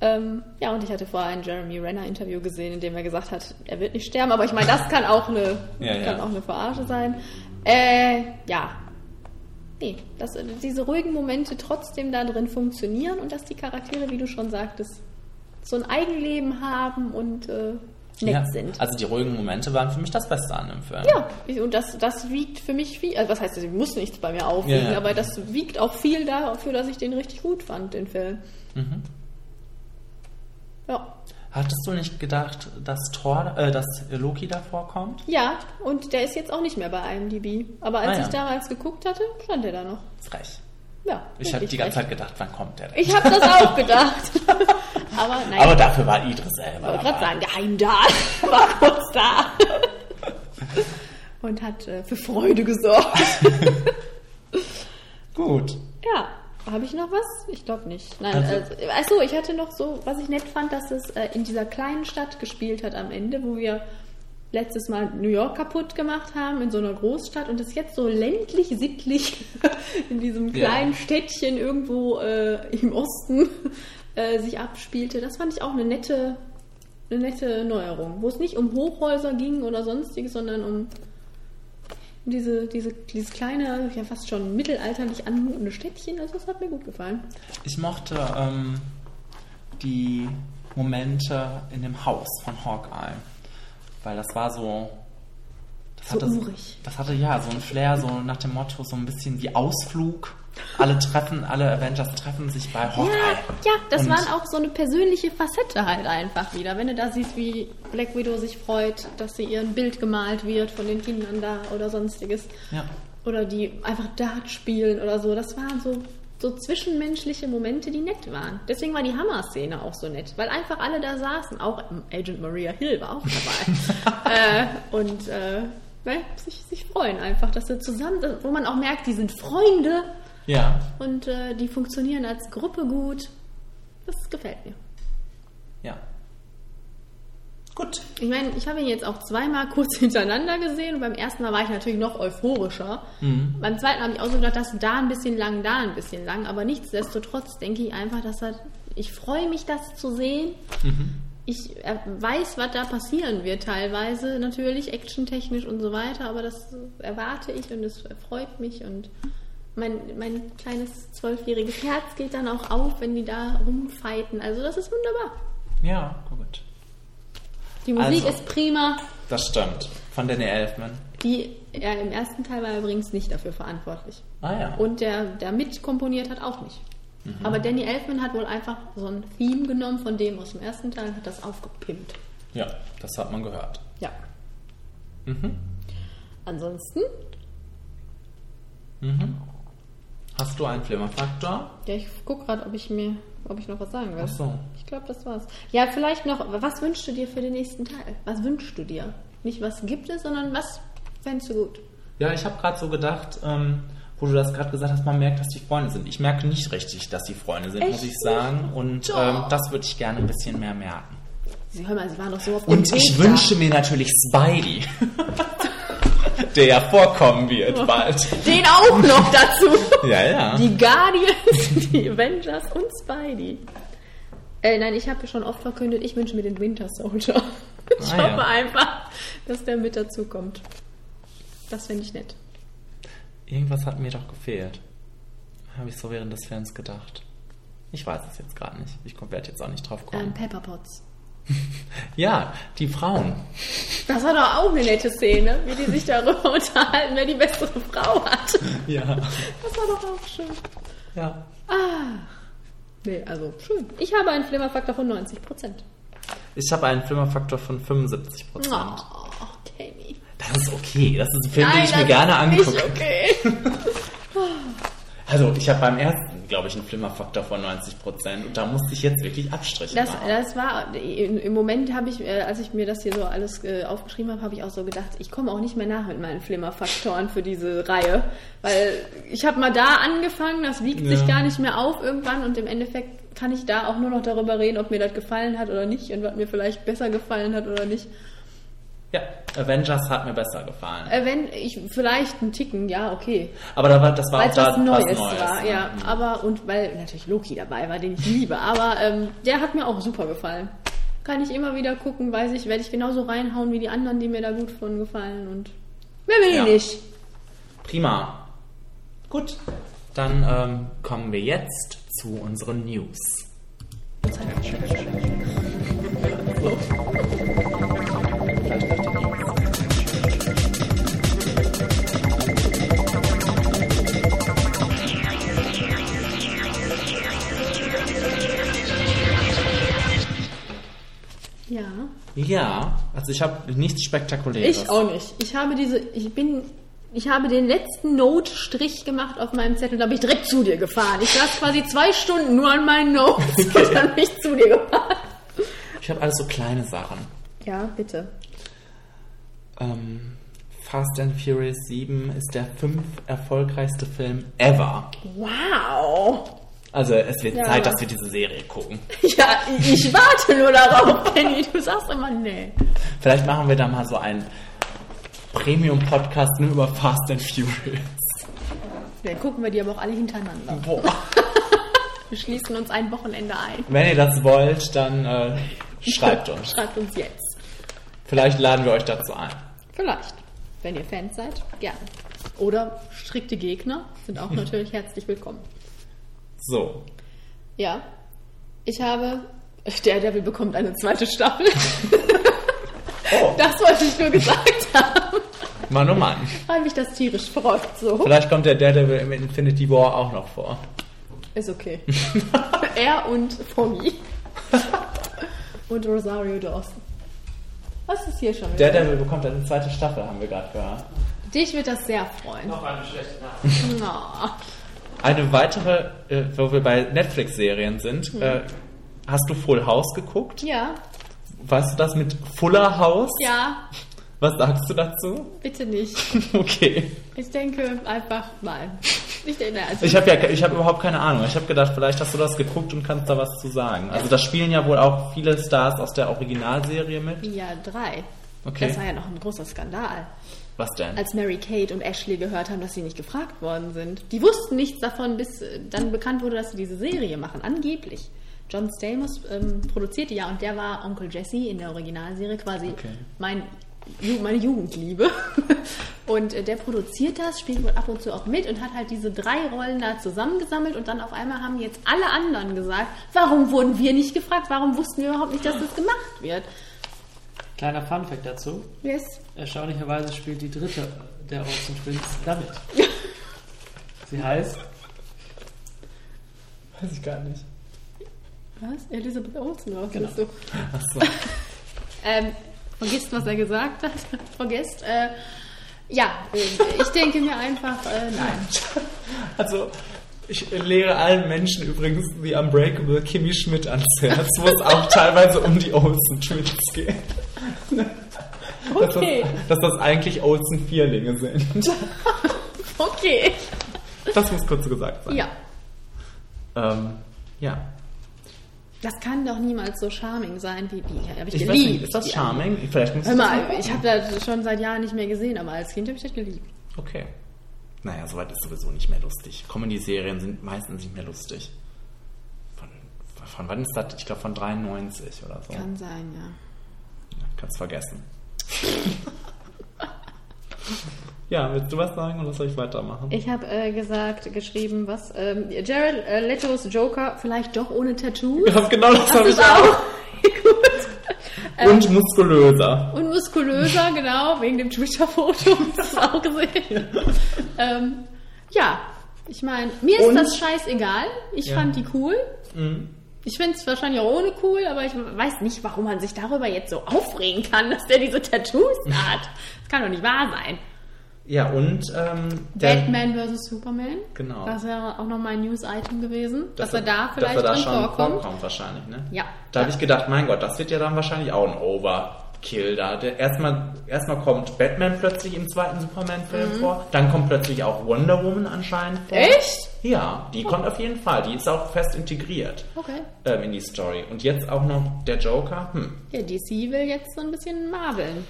[SPEAKER 2] Ähm, ja, und ich hatte vorher ein Jeremy Renner Interview gesehen, in dem er gesagt hat, er wird nicht sterben, aber ich meine, das kann auch eine,
[SPEAKER 1] Ja, ja.
[SPEAKER 2] kann auch eine Verarsche sein. Äh, ja. Nee, dass diese ruhigen Momente trotzdem da drin funktionieren und dass die Charaktere, wie du schon sagtest, so ein Eigenleben haben und äh, nett
[SPEAKER 1] Ja.
[SPEAKER 2] sind.
[SPEAKER 1] Also die ruhigen Momente waren für mich das Beste an dem Film.
[SPEAKER 2] Ja, ich- und das, das wiegt für mich viel. Also was heißt, sie muss nichts bei mir aufwiegen,
[SPEAKER 1] Ja, ja.
[SPEAKER 2] aber das wiegt auch viel dafür, dass ich den richtig gut fand, den Film.
[SPEAKER 1] Mhm.
[SPEAKER 2] Ja.
[SPEAKER 1] Hattest du nicht gedacht, dass, Thor, äh, dass Loki davor kommt?
[SPEAKER 2] Ja, und der ist jetzt auch nicht mehr bei IMDb. Aber als
[SPEAKER 1] Ah, ja.
[SPEAKER 2] ich damals geguckt hatte, stand der da noch.
[SPEAKER 1] Frech.
[SPEAKER 2] Ja.
[SPEAKER 1] Ich habe
[SPEAKER 2] wirklich
[SPEAKER 1] die ganze
[SPEAKER 2] recht.
[SPEAKER 1] Zeit gedacht, wann kommt der denn?
[SPEAKER 2] Ich habe das auch gedacht. aber naja.
[SPEAKER 1] Aber dafür war Idris
[SPEAKER 2] Ich
[SPEAKER 1] selber.
[SPEAKER 2] wollte
[SPEAKER 1] dabei.
[SPEAKER 2] gerade sagen, geheim da. War kurz da. und hat äh, für Freude gesorgt.
[SPEAKER 1] Gut.
[SPEAKER 2] Ja, habe ich noch was? Ich glaube nicht. Nein,
[SPEAKER 1] Also-
[SPEAKER 2] also, achso, ich hatte noch so, was ich nett fand, dass es äh, in dieser kleinen Stadt gespielt hat am Ende, wo wir letztes Mal New York kaputt gemacht haben, in so einer Großstadt und es jetzt so ländlich, sittlich in diesem
[SPEAKER 1] Ja.
[SPEAKER 2] kleinen Städtchen irgendwo äh, im Osten äh, sich abspielte. Das fand ich auch eine nette, eine nette Neuerung, wo es nicht um Hochhäuser ging oder sonstiges, sondern um diese, diese, dieses kleine, ja fast schon mittelalterlich anmutende Städtchen, also das hat mir gut gefallen.
[SPEAKER 1] Ich mochte ähm, die Momente in dem Haus von Hawkeye, weil das war so. Das
[SPEAKER 2] So urig.
[SPEAKER 1] das hatte ja so ein Flair, so nach dem Motto, so ein bisschen wie Ausflug. Alle treffen, alle Avengers treffen sich bei Hawkeye.
[SPEAKER 2] Ja, das
[SPEAKER 1] Und-
[SPEAKER 2] waren auch so eine persönliche Facette halt einfach wieder. Wenn du da siehst, wie Black Widow sich freut, dass sie ihr ein Bild gemalt wird von den Kindern da oder sonstiges.
[SPEAKER 1] Ja.
[SPEAKER 2] Oder die einfach Dart spielen oder so. Das waren so, so zwischenmenschliche Momente, die nett waren. Deswegen war die Hammer-Szene auch so nett, weil einfach alle da saßen. Auch Agent Maria Hill war auch dabei. äh, und äh, ne, sich, sich freuen einfach, dass sie zusammen, wo man auch merkt, die sind Freunde
[SPEAKER 1] Ja.
[SPEAKER 2] und äh, die funktionieren als Gruppe gut. Das gefällt mir.
[SPEAKER 1] Ja.
[SPEAKER 2] Gut. Ich meine, ich habe ihn jetzt auch zweimal kurz hintereinander gesehen und beim ersten Mal war ich natürlich noch euphorischer.
[SPEAKER 1] Mhm.
[SPEAKER 2] Beim zweiten habe ich auch so gedacht, das da ein bisschen lang, da ein bisschen lang, aber nichtsdestotrotz denke ich einfach, dass das, ich freue mich, das zu sehen.
[SPEAKER 1] Mhm.
[SPEAKER 2] Ich äh, weiß, was da passieren wird teilweise, natürlich actiontechnisch und so weiter, aber das erwarte ich und es freut mich und mein, mein kleines zwölfjähriges Herz geht dann auch auf, wenn die da rumfighten. Also das ist wunderbar.
[SPEAKER 1] Ja, oh gut.
[SPEAKER 2] Die Musik
[SPEAKER 1] Also.
[SPEAKER 2] ist prima.
[SPEAKER 1] Das stimmt. Von Danny Elfman.
[SPEAKER 2] Die ja, im ersten Teil war er übrigens nicht dafür verantwortlich.
[SPEAKER 1] Ah ja.
[SPEAKER 2] Und der, der mitkomponiert hat, auch nicht.
[SPEAKER 1] Mhm.
[SPEAKER 2] Aber Danny Elfman hat wohl einfach so ein Theme genommen von dem aus dem ersten Teil und hat das aufgepimpt.
[SPEAKER 1] Ja, das hat man gehört.
[SPEAKER 2] Ja.
[SPEAKER 1] Mhm.
[SPEAKER 2] Ansonsten,
[SPEAKER 1] Mhm. Hast du einen Flimmerfaktor?
[SPEAKER 2] ja, ich gucke gerade, ob ich mir, ob ich noch was sagen will.
[SPEAKER 1] Ach so.
[SPEAKER 2] Ich glaube, das war's. Ja, vielleicht noch, was wünschst du dir für den nächsten Teil? Was wünschst du dir? Nicht was gibt es, sondern was fändest du gut?
[SPEAKER 1] Ja, ich habe gerade so gedacht, ähm, wo du das gerade gesagt hast, man merkt, dass die Freunde sind. Ich merke nicht richtig, dass die Freunde sind,
[SPEAKER 2] Echt
[SPEAKER 1] muss ich sagen. Und
[SPEAKER 2] Doch.
[SPEAKER 1] ähm, das würde ich gerne ein bisschen mehr merken.
[SPEAKER 2] Sie hören mal, sie waren doch so auf dem
[SPEAKER 1] Und ich
[SPEAKER 2] Weg da.
[SPEAKER 1] wünsche mir natürlich Spidey, der ja vorkommen wird bald.
[SPEAKER 2] Den auch noch dazu.
[SPEAKER 1] Ja, ja.
[SPEAKER 2] Die Guardians, die Avengers und Spidey. Äh, nein, ich habe ja schon oft verkündet, ich wünsche mir den Winter Soldier. Ich
[SPEAKER 1] Ah, ja.
[SPEAKER 2] hoffe einfach, dass der mit dazukommt. Das finde ich nett.
[SPEAKER 1] Irgendwas hat mir doch gefehlt. Habe ich so während des Films gedacht. Ich weiß es jetzt gerade nicht. Ich werde jetzt auch nicht drauf kommen.
[SPEAKER 2] Ähm, Pepperpots.
[SPEAKER 1] Ja, die Frauen.
[SPEAKER 2] Das war doch auch eine nette Szene, wie die sich darüber unterhalten, wer die bessere Frau hat.
[SPEAKER 1] Ja.
[SPEAKER 2] Das war doch auch schön.
[SPEAKER 1] Ja.
[SPEAKER 2] Ah. Nee, also schön. Ich habe einen Flimmerfaktor von 90 Prozent.
[SPEAKER 1] Ich habe einen Flimmerfaktor von 75
[SPEAKER 2] Oh,
[SPEAKER 1] Prozent.
[SPEAKER 2] Kenny.
[SPEAKER 1] Das ist okay. Das ist ein Film,
[SPEAKER 2] Nein,
[SPEAKER 1] den ich mir
[SPEAKER 2] das
[SPEAKER 1] gerne
[SPEAKER 2] ist nicht
[SPEAKER 1] angucke.
[SPEAKER 2] okay.
[SPEAKER 1] Also, ich habe beim ersten, glaube ich, einen Flimmerfaktor von 90 Prozent. Und da musste ich jetzt wirklich Abstriche
[SPEAKER 2] Das, äh,
[SPEAKER 1] machen.
[SPEAKER 2] das war, im im Moment habe ich, äh, als ich mir das hier so alles äh, aufgeschrieben habe, habe ich auch so gedacht, ich komme auch nicht mehr nach mit meinen Flimmerfaktoren für diese Reihe. Weil ich habe mal da angefangen, das wiegt sich
[SPEAKER 1] Ja.
[SPEAKER 2] gar nicht mehr auf irgendwann und im Endeffekt kann ich da auch nur noch darüber reden, ob mir das gefallen hat oder nicht und was mir vielleicht besser gefallen hat oder nicht.
[SPEAKER 1] Ja, Avengers hat mir besser gefallen.
[SPEAKER 2] Äh, wenn ich vielleicht einen Ticken, ja, okay.
[SPEAKER 1] Aber da war, das war
[SPEAKER 2] Weil
[SPEAKER 1] auch
[SPEAKER 2] es
[SPEAKER 1] da
[SPEAKER 2] was Neues, war,
[SPEAKER 1] ne?
[SPEAKER 2] ja. Aber und weil natürlich Loki dabei war, den ich liebe, aber ähm, der hat mir auch super gefallen. Kann ich immer wieder gucken, weiß ich, werde ich genauso reinhauen wie die anderen, die mir da gut von gefallen und mehr will
[SPEAKER 1] Ja.
[SPEAKER 2] ich nicht.
[SPEAKER 1] Prima. Gut. Dann ähm, kommen wir jetzt zu unseren News.
[SPEAKER 2] Ja.
[SPEAKER 1] Ja, also ich habe nichts Spektakuläres.
[SPEAKER 2] Ich auch nicht. Ich habe diese, ich bin, ich habe den letzten Note-Strich gemacht auf meinem Zettel, da bin ich direkt zu dir gefahren. Ich saß quasi zwei Stunden nur an meinen Notes und dann bin ich zu dir gefahren.
[SPEAKER 1] Ich habe alles so kleine Sachen.
[SPEAKER 2] Ja, bitte.
[SPEAKER 1] Ähm, Fast and Furious 7 ist der fünf erfolgreichste Film ever.
[SPEAKER 2] Wow.
[SPEAKER 1] Also es wird
[SPEAKER 2] Ja.
[SPEAKER 1] Zeit, dass wir diese Serie gucken.
[SPEAKER 2] Ja, ich, ich warte nur darauf, Penny. Du sagst immer, nee.
[SPEAKER 1] Vielleicht machen wir da mal so einen Premium-Podcast nur über Fast and Furious.
[SPEAKER 2] Dann gucken wir die aber auch alle hintereinander. Wir schließen uns ein Wochenende ein.
[SPEAKER 1] Wenn ihr das wollt, dann äh, schreibt uns.
[SPEAKER 2] Schreibt uns jetzt.
[SPEAKER 1] Vielleicht laden wir euch dazu ein.
[SPEAKER 2] Vielleicht. Wenn ihr Fans seid, gerne. Oder strikte Gegner sind auch natürlich herzlich willkommen.
[SPEAKER 1] So,
[SPEAKER 2] Ja. Ich habe. Der Devil bekommt eine zweite Staffel.
[SPEAKER 1] Oh,
[SPEAKER 2] Das wollte ich nur gesagt haben.
[SPEAKER 1] Mann oh Mann.
[SPEAKER 2] Weil mich das tierisch freut. So.
[SPEAKER 1] Vielleicht kommt der Daredevil im Infinity War auch noch vor.
[SPEAKER 2] Ist okay. er und Foggy. und Rosario Dawson. Was ist hier schon wieder?
[SPEAKER 1] Daredevil bekommt eine zweite Staffel, haben wir gerade gehört.
[SPEAKER 2] Dich wird das sehr freuen.
[SPEAKER 9] Noch eine schlechte Nacht.
[SPEAKER 2] Na.
[SPEAKER 1] Eine weitere, äh, wo wir bei Netflix-Serien sind.
[SPEAKER 2] Mhm.
[SPEAKER 1] Äh, hast du Full House geguckt?
[SPEAKER 2] Oh, Ja,
[SPEAKER 1] Weißt du das mit Fuller House?
[SPEAKER 2] ja,
[SPEAKER 1] Was sagst du dazu?
[SPEAKER 2] bitte nicht.
[SPEAKER 1] Okay.
[SPEAKER 2] Ich denke einfach mal. Ich denke, also
[SPEAKER 1] Ich habe ja, ich habe überhaupt keine Ahnung. Ich habe gedacht, vielleicht hast du das geguckt und kannst da was zu sagen. Also da spielen ja wohl auch viele Stars aus der Originalserie mit.
[SPEAKER 2] ja drei.
[SPEAKER 1] Okay.
[SPEAKER 2] Das war ja noch ein großer Skandal,
[SPEAKER 1] Was denn?
[SPEAKER 2] als Mary Kate und Ashley gehört haben, dass sie nicht gefragt worden sind. Die wussten nichts davon, bis äh, dann bekannt wurde, dass sie diese Serie machen, angeblich. John Stamos ähm, produzierte ja und der war Onkel Jesse in der Originalserie quasi mein, Ju- meine Jugendliebe. Und äh, der produziert das, spielt wohl ab und zu auch mit und hat halt diese drei Rollen da zusammengesammelt und dann auf einmal haben jetzt alle anderen gesagt, warum wurden wir nicht gefragt, warum wussten wir überhaupt nicht, dass das gemacht wird.
[SPEAKER 9] Kleiner Funfact dazu.
[SPEAKER 2] Yes.
[SPEAKER 9] Erstaunlicherweise spielt die dritte der Olsen Twins damit. Sie heißt.
[SPEAKER 1] Weiß ich gar nicht.
[SPEAKER 2] Was? Elisabeth Olsen, oder was
[SPEAKER 9] Genau.
[SPEAKER 2] bist du?
[SPEAKER 1] Achso.
[SPEAKER 2] Ähm, vergisst, was er gesagt hat. vergesst. Äh, ja, äh, ich denke mir einfach, äh, nein.
[SPEAKER 1] Also, ich lehre allen Menschen übrigens The Unbreakable Kimi Schmidt ans Herz, wo es auch teilweise um die Olsen-Twins geht.
[SPEAKER 2] Okay.
[SPEAKER 1] Dass das eigentlich Olsen-Vierlinge sind.
[SPEAKER 2] Okay.
[SPEAKER 1] Das muss kurz gesagt sein.
[SPEAKER 2] Ja,
[SPEAKER 1] Ähm, ja.
[SPEAKER 2] das kann doch niemals so charming sein wie die. Hab ich,
[SPEAKER 1] Ich weiß
[SPEAKER 2] geliebt.
[SPEAKER 1] nicht, ist das
[SPEAKER 2] die
[SPEAKER 1] charming?
[SPEAKER 2] anderen.
[SPEAKER 1] Vielleicht muss
[SPEAKER 2] Hör
[SPEAKER 1] ich
[SPEAKER 2] mal,
[SPEAKER 1] das
[SPEAKER 2] ich habe das schon seit Jahren nicht mehr gesehen, aber als Kind habe ich das geliebt.
[SPEAKER 1] Okay. Naja, soweit ist sowieso nicht mehr lustig. Comedy-Serien sind meistens nicht mehr lustig. Von, von wann ist das? Ich glaube von 93 oder so.
[SPEAKER 2] Kann sein, ja.
[SPEAKER 1] Kannst vergessen. ja, willst du was sagen oder soll ich weitermachen?
[SPEAKER 2] Ich habe äh, gesagt, geschrieben, was ähm, Jared äh, Letos Joker vielleicht doch ohne Tattoo.
[SPEAKER 1] Ja, genau das hab ich
[SPEAKER 2] auch. Gut.
[SPEAKER 1] Und muskulöser.
[SPEAKER 2] Und muskulöser, genau, wegen dem Twitter-Foto, das wir auch gesehen. ähm, ja, ich meine, mir ist
[SPEAKER 1] Und-
[SPEAKER 2] das scheißegal. Ich
[SPEAKER 1] Ja.
[SPEAKER 2] fand die cool.
[SPEAKER 1] Mhm.
[SPEAKER 2] Ich finde es wahrscheinlich auch ohne cool, aber ich weiß nicht, warum man
[SPEAKER 1] Mhm.
[SPEAKER 2] sich darüber jetzt so aufregen kann, dass der diese Tattoos hat. Das kann doch nicht wahr sein.
[SPEAKER 1] Ja, und ähm, der,
[SPEAKER 2] Batman vs. Superman.
[SPEAKER 1] Genau.
[SPEAKER 2] Das wäre auch nochmal ein News-Item gewesen, dass,
[SPEAKER 1] Dass
[SPEAKER 2] er da vielleicht
[SPEAKER 1] dass er da
[SPEAKER 2] drin
[SPEAKER 1] schon
[SPEAKER 2] vorkommt.
[SPEAKER 1] wahrscheinlich, ne?
[SPEAKER 2] Ja.
[SPEAKER 1] Da habe ich gedacht, mein Gott, das wird ja dann wahrscheinlich auch ein Overkill. Da der, erstmal, erstmal kommt Batman plötzlich im zweiten Superman-Film
[SPEAKER 2] Mhm.
[SPEAKER 1] vor, dann kommt plötzlich auch Wonder Woman anscheinend vor.
[SPEAKER 2] Echt?
[SPEAKER 1] Ja, die
[SPEAKER 2] Oh.
[SPEAKER 1] kommt auf jeden Fall. Die ist auch fest integriert
[SPEAKER 2] Okay.
[SPEAKER 1] ähm, in die Story. Und jetzt auch noch der Joker. Hm,
[SPEAKER 2] Ja, DC will jetzt so ein bisschen marveln.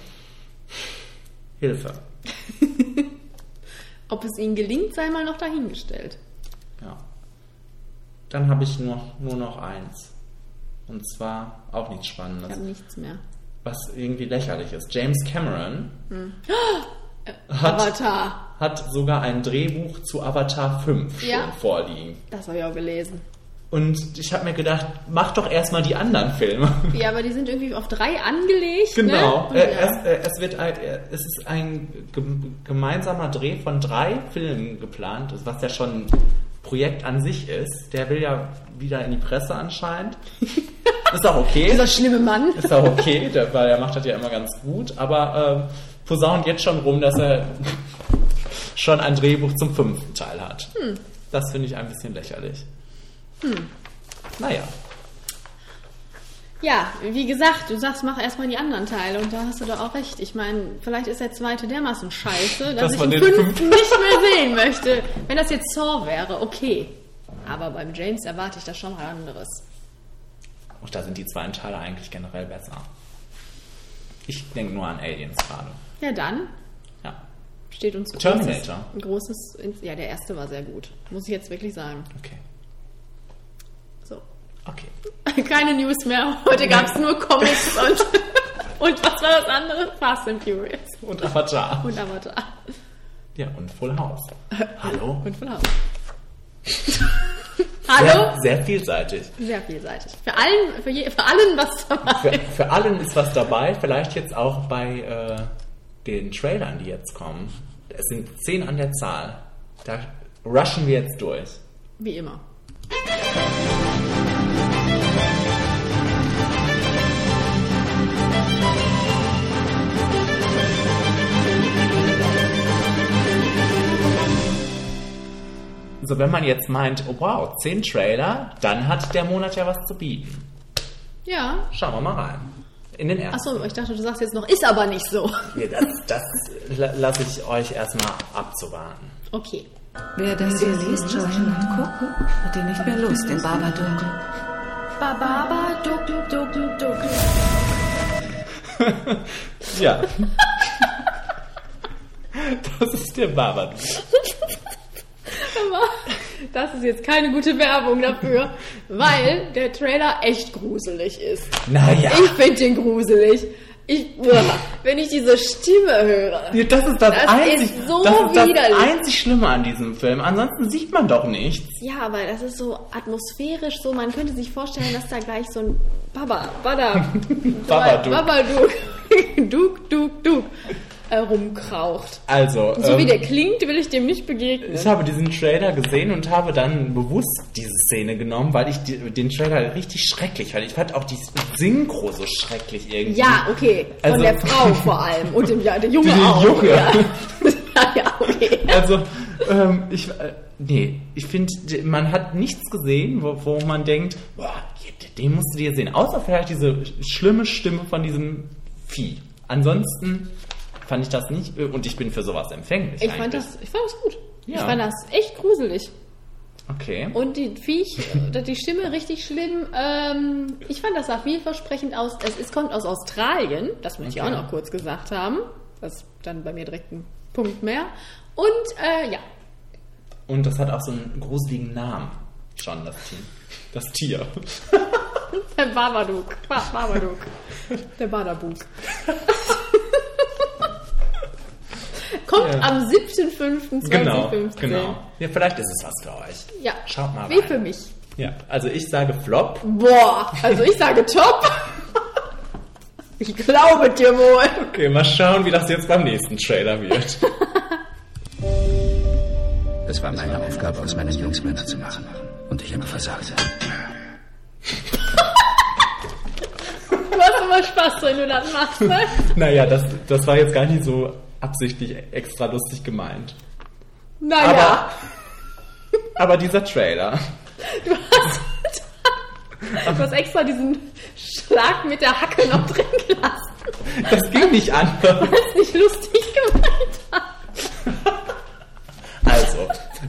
[SPEAKER 1] Hilfe.
[SPEAKER 2] Ob es ihnen gelingt, sei mal noch dahingestellt.
[SPEAKER 1] Ja. Dann habe ich noch, nur noch eins. Und zwar auch nichts Spannendes.
[SPEAKER 2] Also nichts mehr.
[SPEAKER 1] Was irgendwie lächerlich ist. James Cameron
[SPEAKER 2] Hm. Äh,
[SPEAKER 1] Hat-
[SPEAKER 2] Avatar.
[SPEAKER 1] hat sogar ein Drehbuch zu Avatar 5 schon
[SPEAKER 2] Ja.
[SPEAKER 1] vorliegen.
[SPEAKER 2] Das habe ich auch gelesen.
[SPEAKER 1] Und ich habe mir gedacht, mach doch erstmal die anderen Filme.
[SPEAKER 2] Ja, aber die sind irgendwie auf drei angelegt.
[SPEAKER 1] Genau.
[SPEAKER 2] Ne?
[SPEAKER 1] Äh, Es, äh, es, wird ein, äh, es ist ein gem- gemeinsamer Dreh von drei Filmen geplant, was ja schon ein Projekt an sich ist. Der will ja wieder in die Presse anscheinend. Ist auch okay.
[SPEAKER 2] Dieser schlimme Mann.
[SPEAKER 1] Ist auch okay, der, weil er macht das ja immer ganz gut. Aber äh, posaunt jetzt schon rum, dass er schon ein Drehbuch zum fünften Teil hat.
[SPEAKER 2] Hm.
[SPEAKER 1] Das finde ich ein bisschen lächerlich.
[SPEAKER 2] Hm.
[SPEAKER 1] Naja.
[SPEAKER 2] Ja, wie gesagt, du sagst, mach erstmal die anderen Teile und da hast du doch auch recht. Ich meine, vielleicht ist der zweite dermaßen scheiße, dass,
[SPEAKER 1] Dass
[SPEAKER 2] ich
[SPEAKER 1] man
[SPEAKER 2] den
[SPEAKER 1] den
[SPEAKER 2] fünften
[SPEAKER 1] fünften-
[SPEAKER 2] nicht mehr sehen möchte. Wenn das jetzt Saw wäre, okay. Aber beim James erwarte ich da schon mal anderes.
[SPEAKER 1] Und da sind die zweiten Teile eigentlich generell besser. Ich denke nur an Aliens gerade.
[SPEAKER 2] Ja, dann
[SPEAKER 1] Ja.
[SPEAKER 2] steht uns großes-
[SPEAKER 1] Terminator.
[SPEAKER 2] ein großes. Ins- Ja, der erste war sehr gut. Muss ich jetzt wirklich sagen.
[SPEAKER 1] Okay.
[SPEAKER 2] So.
[SPEAKER 1] Okay.
[SPEAKER 2] Keine News mehr. Heute gab es nur Comics und. Und was war das andere? Fast and Furious.
[SPEAKER 1] Und Avatar.
[SPEAKER 2] Und Avatar.
[SPEAKER 1] Ja, und Full House. Hallo?
[SPEAKER 2] Und von Haus. Hallo?
[SPEAKER 1] Sehr, sehr vielseitig.
[SPEAKER 2] Sehr vielseitig. Für allen, für, je, für allen was dabei.
[SPEAKER 1] Für, für allen ist was dabei, vielleicht jetzt auch bei äh, den Trailern, die jetzt kommen. Es sind zehn an der Zahl. Da rushen wir jetzt durch.
[SPEAKER 2] Wie immer.
[SPEAKER 1] So, wenn man jetzt meint, oh wow, zehn Trailer, dann hat der Monat ja was zu bieten.
[SPEAKER 2] Ja.
[SPEAKER 1] Schauen wir mal rein. In den ersten.
[SPEAKER 2] Achso, ich dachte, du sagst jetzt noch, ist aber nicht so.
[SPEAKER 1] Nee, das das la- lasse ich euch erstmal abzuwarten.
[SPEAKER 2] Okay.
[SPEAKER 14] Wer das hier liest, Joanne und Coco, hat ihn nicht mehr los, den Barbadook.
[SPEAKER 2] Bababa, duk, duk, duk, duk, duk.
[SPEAKER 1] Ja. das ist der Barbadook.
[SPEAKER 2] Aber das ist jetzt keine gute Werbung dafür, weil der Trailer echt gruselig ist.
[SPEAKER 1] Naja.
[SPEAKER 2] Ich finde den gruselig. Ich, uah, wenn ich diese Stimme höre.
[SPEAKER 1] Ja, das ist das,
[SPEAKER 2] Das
[SPEAKER 1] einzig,
[SPEAKER 2] ist so
[SPEAKER 1] das ist das
[SPEAKER 2] widerlich.
[SPEAKER 1] einzig Schlimme an diesem Film. Ansonsten sieht man doch nichts.
[SPEAKER 2] Ja, aber das ist so atmosphärisch so. Man könnte sich vorstellen, dass da gleich so ein Baba, Bada,
[SPEAKER 1] Babadook.
[SPEAKER 2] Babaduk, Duk, Duk, Duk äh, rumkraucht.
[SPEAKER 1] Also,
[SPEAKER 2] So wie
[SPEAKER 1] ähm, halt
[SPEAKER 2] der klingt, will ich dem nicht begegnen.
[SPEAKER 1] ich habe diesen Trailer gesehen und habe dann bewusst diese Szene genommen, weil ich die, den Trailer richtig schrecklich fand. Ich fand auch die Synchro so schrecklich irgendwie.
[SPEAKER 2] ja, okay. Von
[SPEAKER 1] Also-
[SPEAKER 2] der Frau vor allem. Und dem, ja, der Junge
[SPEAKER 1] Die
[SPEAKER 2] auch.
[SPEAKER 1] Junge.
[SPEAKER 2] Ja. ja, okay.
[SPEAKER 1] Also, ähm, ich, äh, nee, ich finde, man hat nichts gesehen, wo, wo man denkt, boah, den musst du dir sehen. Außer vielleicht diese schlimme Stimme von diesem Vieh. Ansonsten fand ich das nicht, äh, und ich bin für sowas empfänglich.
[SPEAKER 2] Ich fand,
[SPEAKER 1] eigentlich.
[SPEAKER 2] das, ich fand das gut. Ich
[SPEAKER 1] Ja.
[SPEAKER 2] fand das echt gruselig.
[SPEAKER 1] Okay.
[SPEAKER 2] Und die Viech, äh, die Stimme richtig schlimm. Ähm, ich fand, das sah vielversprechend aus. Es, es kommt aus Australien, das möchte ich
[SPEAKER 6] Okay.
[SPEAKER 2] auch noch kurz gesagt haben. Das ist dann bei mir direkt ein Punkt mehr. Und äh, ja,
[SPEAKER 1] Und das hat auch so einen gruseligen Namen. Schon, das Tier. Das Tier.
[SPEAKER 2] der Babadook. Ba Babadook. Der Badabuk. kommt
[SPEAKER 1] Ja.
[SPEAKER 2] am 7.5.2015.
[SPEAKER 1] Genau, genau. Ja, vielleicht ist es was für euch.
[SPEAKER 2] Ja,
[SPEAKER 1] Schaut mal
[SPEAKER 2] wie
[SPEAKER 1] rein.
[SPEAKER 2] für mich.
[SPEAKER 1] Ja, also ich sage Flop.
[SPEAKER 2] Boah, also ich sage top. Ich glaube dir wohl.
[SPEAKER 1] Okay, mal schauen, wie das jetzt beim nächsten Trailer wird.
[SPEAKER 15] Es war meine Aufgabe, aus meinen Jungs Männer zu machen. Und ich habe versagt.
[SPEAKER 2] Du hast immer Spaß, wenn du das ne? machst. Ne?
[SPEAKER 1] naja, das, das war jetzt gar nicht so absichtlich extra lustig gemeint. Aber,
[SPEAKER 2] Naja.
[SPEAKER 1] aber dieser Trailer.
[SPEAKER 2] Du hast, du hast extra diesen Schlag mit der Hacke noch drin gelassen.
[SPEAKER 1] Das ging nicht anders.
[SPEAKER 2] Weil es nicht lustig gemeint hat.
[SPEAKER 1] Also,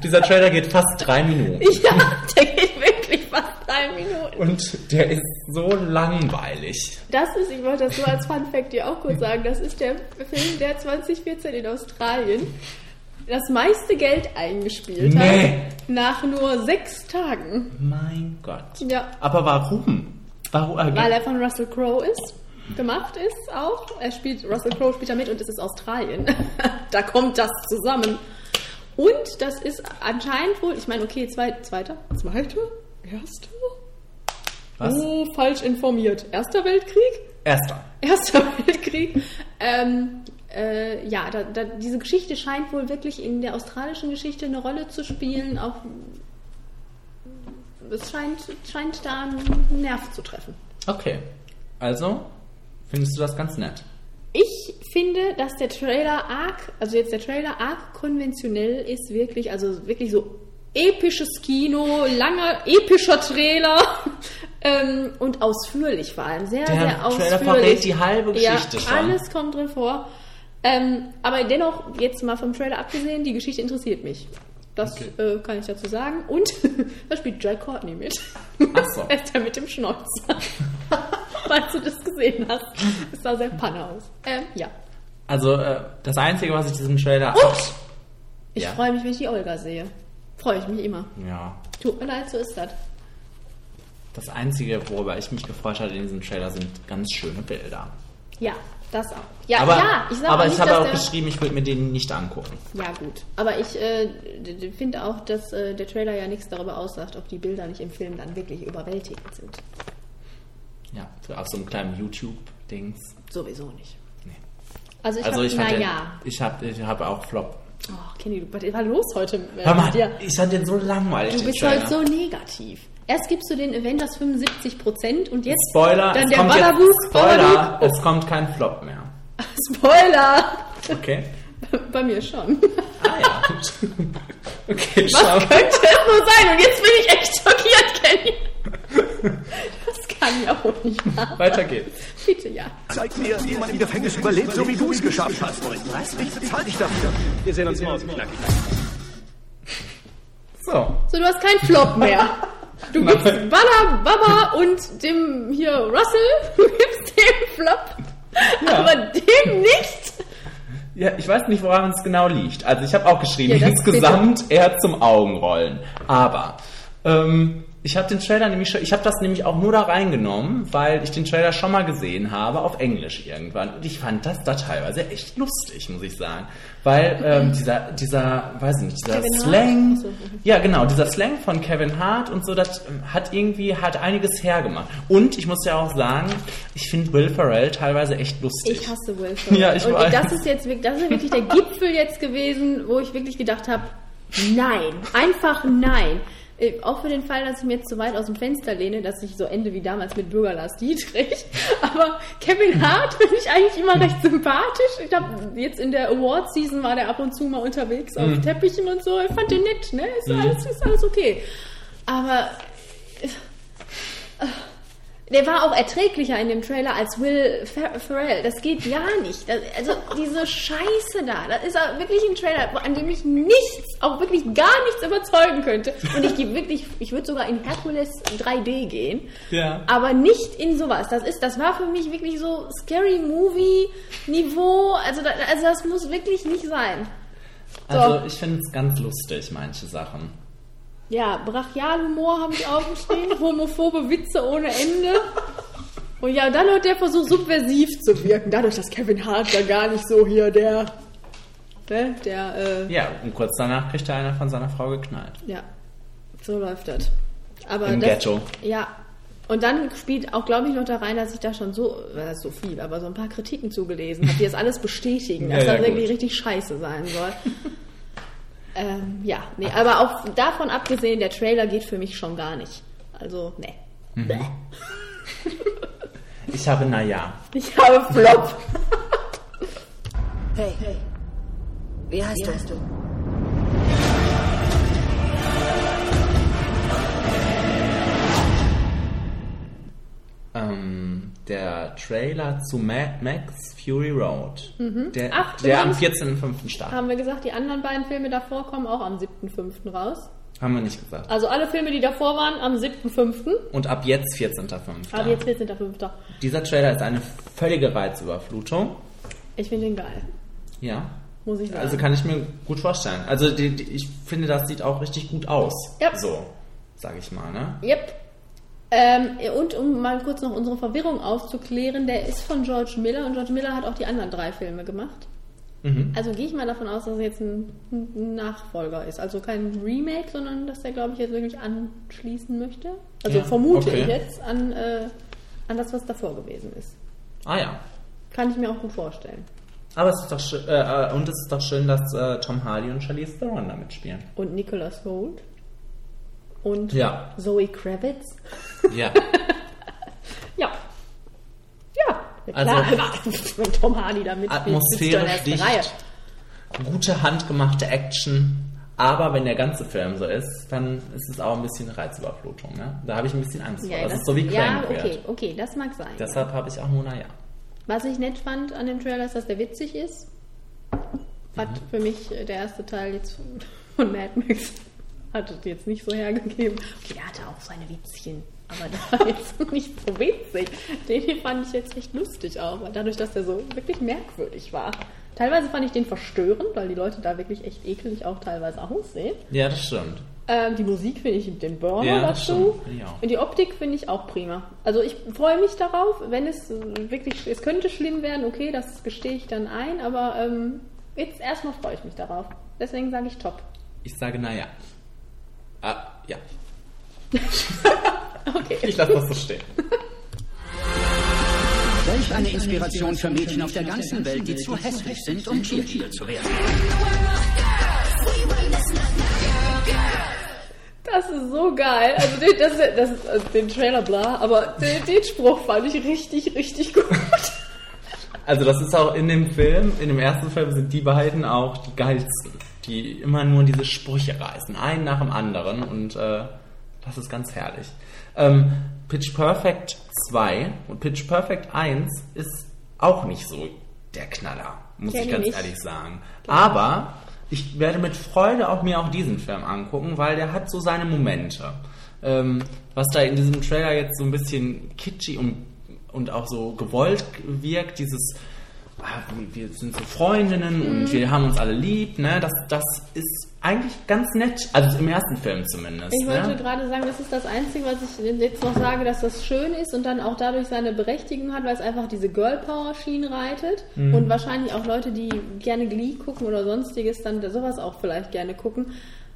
[SPEAKER 1] dieser Trailer geht fast drei Minuten.
[SPEAKER 2] Ja, der geht wirklich fast drei Minuten.
[SPEAKER 1] Und der ist so langweilig.
[SPEAKER 2] Das ist, ich wollte das so als Fun Fact dir auch kurz sagen, das ist der Film, der 2014 in Australien das meiste Geld eingespielt
[SPEAKER 1] Nee.
[SPEAKER 2] hat. Nach nur sechs Tagen.
[SPEAKER 1] Mein Gott.
[SPEAKER 2] Ja,
[SPEAKER 1] Aber warum? Warum? äh,
[SPEAKER 2] weil er von Russell Crowe ist. Gemacht ist auch. Er spielt, Russell Crowe spielt da mit und es ist Australien. da kommt das zusammen. Und das ist anscheinend wohl, ich meine, okay, zweit, zweiter, zweiter, erster?
[SPEAKER 1] Was?
[SPEAKER 2] Oh, falsch informiert. Erster Weltkrieg?
[SPEAKER 1] Erster.
[SPEAKER 2] Erster Weltkrieg. Ähm, äh, ja, da, da, diese Geschichte scheint wohl wirklich in der australischen Geschichte eine Rolle zu spielen. Auch es scheint, scheint da einen Nerv zu treffen.
[SPEAKER 1] Okay. Also, findest du das ganz nett?
[SPEAKER 2] Ich finde, dass der Trailer arg, also jetzt der Trailer arg konventionell ist, wirklich, also wirklich so episches Kino, langer, epischer Trailer ähm, und ausführlich vor allem, sehr,
[SPEAKER 1] Der
[SPEAKER 2] sehr ausführlich.
[SPEAKER 1] Trailer verrät die halbe Geschichte
[SPEAKER 2] ja,
[SPEAKER 1] schon.
[SPEAKER 2] alles kommt drin vor. Ähm, aber dennoch, jetzt mal vom Trailer abgesehen, die Geschichte interessiert mich. Das äh, kann ich dazu sagen. Und da spielt Jack Courtney mit.
[SPEAKER 1] Achso.
[SPEAKER 2] Er ist der mit dem Schnäuzer. Falls du das gesehen hast. Es sah sehr panne aus. Ähm, ja.
[SPEAKER 1] Also, äh, das Einzige, was ich diesem Trailer...
[SPEAKER 2] Und ich
[SPEAKER 1] Ja.
[SPEAKER 2] freue mich, wenn ich die Olga sehe. Freue ich mich immer.
[SPEAKER 1] Ja.
[SPEAKER 2] Tut mir leid, so ist das.
[SPEAKER 1] Das Einzige, worüber ich mich gefreut hatte in diesem Trailer, sind ganz schöne Bilder.
[SPEAKER 2] Ja, das auch. Ja,
[SPEAKER 1] aber
[SPEAKER 2] ja, ich sag
[SPEAKER 1] aber
[SPEAKER 2] auch
[SPEAKER 1] ich
[SPEAKER 2] nicht,
[SPEAKER 1] habe
[SPEAKER 2] dass
[SPEAKER 1] auch
[SPEAKER 2] der-
[SPEAKER 1] geschrieben, ich würde mir den nicht angucken.
[SPEAKER 2] Ja, gut. Aber ich äh, d- d- finde auch, dass äh, der Trailer ja nichts darüber aussagt, ob die Bilder nicht im Film dann wirklich überwältigend sind.
[SPEAKER 1] Ja, so auf so einem kleinen YouTube-Dings.
[SPEAKER 2] Sowieso nicht. Also ich
[SPEAKER 1] also
[SPEAKER 2] hab-
[SPEAKER 1] ich fand
[SPEAKER 2] na
[SPEAKER 1] den-
[SPEAKER 2] ja.
[SPEAKER 1] ich habe ich hab auch Flop.
[SPEAKER 2] Oh, Kenny, du- was war los heute äh,
[SPEAKER 1] Hör mal,
[SPEAKER 2] mit dir?
[SPEAKER 1] ich fand den so langweilig.
[SPEAKER 2] Du
[SPEAKER 1] den
[SPEAKER 2] bist
[SPEAKER 1] Trailer.
[SPEAKER 2] heute so negativ. Erst gibst du den Avengers 75% und jetzt
[SPEAKER 1] Spoiler,
[SPEAKER 2] dann
[SPEAKER 1] es
[SPEAKER 2] der
[SPEAKER 1] kommt
[SPEAKER 2] Babadook.
[SPEAKER 1] jetzt, Spoiler, es kommt kein Flop mehr.
[SPEAKER 2] Spoiler!
[SPEAKER 1] Okay?
[SPEAKER 2] Bei mir schon.
[SPEAKER 1] Ah, Okay,
[SPEAKER 2] Was
[SPEAKER 1] schau.
[SPEAKER 2] könnte es nur sein? Und jetzt bin ich echt schockiert, Kenny. Das kann ja wohl nicht wahr
[SPEAKER 1] Weiter geht's.
[SPEAKER 2] sein. Bitte, ja.
[SPEAKER 16] Zeig mir, wie man im Gefängnis überlebt, so wie du es geschafft hast. Was? Ich bezahle dich dafür. Wir sehen uns morgen.
[SPEAKER 1] So.
[SPEAKER 2] So, du hast keinen Flop mehr. Du gibst Balla, Baba und dem hier Russell, du gibst dem Flop, aber dem nicht.
[SPEAKER 1] Ja, ich weiß nicht, woran es genau liegt. Also ich habe auch geschrieben,
[SPEAKER 2] Ja, das
[SPEAKER 1] insgesamt eher zum Augenrollen. Aber ähm, ich habe den Trailer nämlich schon, ich habe das nämlich auch nur da reingenommen, weil ich den Trailer schon mal gesehen habe auf Englisch irgendwann. Und ich fand das da teilweise echt lustig, muss ich sagen. Weil ähm, dieser, dieser, weiß ich nicht, dieser
[SPEAKER 2] Kevin Hart?
[SPEAKER 1] Slang.
[SPEAKER 2] Ach so, mhm.
[SPEAKER 1] Ja, genau, dieser Slang von Kevin Hart und so, das ähm, hat irgendwie, hat einiges hergemacht. Und ich muss ja auch sagen, ich finde Will Ferrell teilweise echt lustig.
[SPEAKER 2] Ich hasse Will Ferrell.
[SPEAKER 1] Ja, ich
[SPEAKER 2] und
[SPEAKER 1] weiß.
[SPEAKER 2] das ist jetzt wirklich- das ist wirklich der Gipfel jetzt gewesen, wo ich wirklich gedacht habe, nein, einfach nein. Äh, Auch für den Fall, dass ich mir jetzt zu weit aus dem Fenster lehne, dass ich so ende wie damals mit Bürger Lars Dietrich. Aber Kevin Hart finde ich eigentlich immer recht sympathisch. Ich habe jetzt in der Award-Season war der ab und zu mal unterwegs auf
[SPEAKER 6] Mhm.
[SPEAKER 2] Teppichen und so. Ich fand den nett, ne? Ist,
[SPEAKER 6] Mhm.
[SPEAKER 2] alles, ist alles okay. Aber der war auch erträglicher in dem Trailer als Will Fer Ferrell. Das geht ja nicht. Das, also diese Scheiße da, das ist auch wirklich ein Trailer, wo- an dem ich nichts, auch wirklich gar nichts überzeugen könnte. Und ich gehe wirklich, ich würde sogar in Herkules 3D gehen,
[SPEAKER 1] Ja.
[SPEAKER 2] aber nicht in sowas. Das ist, das war für mich wirklich so Scary Movie Niveau. Also, da, also das muss wirklich nicht sein. So.
[SPEAKER 1] Also ich finde es ganz lustig, manche Sachen.
[SPEAKER 2] Ja, Brachialhumor habe ich aufgeschrieben, homophobe Witze ohne Ende. Und ja, dann hat der Versuch, subversiv zu wirken, dadurch, dass Kevin Hart da gar nicht so hier der. Ne, der, äh.
[SPEAKER 1] Ja, und kurz danach kriegt er einer von seiner Frau geknallt.
[SPEAKER 2] Ja. So läuft das. Aber
[SPEAKER 1] Im
[SPEAKER 2] das,
[SPEAKER 1] Ghetto.
[SPEAKER 2] Ja. Und dann spielt auch, glaube ich, noch da rein, dass ich da schon so, äh, so viel, aber so ein paar Kritiken zugelesen habe, die das alles bestätigen, dass
[SPEAKER 1] Ja, ja,
[SPEAKER 2] das
[SPEAKER 1] gut.
[SPEAKER 2] irgendwie richtig scheiße sein soll. ähm, ja, nee, aber auch davon abgesehen, der Trailer geht für mich schon gar nicht. Also, nee.
[SPEAKER 1] Mhm. Ich habe, naja.
[SPEAKER 2] Ich habe Flop.
[SPEAKER 17] Hey,
[SPEAKER 14] Wie heißt du?
[SPEAKER 1] Ähm, der Trailer zu Mad Max Fury Road.
[SPEAKER 2] Mhm.
[SPEAKER 1] Der,
[SPEAKER 2] Ach,
[SPEAKER 1] der am
[SPEAKER 2] übrigens-
[SPEAKER 1] 14.05. startet.
[SPEAKER 2] Haben wir gesagt, die anderen beiden Filme davor kommen auch am 7.5. raus.
[SPEAKER 1] Haben wir nicht gesagt.
[SPEAKER 2] Also alle Filme, die davor waren, am 7.5.
[SPEAKER 1] Und ab jetzt 14.05.
[SPEAKER 2] Aber jetzt 14.5.
[SPEAKER 1] Dieser Trailer ist eine völlige Reizüberflutung.
[SPEAKER 2] Ich finde den geil.
[SPEAKER 1] Ja.
[SPEAKER 2] Muss ich sagen.
[SPEAKER 1] Also kann ich mir gut vorstellen. Also die, die, ich finde, das sieht auch richtig gut aus.
[SPEAKER 2] Ja.
[SPEAKER 1] So, sage ich mal, ne?
[SPEAKER 2] Yep. Ähm, und um mal kurz noch unsere Verwirrung aufzuklären, der ist von George Miller und George Miller hat auch die anderen drei Filme gemacht.
[SPEAKER 1] Mhm.
[SPEAKER 2] Also gehe ich mal davon aus, dass es jetzt ein, ein Nachfolger ist. Also kein Remake, sondern dass der, glaube ich, jetzt wirklich anschließen möchte. Also
[SPEAKER 1] Ja,
[SPEAKER 2] vermute
[SPEAKER 1] okay.
[SPEAKER 2] ich jetzt an, äh, an das, was davor gewesen ist.
[SPEAKER 1] Ah ja.
[SPEAKER 2] Kann ich mir auch gut vorstellen.
[SPEAKER 1] Aber es ist doch schön, äh, äh, und es ist doch schön, dass äh, Tom Hardy und Charlize Theron damit spielen.
[SPEAKER 2] Und Nicholas Holt. Und
[SPEAKER 1] Ja.
[SPEAKER 2] Zoe Kravitz.
[SPEAKER 1] Ja.
[SPEAKER 2] Ja. Ja. ja klar,
[SPEAKER 1] Also-
[SPEAKER 2] wenn Tom Hardy da mitspielt, sitzt er in der
[SPEAKER 1] Atmosphärisch
[SPEAKER 2] ersten
[SPEAKER 1] dicht,
[SPEAKER 2] Reihe.
[SPEAKER 1] gute handgemachte Action. Aber wenn der ganze Film so ist, dann ist es auch ein bisschen Reizüberflutung. Ne? Da habe ich ein bisschen Angst vor. Das, ist so wie
[SPEAKER 2] ja,
[SPEAKER 1] Crank
[SPEAKER 2] okay, okay, das mag sein.
[SPEAKER 1] Deshalb habe ich auch nur, naja.
[SPEAKER 2] Was ich nett fand an dem Trailer ist, dass der witzig ist. Hat
[SPEAKER 1] Mhm.
[SPEAKER 2] für mich äh, der erste Teil jetzt von Mad Max hat es jetzt nicht so hergegeben. Okay, der hatte auch seine Witzchen, aber der war jetzt nicht so witzig. Den hier fand ich jetzt echt lustig auch, weil dadurch, dass der so wirklich merkwürdig war. Teilweise fand ich den verstörend, weil die Leute da wirklich echt ekelig auch teilweise aussehen.
[SPEAKER 1] Ja, das stimmt.
[SPEAKER 2] Ähm, die Musik finde ich den Burner
[SPEAKER 1] Ja, das
[SPEAKER 2] dazu.
[SPEAKER 1] stimmt. Finde ich auch.
[SPEAKER 2] Und die Optik finde ich auch prima. Also ich freue mich darauf, wenn es äh, wirklich, es könnte schlimm werden, okay, das gestehe ich dann ein, aber ähm, jetzt erstmal freue ich mich darauf. Deswegen sage ich top.
[SPEAKER 1] Ich sage, naja. Ah, ja.
[SPEAKER 2] Okay.
[SPEAKER 1] Ich lasse das so stehen.
[SPEAKER 17] Welch eine Inspiration für Mädchen auf der ganzen Welt, die zu hässlich sind, um Cheerleader zu werden.
[SPEAKER 2] Das ist so geil. Also den, das, ist- das ist, also den Trailer bla, aber den, den Spruch fand ich richtig, richtig gut.
[SPEAKER 1] Also das ist auch in dem Film, in dem ersten Film sind die beiden auch die geilsten, die immer nur diese Sprüche reißen, einen nach dem anderen und äh, das ist ganz herrlich. Ähm, Pitch Perfect 2 und Pitch Perfect 1 ist auch nicht so der Knaller, muss
[SPEAKER 2] Kenn
[SPEAKER 1] ich
[SPEAKER 2] ich
[SPEAKER 1] ganz
[SPEAKER 2] nicht.
[SPEAKER 1] ehrlich sagen. Aber ich werde mit Freude auch mir auch diesen Film angucken, weil der hat so seine Momente. Ähm, was da in diesem Trailer jetzt so ein bisschen kitschig und, und auch so gewollt wirkt, dieses ah, wir sind so Freundinnen
[SPEAKER 2] Mhm.
[SPEAKER 1] und wir haben uns alle lieb, ne? Das, das ist eigentlich ganz nett, also im ersten Film zumindest.
[SPEAKER 2] Ich wollte
[SPEAKER 1] ne?
[SPEAKER 2] gerade sagen, das ist das Einzige, was ich jetzt noch sage, dass das schön ist und dann auch dadurch seine Berechtigung hat, weil es einfach diese Girl Power Schiene reitet
[SPEAKER 6] Mhm.
[SPEAKER 2] und wahrscheinlich auch Leute, die gerne Glee gucken oder sonstiges, dann sowas auch vielleicht gerne gucken.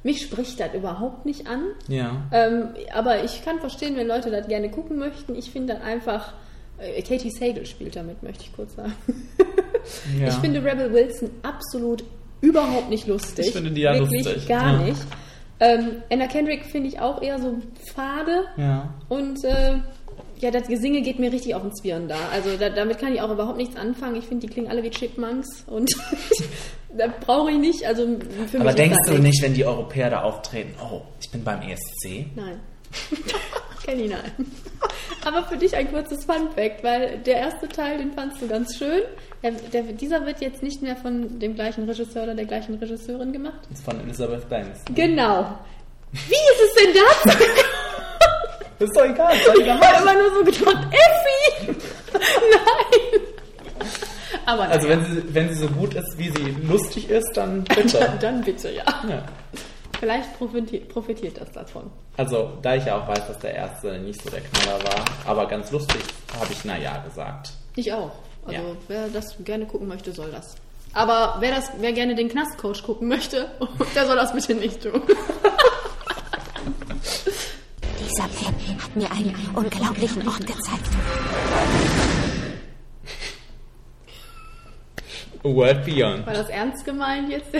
[SPEAKER 2] Mich spricht das überhaupt nicht an.
[SPEAKER 1] Ja.
[SPEAKER 2] Ähm, aber ich kann verstehen, wenn Leute das gerne gucken möchten. Ich finde dann einfach, äh, Katie Sagal spielt damit, möchte ich kurz sagen.
[SPEAKER 1] Ja.
[SPEAKER 2] Ich finde Rebel Wilson absolut überhaupt nicht lustig.
[SPEAKER 1] Ich finde die ja
[SPEAKER 2] Wirklich
[SPEAKER 1] lustig.
[SPEAKER 2] gar
[SPEAKER 1] Ja.
[SPEAKER 2] nicht. Ähm, Anna Kendrick finde ich auch eher so fade.
[SPEAKER 1] Ja.
[SPEAKER 2] Und äh, ja, das Gesinge geht mir richtig auf den Zwirn da. Also da, damit kann ich auch überhaupt nichts anfangen. Ich finde, die klingen alle wie Chipmunks und das brauche ich nicht. Also für
[SPEAKER 1] Aber
[SPEAKER 2] mich
[SPEAKER 1] denkst
[SPEAKER 2] ist das
[SPEAKER 1] du nicht, wenn die Europäer da auftreten, oh, ich bin beim ESC?
[SPEAKER 2] Nein. Kenny, nein. Aber für dich ein kurzes Fun-Fact, weil der erste Teil, den fandst du ganz schön. Der, der, dieser wird jetzt nicht mehr von dem gleichen Regisseur oder der gleichen Regisseurin gemacht.
[SPEAKER 1] Das ist von Elizabeth Banks.
[SPEAKER 2] Genau. Wie ist es denn dazu gekommen?
[SPEAKER 1] Ist doch egal, ist doch
[SPEAKER 2] Ich
[SPEAKER 1] egal.
[SPEAKER 2] habe immer nur so gedacht, Effi! Nein! Aber
[SPEAKER 1] Also
[SPEAKER 2] naja.
[SPEAKER 1] wenn sie, wenn sie so gut ist, wie sie lustig ist, dann bitte.
[SPEAKER 2] dann, dann bitte, ja.
[SPEAKER 1] Ja.
[SPEAKER 2] Vielleicht profitiert, profitiert das davon.
[SPEAKER 1] Also, da ich ja auch weiß, dass der erste nicht so der Knaller war, aber ganz lustig habe ich naja gesagt.
[SPEAKER 2] Ich auch. Also
[SPEAKER 1] Ja.
[SPEAKER 2] wer das gerne gucken möchte, soll das. Aber wer das, wer gerne den Knastcoach gucken möchte, der soll das bitte nicht tun.
[SPEAKER 18] Dieser Film hat mir einen unglaublichen Ort gezeigt.
[SPEAKER 1] A World Beyond.
[SPEAKER 2] War das ernst gemeint jetzt?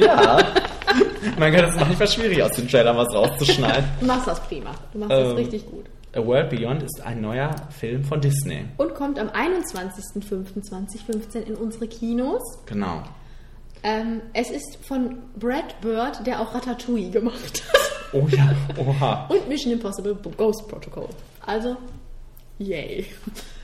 [SPEAKER 1] Ja. mein Gott, das ist manchmal schwierig, aus dem Trailer was rauszuschneiden.
[SPEAKER 2] Du machst das prima. Du machst
[SPEAKER 1] Ähm.
[SPEAKER 2] das richtig gut.
[SPEAKER 1] A World Beyond ist ein neuer Film von Disney.
[SPEAKER 2] Und kommt am 21.05.2015 in unsere Kinos.
[SPEAKER 1] Genau.
[SPEAKER 2] Ähm, es ist von Brad Bird, der auch Ratatouille gemacht hat.
[SPEAKER 1] Oh ja, oha.
[SPEAKER 2] Und Mission Impossible Ghost Protocol. Also, yay.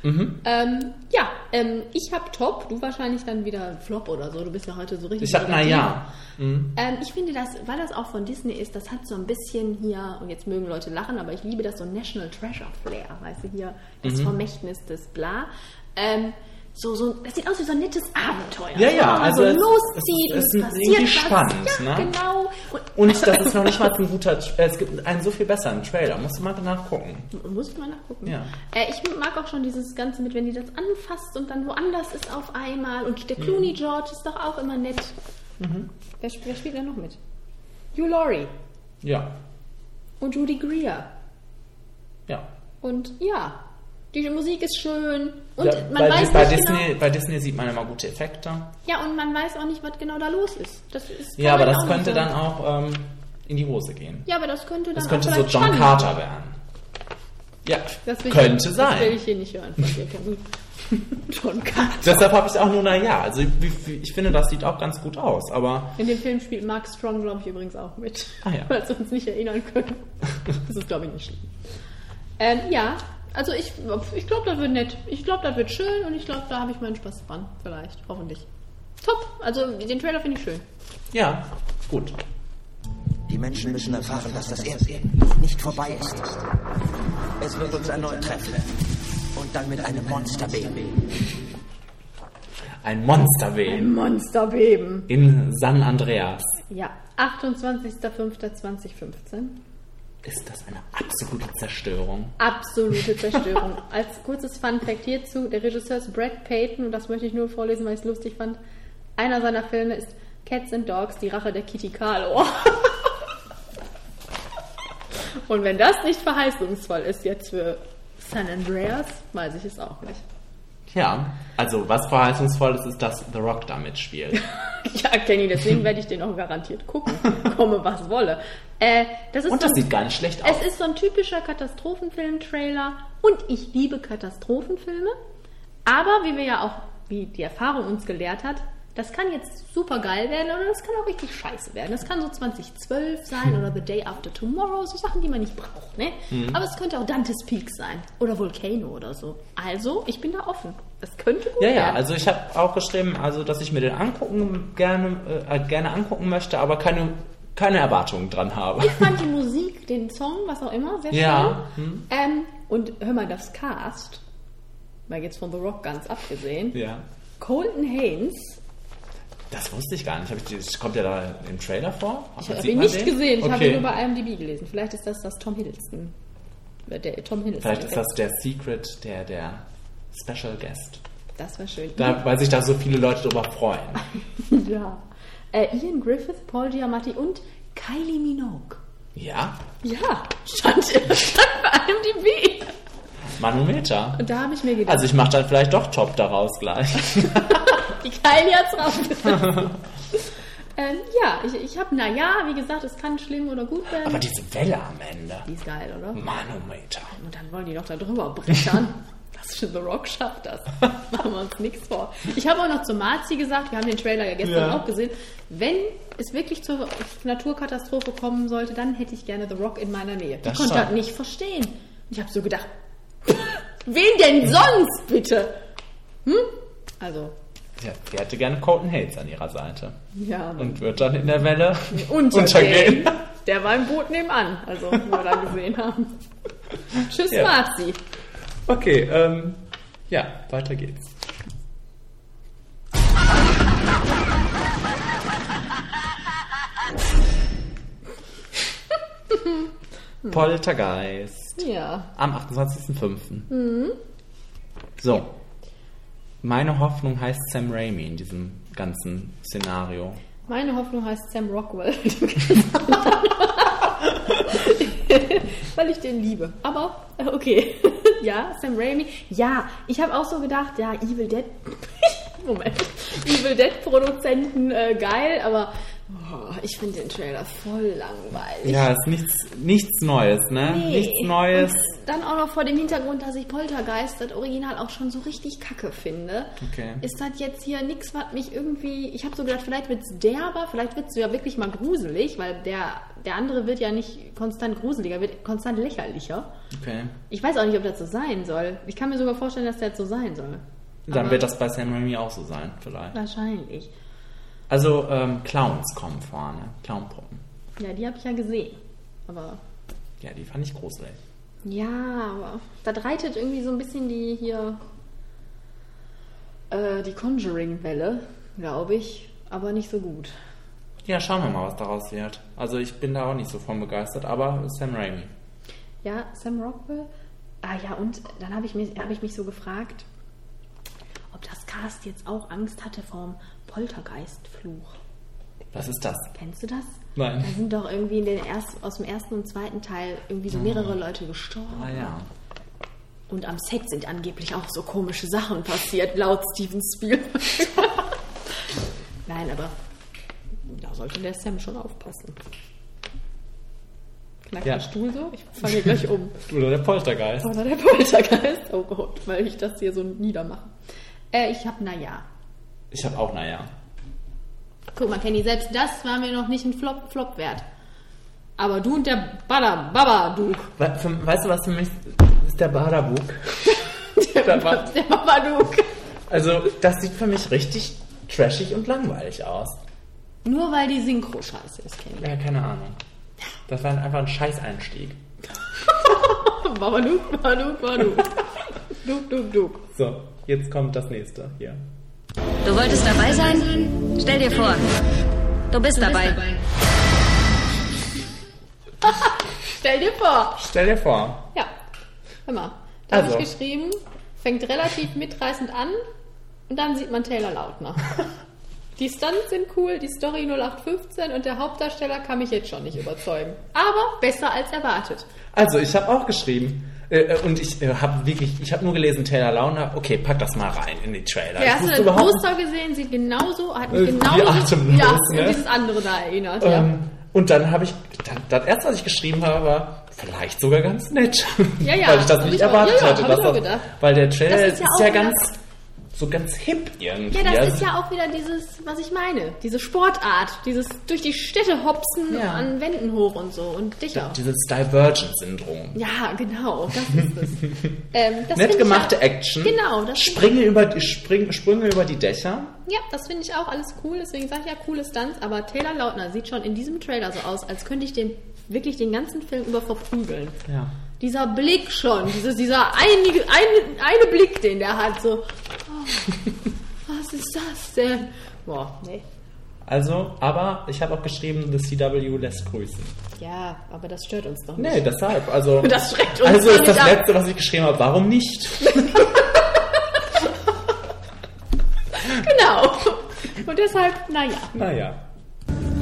[SPEAKER 1] Mhm.
[SPEAKER 2] Ähm, ja, ähm, ich habe Top, du wahrscheinlich dann wieder Flop oder so. Du bist ja heute so richtig.
[SPEAKER 1] Ich sag, na
[SPEAKER 2] negativ.
[SPEAKER 1] ja. Mhm.
[SPEAKER 2] Ähm, ich finde das, weil das auch von Disney ist, das hat so ein bisschen hier, und jetzt mögen Leute lachen, aber ich liebe das so National Treasure Flair, weißt du, hier das
[SPEAKER 1] Mhm.
[SPEAKER 2] Vermächtnis des Bla. Ähm, so, so, das sieht aus wie so ein nettes Abenteuer.
[SPEAKER 1] Ja, ja,
[SPEAKER 2] also
[SPEAKER 1] also es-
[SPEAKER 2] loszieht
[SPEAKER 1] es- es
[SPEAKER 2] und
[SPEAKER 1] ist
[SPEAKER 2] es passiert
[SPEAKER 1] irgendwie
[SPEAKER 2] was.
[SPEAKER 1] spannend,
[SPEAKER 2] ja,
[SPEAKER 1] ne?
[SPEAKER 2] genau.
[SPEAKER 1] Und das ist noch nicht mal ein guter. Tra- äh, Es gibt einen so viel besseren Trailer. Musst du mal nachgucken.
[SPEAKER 2] Muss ich mal nachgucken.
[SPEAKER 1] Ja.
[SPEAKER 2] Äh, ich mag auch schon dieses Ganze mit, wenn die das anfasst und dann woanders ist auf einmal. Und
[SPEAKER 1] Mhm.
[SPEAKER 2] der Clooney George ist doch auch immer nett. Wer, sp- wer spielt da noch mit? Hugh Laurie
[SPEAKER 1] Ja,
[SPEAKER 2] und Judy Greer.
[SPEAKER 1] ja.
[SPEAKER 2] Und ja, die Musik ist schön. Und
[SPEAKER 1] Ja,
[SPEAKER 2] man
[SPEAKER 1] bei,
[SPEAKER 2] weiß
[SPEAKER 1] bei,
[SPEAKER 2] nicht
[SPEAKER 1] Disney,
[SPEAKER 2] genau.
[SPEAKER 1] bei Disney sieht man immer gute Effekte.
[SPEAKER 2] Ja, und man weiß auch nicht, was genau da los ist. Das ist
[SPEAKER 1] Ja,
[SPEAKER 2] kann
[SPEAKER 1] aber
[SPEAKER 2] man
[SPEAKER 1] das
[SPEAKER 2] auch
[SPEAKER 1] könnte
[SPEAKER 2] nicht
[SPEAKER 1] dann
[SPEAKER 2] sagen.
[SPEAKER 1] auch ähm, in die Hose gehen.
[SPEAKER 2] Ja, aber das könnte dann
[SPEAKER 1] Das
[SPEAKER 2] auch
[SPEAKER 1] könnte so
[SPEAKER 2] vielleicht
[SPEAKER 1] John
[SPEAKER 2] spannend
[SPEAKER 1] Carter werden. Ja,
[SPEAKER 2] Das will ich-
[SPEAKER 1] könnte sein.
[SPEAKER 2] Das will ich hier nicht hören von dir, Kevin. John Carter.
[SPEAKER 1] Deshalb habe ich auch nur, naja, also ich, ich finde, das sieht auch ganz gut aus, aber
[SPEAKER 2] In dem Film spielt Mark Strong, glaube ich, übrigens auch mit.
[SPEAKER 1] Ah ja.
[SPEAKER 2] Weil wir uns nicht erinnern können. Das ist, glaube ich, nicht schlimm. Ähm, ja, also ich, ich glaube, das wird nett. Ich glaube, das wird schön und ich glaube, da habe ich meinen Spaß dran. Vielleicht, hoffentlich. Top, also den Trailer finde ich schön.
[SPEAKER 1] ja, gut.
[SPEAKER 19] Die Menschen müssen erfahren, dass das Erdbeben nicht vorbei ist. Es wird uns erneut treffen. Und dann mit einem Monsterbeben.
[SPEAKER 1] Ein Monsterbeben.
[SPEAKER 2] Ein Monsterbeben.
[SPEAKER 1] In San Andreas.
[SPEAKER 2] Ja, 28.05.2015.
[SPEAKER 1] Ist das eine absolute Zerstörung?
[SPEAKER 2] Absolute Zerstörung. Als kurzes Fun-Fact hierzu: Der Regisseur ist Brad Payton, und das möchte ich nur vorlesen, weil ich es lustig fand. Einer seiner Filme ist Cats and Dogs, die Rache der Kitty Carlo. und wenn das nicht verheißungsvoll ist jetzt für San Andreas, weiß ich es auch nicht.
[SPEAKER 1] Ja, also was verheißungsvolles ist, dass The Rock da mitspielt.
[SPEAKER 2] Ja, Kenny, deswegen werde ich den auch garantiert gucken, komme was wolle. Äh, das ist
[SPEAKER 1] Und das
[SPEAKER 2] so ein-
[SPEAKER 1] sieht gar nicht schlecht aus.
[SPEAKER 2] Es ist so ein typischer Katastrophenfilm-Trailer und ich liebe Katastrophenfilme. Aber wie wir ja auch, wie die Erfahrung uns gelehrt hat, das kann jetzt super geil werden oder das kann auch richtig scheiße werden. Das kann so 2012
[SPEAKER 1] Hm.
[SPEAKER 2] sein oder The Day After Tomorrow, so Sachen, die man nicht braucht. Ne?
[SPEAKER 1] Mhm.
[SPEAKER 2] Aber es könnte auch Dante's Peak sein oder Volcano oder so. Also, ich bin da offen. Das könnte gut
[SPEAKER 1] Ja, ja,
[SPEAKER 2] werden.
[SPEAKER 1] also ich habe auch geschrieben, also dass ich mir den angucken gerne, äh, gerne angucken möchte, aber keine, keine Erwartungen dran habe.
[SPEAKER 2] Ich fand die Musik, den Song, was auch immer, sehr
[SPEAKER 1] Ja. Hm.
[SPEAKER 2] schön. Ähm, und hör mal, das Cast, mal jetzt von The Rock ganz abgesehen,
[SPEAKER 1] Ja.
[SPEAKER 2] Colton Haynes,
[SPEAKER 1] Das wusste ich gar nicht. Hab ich, das kommt ja da im Trailer vor?
[SPEAKER 2] ich habe
[SPEAKER 1] Sieht
[SPEAKER 2] ihn
[SPEAKER 1] man
[SPEAKER 2] nicht
[SPEAKER 1] den?
[SPEAKER 2] gesehen, ich habe
[SPEAKER 1] Okay.
[SPEAKER 2] ihn nur bei IMDb gelesen. Vielleicht ist das das Tom Hiddleston. Äh, Der Tom Hiddleston.
[SPEAKER 1] Vielleicht ist das der
[SPEAKER 2] Effekt.
[SPEAKER 1] Secret, der, der Special Guest.
[SPEAKER 2] Das wäre schön.
[SPEAKER 1] Da, weil sich da so viele Leute drüber freuen.
[SPEAKER 2] ja. Äh, Ian Griffith, Paul Giamatti und Kylie Minogue.
[SPEAKER 1] Ja,
[SPEAKER 2] Ja, stand, stand bei IMDb.
[SPEAKER 1] Manometer.
[SPEAKER 2] Und da habe ich mir gedacht,
[SPEAKER 1] Also ich mache dann vielleicht doch Top daraus gleich. Also-
[SPEAKER 2] die Kylie hat's rausgesetzt. ähm, ja, ich, ich habe, naja, wie gesagt, es kann schlimm oder gut werden.
[SPEAKER 1] Aber Hm. diese Welle am Ende.
[SPEAKER 2] Die ist geil, oder?
[SPEAKER 1] Manometer.
[SPEAKER 2] Und dann wollen die noch da drüber brettern. Das The Rock schafft das. Machen wir uns nichts vor. Ich habe auch noch zu Marzi gesagt, wir haben den Trailer ja gestern
[SPEAKER 1] Ja.
[SPEAKER 2] auch gesehen, wenn es wirklich zur Naturkatastrophe kommen sollte, dann hätte ich gerne The Rock in meiner Nähe.
[SPEAKER 1] Das
[SPEAKER 2] ich konnte
[SPEAKER 1] schon.
[SPEAKER 2] das nicht verstehen. Und ich habe so gedacht, wen denn sonst bitte? Hm? Also,
[SPEAKER 1] Ja, die hätte gerne Colton Hayes an ihrer Seite.
[SPEAKER 2] ja.
[SPEAKER 1] Und wird dann in der Welle
[SPEAKER 2] untergehen. Der war im Boot nebenan, also wie wir da gesehen haben. Tschüss,
[SPEAKER 1] Ja.
[SPEAKER 2] Marzi.
[SPEAKER 1] Okay, ähm, ja, weiter geht's. Poltergeist.
[SPEAKER 2] Ja.
[SPEAKER 1] Am 28.05.
[SPEAKER 2] Mhm.
[SPEAKER 1] So. Meine Hoffnung heißt Sam Raimi in diesem ganzen Szenario.
[SPEAKER 2] Meine Hoffnung heißt Sam Rockwell. Weil ich den liebe. Aber äh, okay. ja, Sam Raimi. Ja, ich habe auch so gedacht, ja, Evil Dead. Moment. Evil Dead Produzenten äh, geil, aber oh, ich finde den Trailer voll langweilig.
[SPEAKER 1] Ja, ist nichts, nichts Neues, ne?
[SPEAKER 2] Nee.
[SPEAKER 1] Nichts Neues.
[SPEAKER 2] Und dann auch noch vor dem Hintergrund, dass ich Poltergeist das Original auch schon so richtig kacke finde.
[SPEAKER 1] Okay.
[SPEAKER 2] Ist das jetzt hier nichts, was mich irgendwie. Ich habe so gedacht, vielleicht wird's derber, vielleicht wird's ja wirklich mal gruselig, weil der, der andere wird ja nicht konstant gruseliger, wird konstant lächerlicher.
[SPEAKER 1] Okay.
[SPEAKER 2] Ich weiß auch nicht, ob das so sein soll. Ich kann mir sogar vorstellen, dass der jetzt so sein soll.
[SPEAKER 1] Dann
[SPEAKER 2] Aber
[SPEAKER 1] wird das bei Sam Raimi auch so sein, vielleicht.
[SPEAKER 2] Wahrscheinlich.
[SPEAKER 1] Also, ähm, Clowns kommen vorne. Clownpuppen.
[SPEAKER 2] Ja, die habe ich ja gesehen. Aber
[SPEAKER 1] Ja, die fand ich gruselig.
[SPEAKER 2] Ja, aber das reitet irgendwie so ein bisschen die hier äh, die Conjuring-Welle, glaube ich, aber nicht so gut.
[SPEAKER 1] Ja, schauen wir mal, was daraus wird. Also, ich bin da auch nicht so von begeistert, aber Sam Raimi.
[SPEAKER 2] Ja, Sam Rockwell. Ah ja, und dann habe ich, mich- hab ich mich so gefragt, ob das Cast jetzt auch Angst hatte vom Poltergeistfluch.
[SPEAKER 1] Was ist das?
[SPEAKER 2] Kennst du das?
[SPEAKER 1] Nein.
[SPEAKER 2] Da sind doch irgendwie in den erst, aus dem ersten und zweiten Teil irgendwie so mehrere Leute gestorben.
[SPEAKER 1] Ah ja.
[SPEAKER 2] Und am Set sind angeblich auch so komische Sachen passiert, laut Steven Spielberg. Nein, aber da sollte der Sam schon aufpassen. Knackt
[SPEAKER 1] Ja.
[SPEAKER 2] der Stuhl so? Ich falle hier gleich um.
[SPEAKER 1] Oder der Poltergeist.
[SPEAKER 2] Oder der Poltergeist. Oh Gott, weil ich das hier so niedermache. Äh, ich hab, naja.
[SPEAKER 1] Ich habe auch, naja.
[SPEAKER 2] Guck mal, Kenny, selbst das war mir noch nicht ein Flop, Flop wert. Aber du und der Bada, Baba, du.
[SPEAKER 1] We- für- Weißt du, was für mich ist der Badabuk? der war,
[SPEAKER 2] Der Babadook.
[SPEAKER 1] also, das sieht für mich richtig trashig und langweilig aus.
[SPEAKER 2] Nur weil die Synchro scheiße ist, Kenny.
[SPEAKER 1] Ja, keine Ahnung. Das war einfach ein Scheißeinstieg.
[SPEAKER 2] Babadook, Babadook, Babadook. Duk, duk, duk.
[SPEAKER 1] So, jetzt kommt das nächste hier.
[SPEAKER 20] Du wolltest dabei sein? Stell dir vor, du bist dabei.
[SPEAKER 2] Stell dir vor.
[SPEAKER 1] Stell dir vor.
[SPEAKER 2] Ja. Hör mal. Da hab
[SPEAKER 1] Also.
[SPEAKER 2] ich geschrieben, fängt relativ mitreißend an und dann sieht man Taylor Lautner. Die Stunts sind cool, die Story 0815 und der Hauptdarsteller kann mich jetzt schon nicht überzeugen. Aber besser als erwartet.
[SPEAKER 1] Also, ich habe auch geschrieben. Äh, äh, und ich äh, habe wirklich, ich habe nur gelesen, Taylor Launa, okay, pack das mal rein in die Trailer.
[SPEAKER 2] Ja,
[SPEAKER 1] ich
[SPEAKER 2] hast du
[SPEAKER 1] wusste
[SPEAKER 2] den
[SPEAKER 1] überhaupt
[SPEAKER 2] Poster gesehen? Sieht genauso, hat
[SPEAKER 1] Äh,
[SPEAKER 2] mich
[SPEAKER 1] wie
[SPEAKER 2] genauso
[SPEAKER 1] atemlos,
[SPEAKER 2] ja,
[SPEAKER 1] ne?
[SPEAKER 2] an dieses andere da erinnert.
[SPEAKER 1] Ähm, und dann habe ich, dann, das erste, was ich geschrieben habe, war vielleicht sogar ganz nett.
[SPEAKER 2] Ja, ja,
[SPEAKER 1] weil ich das
[SPEAKER 2] hab
[SPEAKER 1] nicht
[SPEAKER 2] ich auch-
[SPEAKER 1] erwartet
[SPEAKER 2] ja, ja,
[SPEAKER 1] hatte.
[SPEAKER 2] hab
[SPEAKER 1] dass
[SPEAKER 2] ich auch
[SPEAKER 1] das-
[SPEAKER 2] gedacht.
[SPEAKER 1] Weil der Trailer
[SPEAKER 2] Das
[SPEAKER 1] ist
[SPEAKER 2] ist
[SPEAKER 1] ja,
[SPEAKER 2] ja auch wieder-
[SPEAKER 1] ganz, so ganz hip irgendwie.
[SPEAKER 2] Ja, das ist ja auch wieder dieses, was ich meine, diese Sportart, dieses durch die Städte hopsen
[SPEAKER 1] Ja.
[SPEAKER 2] an Wänden hoch und so und dichter.
[SPEAKER 1] Dieses Divergent-Syndrom.
[SPEAKER 2] Ja, genau, das ist es. ähm, das find
[SPEAKER 1] Nett
[SPEAKER 2] ich
[SPEAKER 1] gemachte
[SPEAKER 2] ja,
[SPEAKER 1] Action.
[SPEAKER 2] Genau, das find
[SPEAKER 1] Springe über, die- Spring, Sprünge über die Dächer.
[SPEAKER 2] Ich, ja, das finde ich auch alles cool, deswegen sage ich ja coole Stunts, aber Taylor Lautner sieht schon in diesem Trailer so aus, als könnte ich den wirklich den ganzen Film über verprügeln.
[SPEAKER 1] Ja.
[SPEAKER 2] Dieser Blick schon, dieses, dieser einige, ein, eine Blick, den der hat, so, oh, was ist das denn? Boah, nee.
[SPEAKER 1] Also, aber ich habe auch geschrieben, The CW lässt grüßen.
[SPEAKER 2] Ja, aber das stört uns doch nicht.
[SPEAKER 1] Nee, deshalb. Also,
[SPEAKER 2] Das schreckt uns
[SPEAKER 1] also
[SPEAKER 2] doch
[SPEAKER 1] ist das
[SPEAKER 2] nicht ab.
[SPEAKER 1] Letzte, was ich geschrieben habe. Warum nicht?
[SPEAKER 2] Genau. Und deshalb, naja.
[SPEAKER 1] Naja.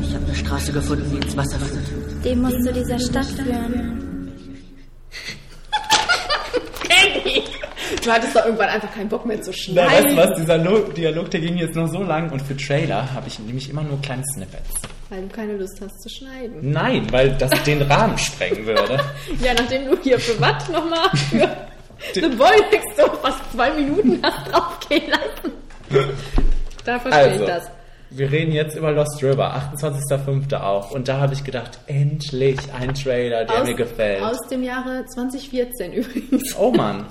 [SPEAKER 8] Ich habe eine Straße gefunden, die ins Wasser führt.
[SPEAKER 18] Die muss zu dieser Stadt führen.
[SPEAKER 2] Kenny! Du hattest doch irgendwann einfach keinen Bock mehr zu
[SPEAKER 1] Na, weißt du
[SPEAKER 2] schneiden.
[SPEAKER 1] was? Dieser Lo Dialog, der ging jetzt noch so lang und für Trailer habe ich nämlich immer nur kleine Snippets.
[SPEAKER 2] Weil du keine Lust hast zu schneiden.
[SPEAKER 1] Nein, weil das den Rahmen sprengen würde.
[SPEAKER 2] Ja, nachdem du hier für was nochmal für The Boy Next Door fast zwei Minuten hast draufgehen lassen. Da verstehe
[SPEAKER 1] Also,
[SPEAKER 2] ich das.
[SPEAKER 1] wir reden jetzt über Lost River, 28.05. auch. Und da habe ich gedacht, endlich ein Trailer, der mir gefällt.
[SPEAKER 2] aus dem Jahre 2014 übrigens.
[SPEAKER 1] Oh Mann.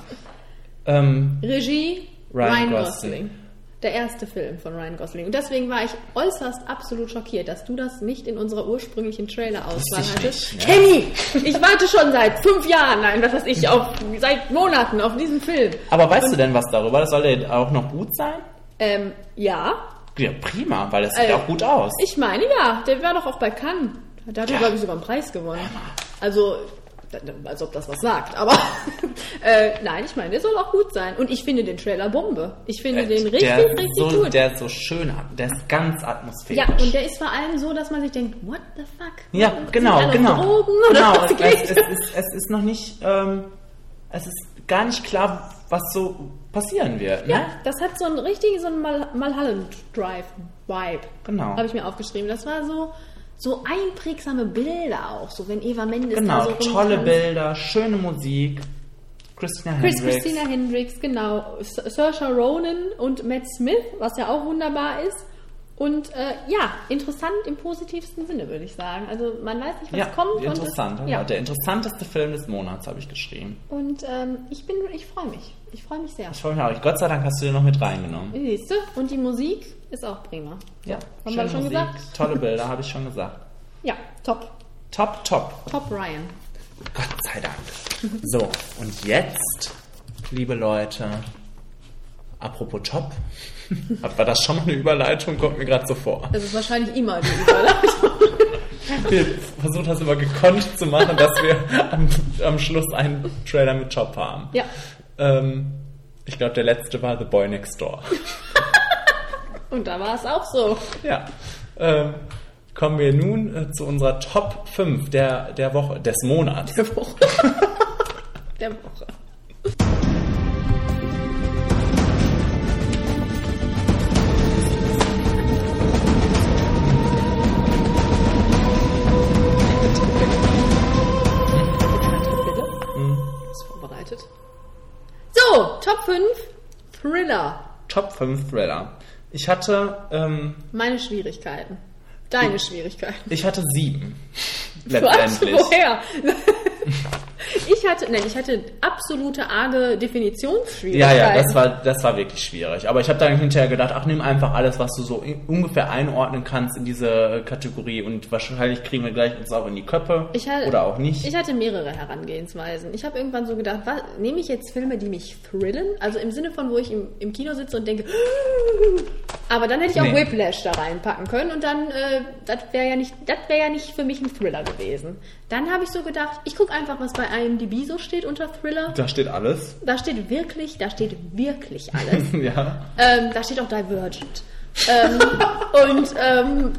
[SPEAKER 1] Ähm,
[SPEAKER 2] Regie
[SPEAKER 1] Ryan
[SPEAKER 2] Ryan,
[SPEAKER 1] Gosling.
[SPEAKER 2] Gosling. Der erste Film von Ryan Gosling. Und deswegen war ich äußerst absolut schockiert, dass du das nicht in unserer ursprünglichen Trailer-Auswahl
[SPEAKER 1] Wusste ich
[SPEAKER 2] hattest.
[SPEAKER 1] nicht, ne?
[SPEAKER 2] Kenny! Ich warte schon seit fünf Jahren, nein, was weiß ich, auf, seit Monaten auf diesen Film.
[SPEAKER 1] aber weißt du denn was darüber? Das soll ja auch noch gut sein?
[SPEAKER 2] Ähm, ja.
[SPEAKER 1] Ja, prima, weil das sieht
[SPEAKER 2] Äh,
[SPEAKER 1] auch gut aus.
[SPEAKER 2] Ich meine, ja. Der war doch auch bei Cannes. Da hat er, glaube ich, sogar einen Preis gewonnen. Also, da- da- als ob das was sagt. Aber äh, nein, ich meine, der soll auch gut sein. Und ich finde den Trailer Bombe. Ich finde den richtig,
[SPEAKER 1] Äh, der, ist
[SPEAKER 2] richtig
[SPEAKER 1] so,
[SPEAKER 2] gut.
[SPEAKER 1] der ist so schön, at- der ist ganz
[SPEAKER 2] Ja,
[SPEAKER 1] atmosphärisch.
[SPEAKER 2] und der ist vor allem so, dass man sich denkt, what the fuck?
[SPEAKER 1] Ja,
[SPEAKER 2] Sind
[SPEAKER 1] genau,
[SPEAKER 2] alle
[SPEAKER 1] genau.
[SPEAKER 2] Drogen oder
[SPEAKER 1] genau.
[SPEAKER 2] was
[SPEAKER 1] es,
[SPEAKER 2] geht?
[SPEAKER 1] es, es, ist, es ist noch nicht, ähm, es ist gar nicht klar, was so passieren wird. Ne?
[SPEAKER 2] Ja, das hat so einen richtigen, so einen Mal Malhallen-Drive-Vibe.
[SPEAKER 1] Genau.
[SPEAKER 2] Habe ich mir aufgeschrieben. Das war so, so einprägsame Bilder auch, so wenn Eva Mendes da
[SPEAKER 1] Genau,
[SPEAKER 2] Also so
[SPEAKER 1] tolle
[SPEAKER 2] rumtanzt.
[SPEAKER 1] Bilder, schöne Musik. Christina
[SPEAKER 2] Chris
[SPEAKER 1] Hendricks.
[SPEAKER 2] Christina Hendricks, genau. S- Saoirse Ronan und Matt Smith, was ja auch wunderbar ist. Und äh, ja, interessant im positivsten Sinne, würde ich sagen. Also man weiß nicht, was
[SPEAKER 1] ja,
[SPEAKER 2] kommt. und es-
[SPEAKER 1] interessant. ne? ja.
[SPEAKER 2] ja.
[SPEAKER 1] Der interessanteste Film des Monats habe ich geschrieben.
[SPEAKER 2] Und ähm, ich bin, ich freue mich. Ich freue mich sehr.
[SPEAKER 1] Ich freue mich auch. Gott sei Dank hast du den noch mit reingenommen.
[SPEAKER 2] Siehst du? Und die Musik ist auch prima. So, haben wir
[SPEAKER 1] schöne
[SPEAKER 2] schon
[SPEAKER 1] Musik,
[SPEAKER 2] gesagt?
[SPEAKER 1] Tolle Bilder, habe ich schon gesagt.
[SPEAKER 2] Ja, top.
[SPEAKER 1] Top, top.
[SPEAKER 2] Top Ryan.
[SPEAKER 1] Gott sei Dank. So, und jetzt, liebe Leute, apropos top. War das schon mal eine Überleitung? Kommt mir gerade so vor.
[SPEAKER 2] Das ist wahrscheinlich immer die Überleitung.
[SPEAKER 1] Wir versuchen das immer gekonnt zu machen, dass wir am, am Schluss einen Trailer mit Chop haben.
[SPEAKER 2] Ja.
[SPEAKER 1] Ähm, ich glaube, der letzte war The Boy Next Door.
[SPEAKER 2] Und da war es auch so.
[SPEAKER 1] Ja. Ähm, kommen wir nun äh, zu unserer Top 5 der, der Woche, des Monats. Der Woche.
[SPEAKER 2] Der Woche. Ist vorbereitet. So, Top 5 Thriller.
[SPEAKER 1] Top 5 Thriller. Ich hatte, ähm,
[SPEAKER 2] Meine Schwierigkeiten. Deine Schwierigkeiten.
[SPEAKER 1] ich hatte sieben.
[SPEAKER 2] Was?
[SPEAKER 1] Letztendlich.
[SPEAKER 2] Woher? ich hatte, nein, ich hatte absolute arge Definitionsschwierigkeiten.
[SPEAKER 1] Ja, ja, das war, das war wirklich schwierig. Aber ich habe dann hinterher gedacht, ach, nimm einfach alles, was du so in, ungefähr einordnen kannst in diese Kategorie und wahrscheinlich kriegen wir gleich uns auch in die Köpfe
[SPEAKER 2] Ich hatte,
[SPEAKER 1] oder auch nicht.
[SPEAKER 2] Ich hatte mehrere Herangehensweisen. Ich habe irgendwann so gedacht, was, nehme ich jetzt Filme, die mich thrillen? Also im Sinne von, wo ich im, im Kino sitze und denke, aber dann hätte ich auch
[SPEAKER 1] Nee.
[SPEAKER 2] Whiplash da reinpacken können und dann, äh, das wäre ja, nicht- das wär ja nicht für mich ein Thriller gewesen. Dann habe ich so gedacht, ich gucke einfach, was bei IMDb so steht unter Thriller.
[SPEAKER 1] da steht alles.
[SPEAKER 2] Da steht wirklich, da steht wirklich alles.
[SPEAKER 1] ja.
[SPEAKER 2] Ähm, da steht auch Divergent. ähm, und ähm,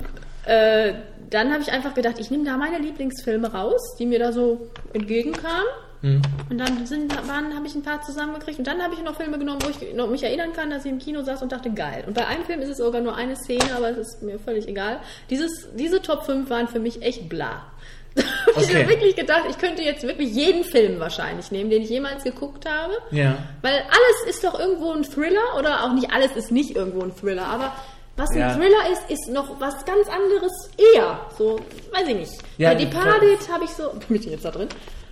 [SPEAKER 2] äh, dann habe ich einfach gedacht, ich nehme da meine Lieblingsfilme raus, die mir da so entgegenkamen.
[SPEAKER 1] Hm.
[SPEAKER 2] Und dann sind- waren- habe ich ein paar zusammengekriegt. Und dann habe ich noch Filme genommen, wo ich noch mich erinnern kann, dass ich im Kino saß und dachte, geil. Und bei einem Film ist es sogar nur eine Szene, aber es ist mir völlig egal. Dieses, diese Top 5 waren für mich echt bla. Ich
[SPEAKER 1] Okay.
[SPEAKER 2] habe wirklich gedacht, ich könnte jetzt wirklich jeden Film wahrscheinlich nehmen, den ich jemals geguckt habe.
[SPEAKER 1] Ja.
[SPEAKER 2] Weil alles ist doch irgendwo ein Thriller oder auch nicht alles ist nicht irgendwo ein Thriller, aber was ein
[SPEAKER 1] Ja.
[SPEAKER 2] Thriller ist, ist noch was ganz anderes eher. So, weiß ich nicht.
[SPEAKER 1] Ja,
[SPEAKER 2] Bei Departed habe ich so. Bin ich jetzt da drin?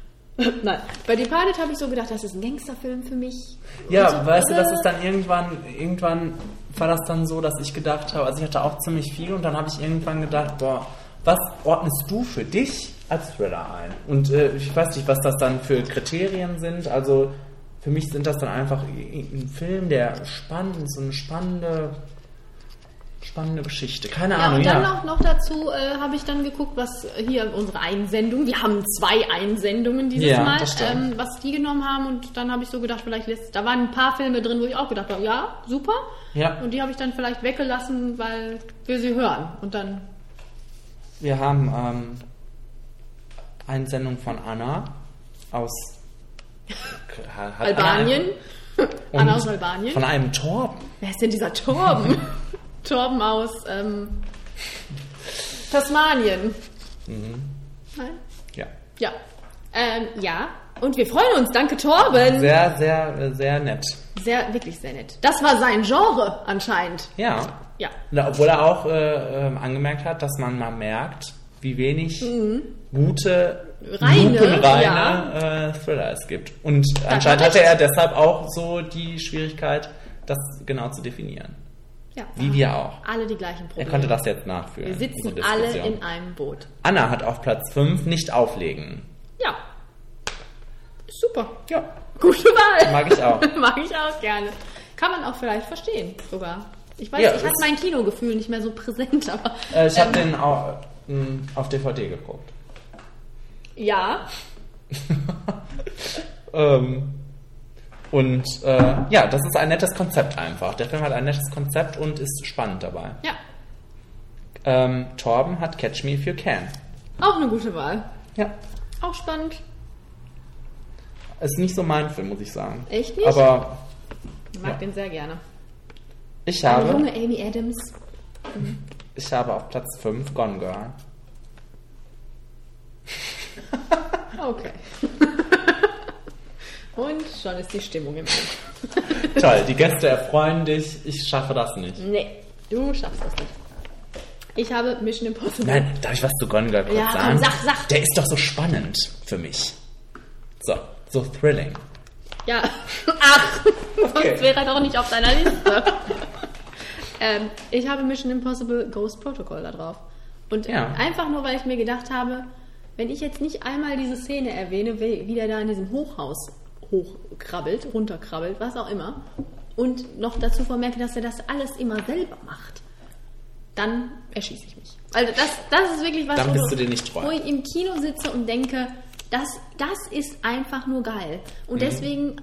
[SPEAKER 2] Nein. Bei Departed habe ich so gedacht, das ist ein Gangsterfilm für mich.
[SPEAKER 1] Ja,
[SPEAKER 2] Und so,
[SPEAKER 1] weißt du,
[SPEAKER 2] äh,
[SPEAKER 1] das ist dann irgendwann, irgendwann war das dann so, dass ich gedacht habe, also ich hatte auch ziemlich viel und dann habe ich irgendwann gedacht, boah, was ordnest du für dich als Thriller ein? Und äh, ich weiß nicht, was das dann für Kriterien sind, also für mich sind das dann einfach ein Film, der spannend ist, so eine spannende, spannende Geschichte. Keine
[SPEAKER 2] äh, Ja,
[SPEAKER 1] Ahnung,
[SPEAKER 2] und dann
[SPEAKER 1] ja.
[SPEAKER 2] Noch, noch dazu äh, habe ich dann geguckt, was hier unsere Einsendung, wir haben zwei Einsendungen dieses
[SPEAKER 1] Ja,
[SPEAKER 2] Mal,
[SPEAKER 1] das stimmt.
[SPEAKER 2] ähm, was die genommen haben und dann habe ich so gedacht, vielleicht lässt, da waren ein paar Filme drin, wo ich auch gedacht habe, ja, super.
[SPEAKER 1] Ja.
[SPEAKER 2] Und die habe ich dann vielleicht weggelassen, weil wir sie hören. Und dann,
[SPEAKER 1] Wir haben ähm, eine Sendung von Anna aus hat Anna-
[SPEAKER 2] Albanien.
[SPEAKER 1] also. Und
[SPEAKER 2] Anna aus Albanien.
[SPEAKER 1] Von einem Torben.
[SPEAKER 2] Wer ist denn dieser Torben? Torben aus ähm, Tasmanien.
[SPEAKER 1] Mhm.
[SPEAKER 2] Nein?
[SPEAKER 1] Ja.
[SPEAKER 2] Ja. Ähm, ja. Und wir freuen uns. Danke, Torben.
[SPEAKER 1] Sehr, sehr, äh, sehr nett.
[SPEAKER 2] Sehr, wirklich sehr nett. Das war sein Genre anscheinend.
[SPEAKER 1] Ja.
[SPEAKER 2] Ja.
[SPEAKER 1] Na, Obwohl er auch äh, ähm, angemerkt hat, dass man mal merkt, wie wenig
[SPEAKER 2] Mhm.
[SPEAKER 1] gute,
[SPEAKER 2] Reine,
[SPEAKER 1] lupenreine
[SPEAKER 2] ja.
[SPEAKER 1] äh, Thriller es gibt. Und
[SPEAKER 2] hat
[SPEAKER 1] anscheinend
[SPEAKER 2] er
[SPEAKER 1] hatte er
[SPEAKER 2] recht.
[SPEAKER 1] deshalb auch so die Schwierigkeit, das genau zu definieren.
[SPEAKER 2] ja.
[SPEAKER 1] Wie wir auch.
[SPEAKER 2] Alle die gleichen Probleme.
[SPEAKER 1] Er konnte das jetzt nachführen.
[SPEAKER 2] Wir sitzen
[SPEAKER 1] diese
[SPEAKER 2] alle
[SPEAKER 1] Diskussion.
[SPEAKER 2] in einem Boot.
[SPEAKER 1] Anna hat auf Platz 5 nicht auflegen.
[SPEAKER 2] Ja. Super.
[SPEAKER 1] Ja.
[SPEAKER 2] Gute Wahl.
[SPEAKER 1] Mag ich auch.
[SPEAKER 2] Mag ich auch gerne. Kann man auch vielleicht verstehen sogar. Ich weiß,
[SPEAKER 1] Ja,
[SPEAKER 2] ich hatte
[SPEAKER 1] ist-
[SPEAKER 2] mein Kinogefühl nicht mehr so präsent, aber.
[SPEAKER 1] Äh, ich habe
[SPEAKER 2] ähm,
[SPEAKER 1] den auch, ähm, auf DVD geguckt.
[SPEAKER 2] Ja.
[SPEAKER 1] Ähm, und äh, ja, das ist ein nettes Konzept einfach. Der Film hat ein nettes Konzept und ist spannend dabei.
[SPEAKER 2] Ja.
[SPEAKER 1] Ähm, Torben hat Catch Me If You Can.
[SPEAKER 2] Auch eine gute Wahl.
[SPEAKER 1] Ja.
[SPEAKER 2] Auch spannend.
[SPEAKER 1] Ist nicht so mein Film, muss ich sagen.
[SPEAKER 2] Echt nicht?
[SPEAKER 1] Aber
[SPEAKER 2] Ich mag den sehr gerne.
[SPEAKER 1] ich
[SPEAKER 2] Eine
[SPEAKER 1] habe,
[SPEAKER 2] junge Amy Adams.
[SPEAKER 1] ich habe auf Platz 5 Gone Girl.
[SPEAKER 2] Okay. Und schon ist die Stimmung im Bild.
[SPEAKER 1] Toll, die Gäste erfreuen dich. Ich schaffe das nicht.
[SPEAKER 2] Nee, du schaffst das nicht. Ich habe Mission Impossible.
[SPEAKER 1] Nein, darf ich was zu Gone Girl kurz
[SPEAKER 2] Ja, komm,
[SPEAKER 1] sagen?
[SPEAKER 2] sag, sag.
[SPEAKER 1] Der ist doch so spannend für mich. So, so thrilling.
[SPEAKER 2] Ja, ach, sonst wäre er doch nicht auf deiner Liste. ähm, ich habe Mission Impossible Ghost Protocol da drauf. Und
[SPEAKER 1] Ja.
[SPEAKER 2] einfach nur, weil ich mir gedacht habe, wenn ich jetzt nicht einmal diese Szene erwähne, wie wie der da in diesem Hochhaus hochkrabbelt, runterkrabbelt, was auch immer, und noch dazu vermerke, dass er das alles immer selber macht, dann erschieße ich mich. Also das, das ist wirklich was,
[SPEAKER 1] Dann
[SPEAKER 2] wo
[SPEAKER 1] bist du dir nicht treu.
[SPEAKER 2] wo ich im Kino sitze und denke, das, das ist einfach nur geil. Und
[SPEAKER 1] Mhm.
[SPEAKER 2] deswegen,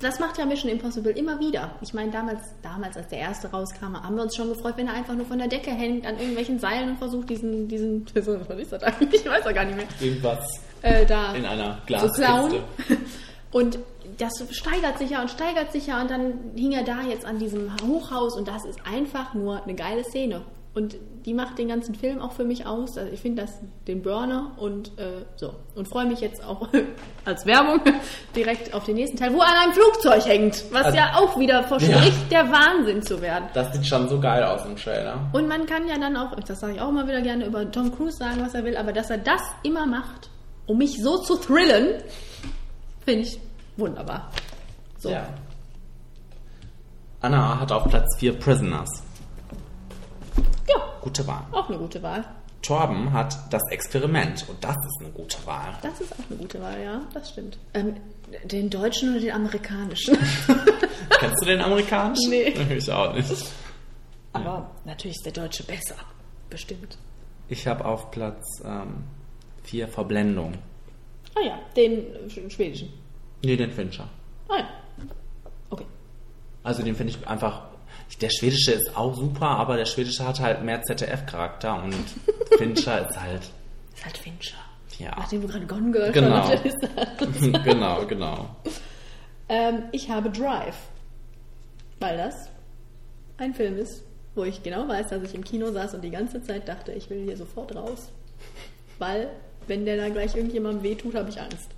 [SPEAKER 2] das macht ja Mission Impossible immer wieder. Ich meine, damals, damals, als der erste rauskam, haben wir uns schon gefreut, wenn er einfach nur von der Decke hängt an irgendwelchen Seilen und versucht, diesen, diesen, was ist das eigentlich? Ich weiß ja gar nicht mehr.
[SPEAKER 1] Irgendwas
[SPEAKER 2] Äh, da.
[SPEAKER 1] in einer
[SPEAKER 2] So Clown.
[SPEAKER 1] Glaskiste.
[SPEAKER 2] Und das steigert sich ja und steigert sich ja und dann hing er da jetzt an diesem Hochhaus und das ist einfach nur eine geile Szene. Und die macht den ganzen Film auch für mich aus. Also ich finde das den Burner und äh, so. Und freue mich jetzt auch als Werbung direkt auf den nächsten Teil, wo er an einem Flugzeug hängt. Was
[SPEAKER 1] Also-
[SPEAKER 2] ja auch wieder verspricht, der Wahnsinn zu werden.
[SPEAKER 1] Das sieht schon so geil aus im Trailer.
[SPEAKER 2] Und man kann ja dann auch, das sage ich auch mal wieder gerne, über Tom Cruise sagen, was er will, aber dass er das immer macht, um mich so zu thrillen, finde ich wunderbar. So.
[SPEAKER 1] Ja. Anna hat auf Platz 4 Prisoners.
[SPEAKER 2] Ja.
[SPEAKER 1] Gute Wahl.
[SPEAKER 2] Auch eine gute Wahl.
[SPEAKER 1] Torben hat das Experiment und das ist eine gute Wahl.
[SPEAKER 2] Das ist auch eine gute Wahl, ja, das stimmt. Ähm, den deutschen oder den amerikanischen?
[SPEAKER 1] Kennst du den amerikanischen?
[SPEAKER 2] Nee.
[SPEAKER 1] Ich auch nicht.
[SPEAKER 2] Aber natürlich ist der deutsche besser. Bestimmt.
[SPEAKER 1] Ich habe auf Platz 4 Verblendung.
[SPEAKER 2] Ah ja, den äh, sch- schwedischen.
[SPEAKER 1] Nee, den Fincher.
[SPEAKER 2] Ah ja.
[SPEAKER 1] Also den finde ich einfach. Der schwedische ist auch super, aber der schwedische hat halt mehr ZDF-Charakter und Fincher ist halt.
[SPEAKER 2] Ist halt Fincher.
[SPEAKER 1] Ja.
[SPEAKER 2] Nachdem wir gerade Gone Girl
[SPEAKER 1] Genau.
[SPEAKER 2] schon auf der Liste hatten.
[SPEAKER 1] genau, genau.
[SPEAKER 2] Ähm, ich habe Drive. Weil das ein Film ist, wo ich genau weiß, dass ich im Kino saß und die ganze Zeit dachte, ich will hier sofort raus. Weil, wenn der da gleich irgendjemandem wehtut, habe ich Angst.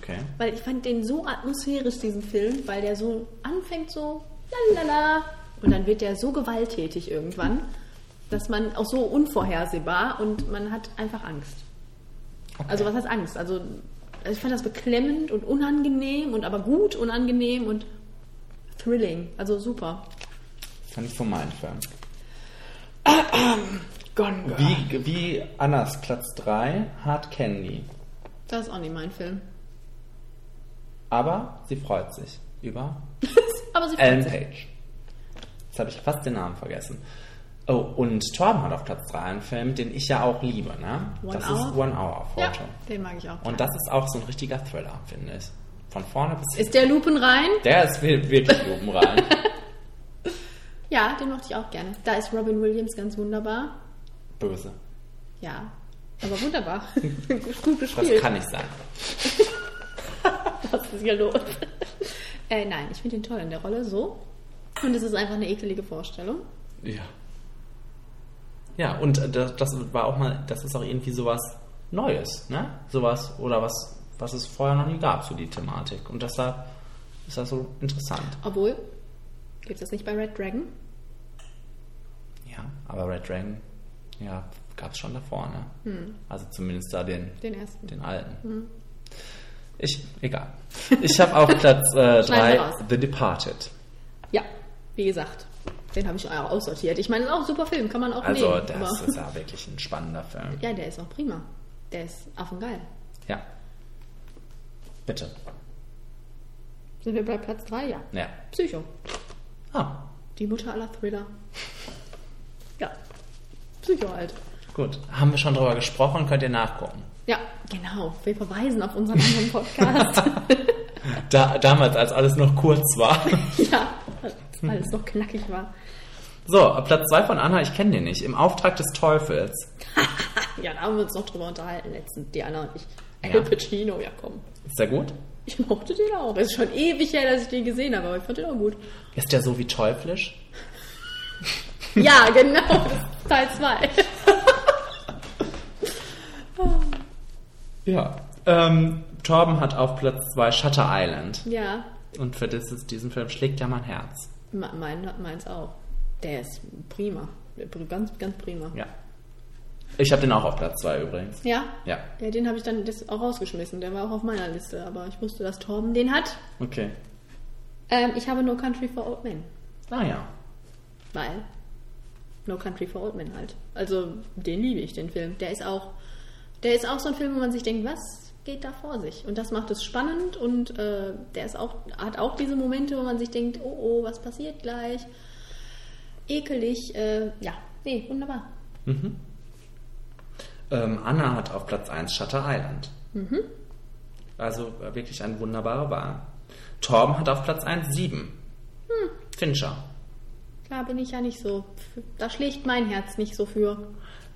[SPEAKER 1] Okay.
[SPEAKER 2] Weil ich fand den so atmosphärisch, diesen Film, weil der so anfängt so lalala und dann wird der so gewalttätig irgendwann, dass man auch so unvorhersehbar und man hat einfach Angst. Also was heißt Angst? Also ich fand das beklemmend und unangenehm und aber gut unangenehm und thrilling. Also super.
[SPEAKER 1] Fand ich von meinen Film.
[SPEAKER 2] Gone
[SPEAKER 1] Wie, wie Annas Platz 3 Hard Candy.
[SPEAKER 2] Das ist auch nicht mein Film.
[SPEAKER 1] Aber sie freut sich über
[SPEAKER 2] Aber sie
[SPEAKER 1] Ellen
[SPEAKER 2] freut sich.
[SPEAKER 1] Page. Jetzt habe ich fast den Namen vergessen. Oh, und Torben hat auf Platz 3 einen Film, den ich ja auch liebe, ne?
[SPEAKER 2] One
[SPEAKER 1] das
[SPEAKER 2] Hour?
[SPEAKER 1] ist One Hour
[SPEAKER 2] Ja,
[SPEAKER 1] Photo.
[SPEAKER 2] den mag ich auch.
[SPEAKER 1] Und das ist auch so ein richtiger Thriller, finde ich. Von vorne bis
[SPEAKER 2] Ist der Lupen rein?
[SPEAKER 1] Der ist wir- wirklich oben rein.
[SPEAKER 2] Ja, den mochte ich auch gerne. Da ist Robin Williams ganz wunderbar.
[SPEAKER 1] Böse.
[SPEAKER 2] Ja, aber wunderbar. gut, gut
[SPEAKER 1] Das
[SPEAKER 2] gespielt.
[SPEAKER 1] kann nicht sein.
[SPEAKER 2] Was ist hier los? äh, nein, ich finde ihn toll in der Rolle, so. Und es ist einfach eine ekelige Vorstellung.
[SPEAKER 1] Ja. Ja, und äh, das, das war auch mal, das ist auch irgendwie sowas Neues, ne? Sowas oder was, was es vorher noch nie gab, so die Thematik. Und deshalb ist das so interessant.
[SPEAKER 2] Obwohl, gibt es das nicht bei Red Dragon?
[SPEAKER 1] Ja, aber Red Dragon, ja, gab es schon davor, ne?
[SPEAKER 2] Hm.
[SPEAKER 1] Also zumindest da den,
[SPEAKER 2] Den ersten.
[SPEAKER 1] den alten.
[SPEAKER 2] Hm.
[SPEAKER 1] Ich, egal. Ich habe auf Platz 3 äh,
[SPEAKER 2] Schneiden wir
[SPEAKER 1] drei
[SPEAKER 2] raus.
[SPEAKER 1] The Departed.
[SPEAKER 2] Ja, wie gesagt, den habe ich auch aussortiert. Ich meine, ist auch ein super Film, kann man auch
[SPEAKER 1] Also,
[SPEAKER 2] nehmen.
[SPEAKER 1] das
[SPEAKER 2] aber-
[SPEAKER 1] ist ja wirklich ein spannender Film.
[SPEAKER 2] ja, der ist auch prima. Der ist affengeil.
[SPEAKER 1] Ja. Bitte.
[SPEAKER 2] Sind wir bei Platz 3? Ja.
[SPEAKER 1] Ja.
[SPEAKER 2] Psycho.
[SPEAKER 1] Ah.
[SPEAKER 2] Die Mutter aller Thriller. Ja. Psycho halt.
[SPEAKER 1] Gut. Haben wir schon drüber gesprochen, könnt ihr nachgucken.
[SPEAKER 2] Ja, genau. Wir verweisen auf unseren anderen Podcast.
[SPEAKER 1] Da, damals, als alles noch kurz war.
[SPEAKER 2] ja, weil es noch knackig war.
[SPEAKER 1] So, Platz 2 von Anna, ich kenne den nicht. Im Auftrag des Teufels.
[SPEAKER 2] Ja, da haben wir uns noch drüber unterhalten letztens, Diana und ich.
[SPEAKER 1] Ja.
[SPEAKER 2] Al Pacino, ja komm.
[SPEAKER 1] Ist der gut?
[SPEAKER 2] Ich mochte den auch. Es ist schon ewig her, dass ich den gesehen habe, aber ich fand den auch gut.
[SPEAKER 1] Ist der so wie teuflisch?
[SPEAKER 2] Ja, genau. das ist Teil 2.
[SPEAKER 1] Ja. Ähm, Torben hat auf Platz 2 Shutter Island.
[SPEAKER 2] Ja,
[SPEAKER 1] Und für dieses, diesen Film schlägt ja mein Herz.
[SPEAKER 2] me- mein, meins auch. Der ist prima. Ganz, ganz prima.
[SPEAKER 1] Ja. Ich habe den auch auf Platz 2 übrigens.
[SPEAKER 2] Ja?
[SPEAKER 1] Ja.
[SPEAKER 2] Ja, den habe ich dann das auch rausgeschmissen. Der war auch auf meiner Liste, aber ich wusste, dass Torben den hat.
[SPEAKER 1] Okay.
[SPEAKER 2] Ähm, ich habe No Country for Old Men.
[SPEAKER 1] Ah ja.
[SPEAKER 2] Weil No Country for Old Men halt. Also den liebe ich, den Film. Der ist auch, der ist auch so ein Film, wo man sich denkt, was geht da vor sich? Und das macht es spannend und äh, der ist auch, hat auch diese Momente, wo man sich denkt, oh oh, was passiert gleich? Ekelig. Äh, ja, nee, wunderbar.
[SPEAKER 1] Mhm. Ähm, Anna hat auf Platz 1 Shutter Island.
[SPEAKER 2] Mhm.
[SPEAKER 1] Also äh, wirklich eine wunderbare Wahl. Torben hat auf Platz 1 7.
[SPEAKER 2] Hm,
[SPEAKER 1] Fincher.
[SPEAKER 2] klar bin ich ja nicht so. Da schlägt mein Herz nicht so für.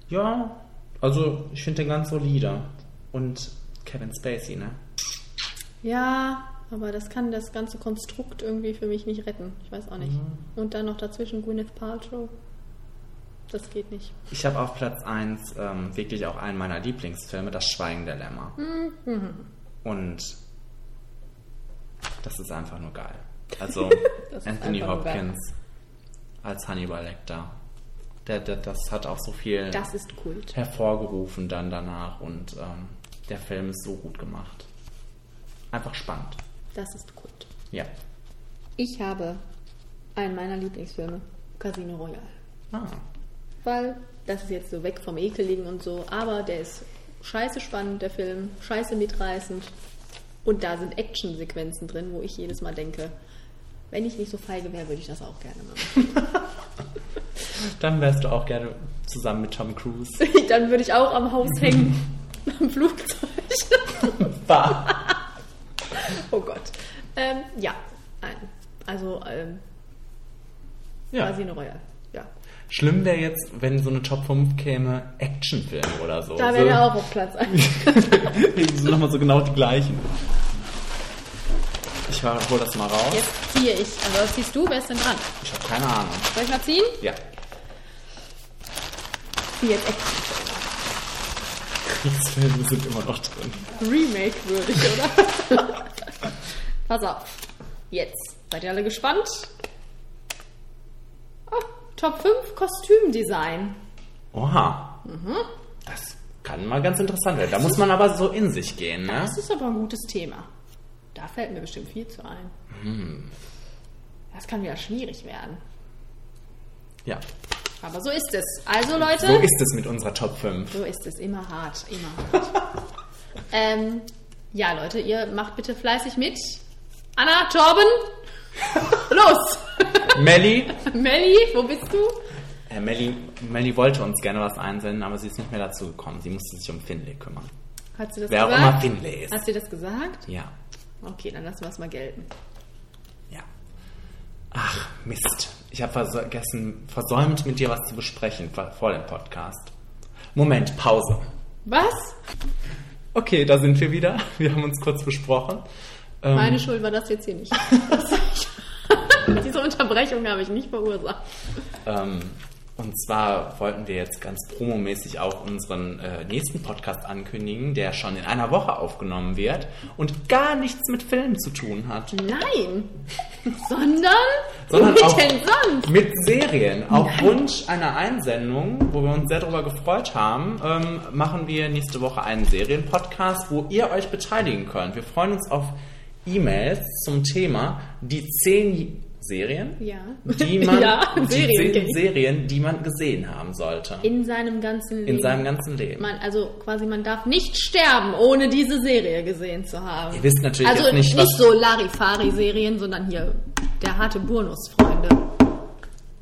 [SPEAKER 1] Ja, also ich finde den ganz solide. Und Kevin Spacey, ne?
[SPEAKER 2] Ja, aber das kann das ganze Konstrukt irgendwie für mich nicht retten. Ich weiß auch nicht. Und dann noch dazwischen Gwyneth Paltrow. Das geht nicht.
[SPEAKER 1] Ich habe auf Platz 1 ähm, wirklich auch einen meiner Lieblingsfilme, Das Schweigen der Lämmer.
[SPEAKER 2] Mhm.
[SPEAKER 1] Und das ist einfach nur geil. Also
[SPEAKER 2] Das ist
[SPEAKER 1] Anthony
[SPEAKER 2] einfach nur geil.
[SPEAKER 1] Hopkins als Hannibal Lecter. Der, der, das hat auch so viel
[SPEAKER 2] Das ist Kult.
[SPEAKER 1] hervorgerufen dann danach und ähm, der Film ist so gut gemacht. Einfach spannend.
[SPEAKER 2] Das ist Kult.
[SPEAKER 1] Ja.
[SPEAKER 2] Ich habe einen meiner Lieblingsfilme, Casino Royale.
[SPEAKER 1] Ah.
[SPEAKER 2] Weil das ist jetzt so weg vom Ekeligen und so, aber der ist scheiße spannend, der Film, scheiße mitreißend. Und da sind Actionsequenzen drin, wo ich jedes Mal denke, wenn ich nicht so feige wäre, würde ich das auch gerne machen.
[SPEAKER 1] Dann wärst du auch gerne zusammen mit Tom Cruise.
[SPEAKER 2] Dann würde ich auch am Haus hängen, am Flugzeug.
[SPEAKER 1] Bah.
[SPEAKER 2] Oh Gott. Ähm, ja, nein. Also ähm,
[SPEAKER 1] Ja.
[SPEAKER 2] Casino Royale. Ja.
[SPEAKER 1] Schlimm wäre jetzt, wenn so eine Top 5 käme, Actionfilm oder so.
[SPEAKER 2] Da wäre
[SPEAKER 1] so,
[SPEAKER 2] er auch auf Platz 1.
[SPEAKER 1] Die sind nochmal so genau die gleichen. Ich hole das mal raus.
[SPEAKER 2] Jetzt ziehe ich. Also was ziehst du? Wer ist denn dran?
[SPEAKER 1] Ich habe keine Ahnung.
[SPEAKER 2] Soll ich mal ziehen?
[SPEAKER 1] Ja.
[SPEAKER 2] Ziehe jetzt echt
[SPEAKER 1] Kriegsfilme sind immer noch drin.
[SPEAKER 2] Remake würdig, oder? Pass auf. Jetzt. Seid ihr alle gespannt? Oh, Top 5 Kostümdesign.
[SPEAKER 1] Oha,
[SPEAKER 2] Mhm.
[SPEAKER 1] das kann mal ganz interessant werden. Da muss man aber so in sich gehen, ne?
[SPEAKER 2] Das ist aber ein gutes Thema. Da fällt mir bestimmt viel zu ein.
[SPEAKER 1] Hm.
[SPEAKER 2] Das kann wieder schwierig werden.
[SPEAKER 1] Ja.
[SPEAKER 2] Aber so ist es. Also Leute.
[SPEAKER 1] So ist es mit unserer Top 5.
[SPEAKER 2] So ist es, immer hart, immer hart. ähm, ja, Leute, ihr macht bitte fleißig mit. Anna, Torben, los!
[SPEAKER 1] Melli,
[SPEAKER 2] Melli, wo bist du?
[SPEAKER 1] äh, Melli, Melli wollte uns gerne was einsenden, aber sie ist nicht mehr dazu gekommen. Sie musste sich um Finley kümmern.
[SPEAKER 2] Hat sie das
[SPEAKER 1] Wer auch
[SPEAKER 2] gesagt?
[SPEAKER 1] immer Finlay ist.
[SPEAKER 2] Hast du das gesagt?
[SPEAKER 1] Ja.
[SPEAKER 2] Okay, dann lassen wir es mal gelten.
[SPEAKER 1] Mist, ich habe vergessen, versäumt mit dir was zu besprechen vor vor dem Podcast. Moment, Pause.
[SPEAKER 2] Was?
[SPEAKER 1] Ähm. Okay, da sind wir wieder. Wir haben uns kurz besprochen. Ähm,
[SPEAKER 2] Meine Schuld war das jetzt hier nicht. Diese Unterbrechung habe ich nicht verursacht.
[SPEAKER 1] Ähm, und zwar wollten wir jetzt ganz promomäßig auch unseren äh, nächsten Podcast ankündigen, der schon in einer Woche aufgenommen wird und gar nichts mit Filmen zu tun hat,
[SPEAKER 2] Nein, sondern,
[SPEAKER 1] Sondern
[SPEAKER 2] wie
[SPEAKER 1] auch-
[SPEAKER 2] denn sonst?
[SPEAKER 1] mit Serien. Auf Wunsch einer Einsendung, wo wir uns sehr darüber gefreut haben, ähm, machen wir nächste Woche einen Serienpodcast, wo ihr euch beteiligen könnt. Wir freuen uns auf E-Mails zum Thema die zehn Serien,
[SPEAKER 2] Ja.
[SPEAKER 1] die man
[SPEAKER 2] ja,
[SPEAKER 1] die
[SPEAKER 2] Serien.
[SPEAKER 1] zehn Serien, die man gesehen haben sollte.
[SPEAKER 2] In seinem ganzen Leben.
[SPEAKER 1] In seinem ganzen Leben.
[SPEAKER 2] Man, also quasi, man darf nicht sterben, ohne diese Serie gesehen zu haben.
[SPEAKER 1] Ihr wisst natürlich
[SPEAKER 2] also
[SPEAKER 1] jetzt nicht,
[SPEAKER 2] nicht
[SPEAKER 1] was-
[SPEAKER 2] so Larifari-Serien, sondern hier der harte Burnus, Freunde.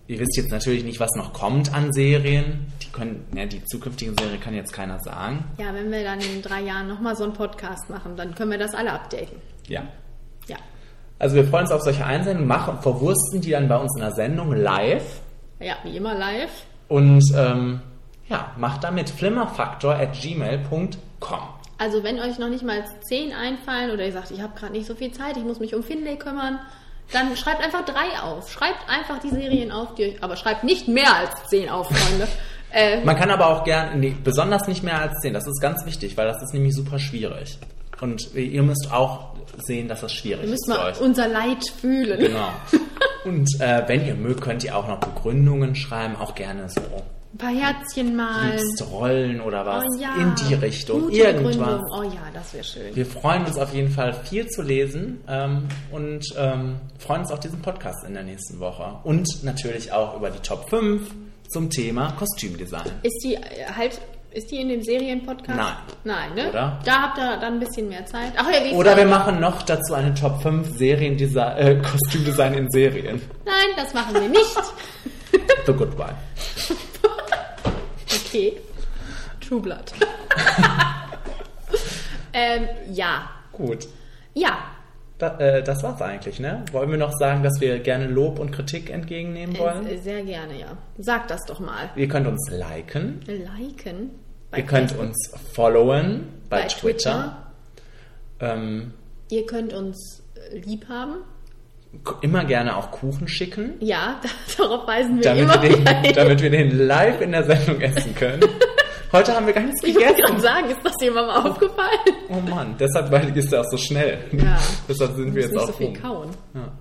[SPEAKER 1] Ihr wisst jetzt natürlich nicht, was noch kommt an Serien. Die können, ja, die zukünftigen Serie kann jetzt keiner sagen.
[SPEAKER 2] Ja, wenn wir dann in drei Jahren nochmal so einen Podcast machen, dann können wir das alle updaten.
[SPEAKER 1] Ja.
[SPEAKER 2] Ja.
[SPEAKER 1] Also wir freuen uns auf solche Einsendungen, machen, verwursten die dann bei uns in der Sendung live
[SPEAKER 2] Ja, wie immer live.
[SPEAKER 1] und ähm, ja, macht damit flimmerfaktor at gmail.com.
[SPEAKER 2] Also wenn euch noch nicht mal zehn einfallen oder ihr sagt, ich habe gerade nicht so viel Zeit, ich muss mich um Finlay kümmern, dann schreibt einfach drei auf. Schreibt einfach die Serien auf, die euch, aber schreibt nicht mehr als zehn auf, Freunde. äh,
[SPEAKER 1] Man kann aber auch gern, nee, besonders nicht mehr als 10, das ist ganz wichtig, weil das ist nämlich super schwierig. Und ihr müsst auch sehen, dass das schwierig
[SPEAKER 2] Wir
[SPEAKER 1] ist.
[SPEAKER 2] müssen
[SPEAKER 1] für
[SPEAKER 2] mal
[SPEAKER 1] euch.
[SPEAKER 2] unser Leid fühlen.
[SPEAKER 1] Genau. Und äh, wenn ihr mögt, könnt ihr auch noch Begründungen schreiben, auch gerne so
[SPEAKER 2] Ein paar Herzchen mal.
[SPEAKER 1] liebst Rollen oder was
[SPEAKER 2] Oh ja.
[SPEAKER 1] in die Richtung,
[SPEAKER 2] Gute
[SPEAKER 1] irgendwas.
[SPEAKER 2] Begründung. Oh ja, das wäre schön.
[SPEAKER 1] Wir freuen uns auf jeden Fall viel zu lesen ähm, und ähm, freuen uns auf diesen Podcast in der nächsten Woche. Und natürlich auch über die Top 5 zum Thema Kostümdesign.
[SPEAKER 2] Ist die äh, halt. Ist die in dem Serienpodcast?
[SPEAKER 1] Nein.
[SPEAKER 2] Nein, ne?
[SPEAKER 1] Oder?
[SPEAKER 2] Da habt ihr dann ein bisschen mehr Zeit. Ach ja, wie
[SPEAKER 1] Oder wir
[SPEAKER 2] gesagt-
[SPEAKER 1] machen noch dazu eine Top 5 Seriendesign, äh, Kostümdesign in Serien.
[SPEAKER 2] Nein, das machen wir nicht.
[SPEAKER 1] The Good Wife.
[SPEAKER 2] Okay. True Blood. ähm, ja.
[SPEAKER 1] Gut.
[SPEAKER 2] Ja.
[SPEAKER 1] Da, äh, das war's eigentlich, ne? Wollen wir noch sagen, dass wir gerne Lob und Kritik entgegennehmen wollen?
[SPEAKER 2] Äh, Sehr gerne, ja. Sag das doch mal.
[SPEAKER 1] Ihr könnt uns liken.
[SPEAKER 2] Liken. Bei
[SPEAKER 1] Ihr könnt
[SPEAKER 2] Facebook.
[SPEAKER 1] uns followen bei,
[SPEAKER 2] Bei
[SPEAKER 1] Twitter. Ähm,
[SPEAKER 2] Ihr könnt uns äh, lieb haben.
[SPEAKER 1] k- immer gerne auch Kuchen schicken,
[SPEAKER 2] Ja, darauf weisen wir
[SPEAKER 1] damit
[SPEAKER 2] immer
[SPEAKER 1] wir,
[SPEAKER 2] wieder hin.
[SPEAKER 1] den, damit wir den live in der Sendung essen können. Heute haben wir gar nichts
[SPEAKER 2] Ich wollte
[SPEAKER 1] gegessen.
[SPEAKER 2] gerade sagen, ist das jemandem aufgefallen?
[SPEAKER 1] Oh Mann, deshalb weil ist er auch so schnell.
[SPEAKER 2] Ja.
[SPEAKER 1] deshalb sind wir jetzt
[SPEAKER 2] Muss nicht
[SPEAKER 1] auch
[SPEAKER 2] so viel
[SPEAKER 1] rum.
[SPEAKER 2] kauen.
[SPEAKER 1] Ja.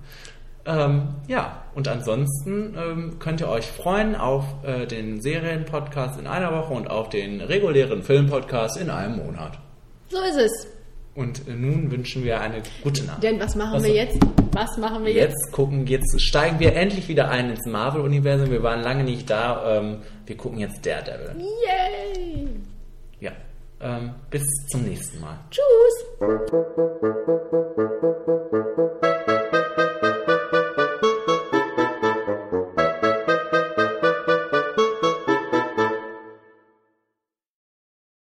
[SPEAKER 1] Ähm, ja, und ansonsten ähm, könnt ihr euch freuen auf äh, den Serienpodcast in einer Woche und auf den regulären Filmpodcast in einem Monat.
[SPEAKER 2] So ist es.
[SPEAKER 1] Und äh, nun wünschen wir eine gute Nacht.
[SPEAKER 2] Denn was machen
[SPEAKER 1] Was-
[SPEAKER 2] wir jetzt? Was machen wir jetzt?
[SPEAKER 1] Jetzt gucken, jetzt steigen wir endlich wieder ein ins Marvel-Universum. Wir waren lange nicht da. Ähm, wir gucken jetzt Daredevil.
[SPEAKER 2] Yay!
[SPEAKER 1] Ja. Ähm, bis zum nächsten Mal.
[SPEAKER 2] Tschüss!
[SPEAKER 13] Tschüss.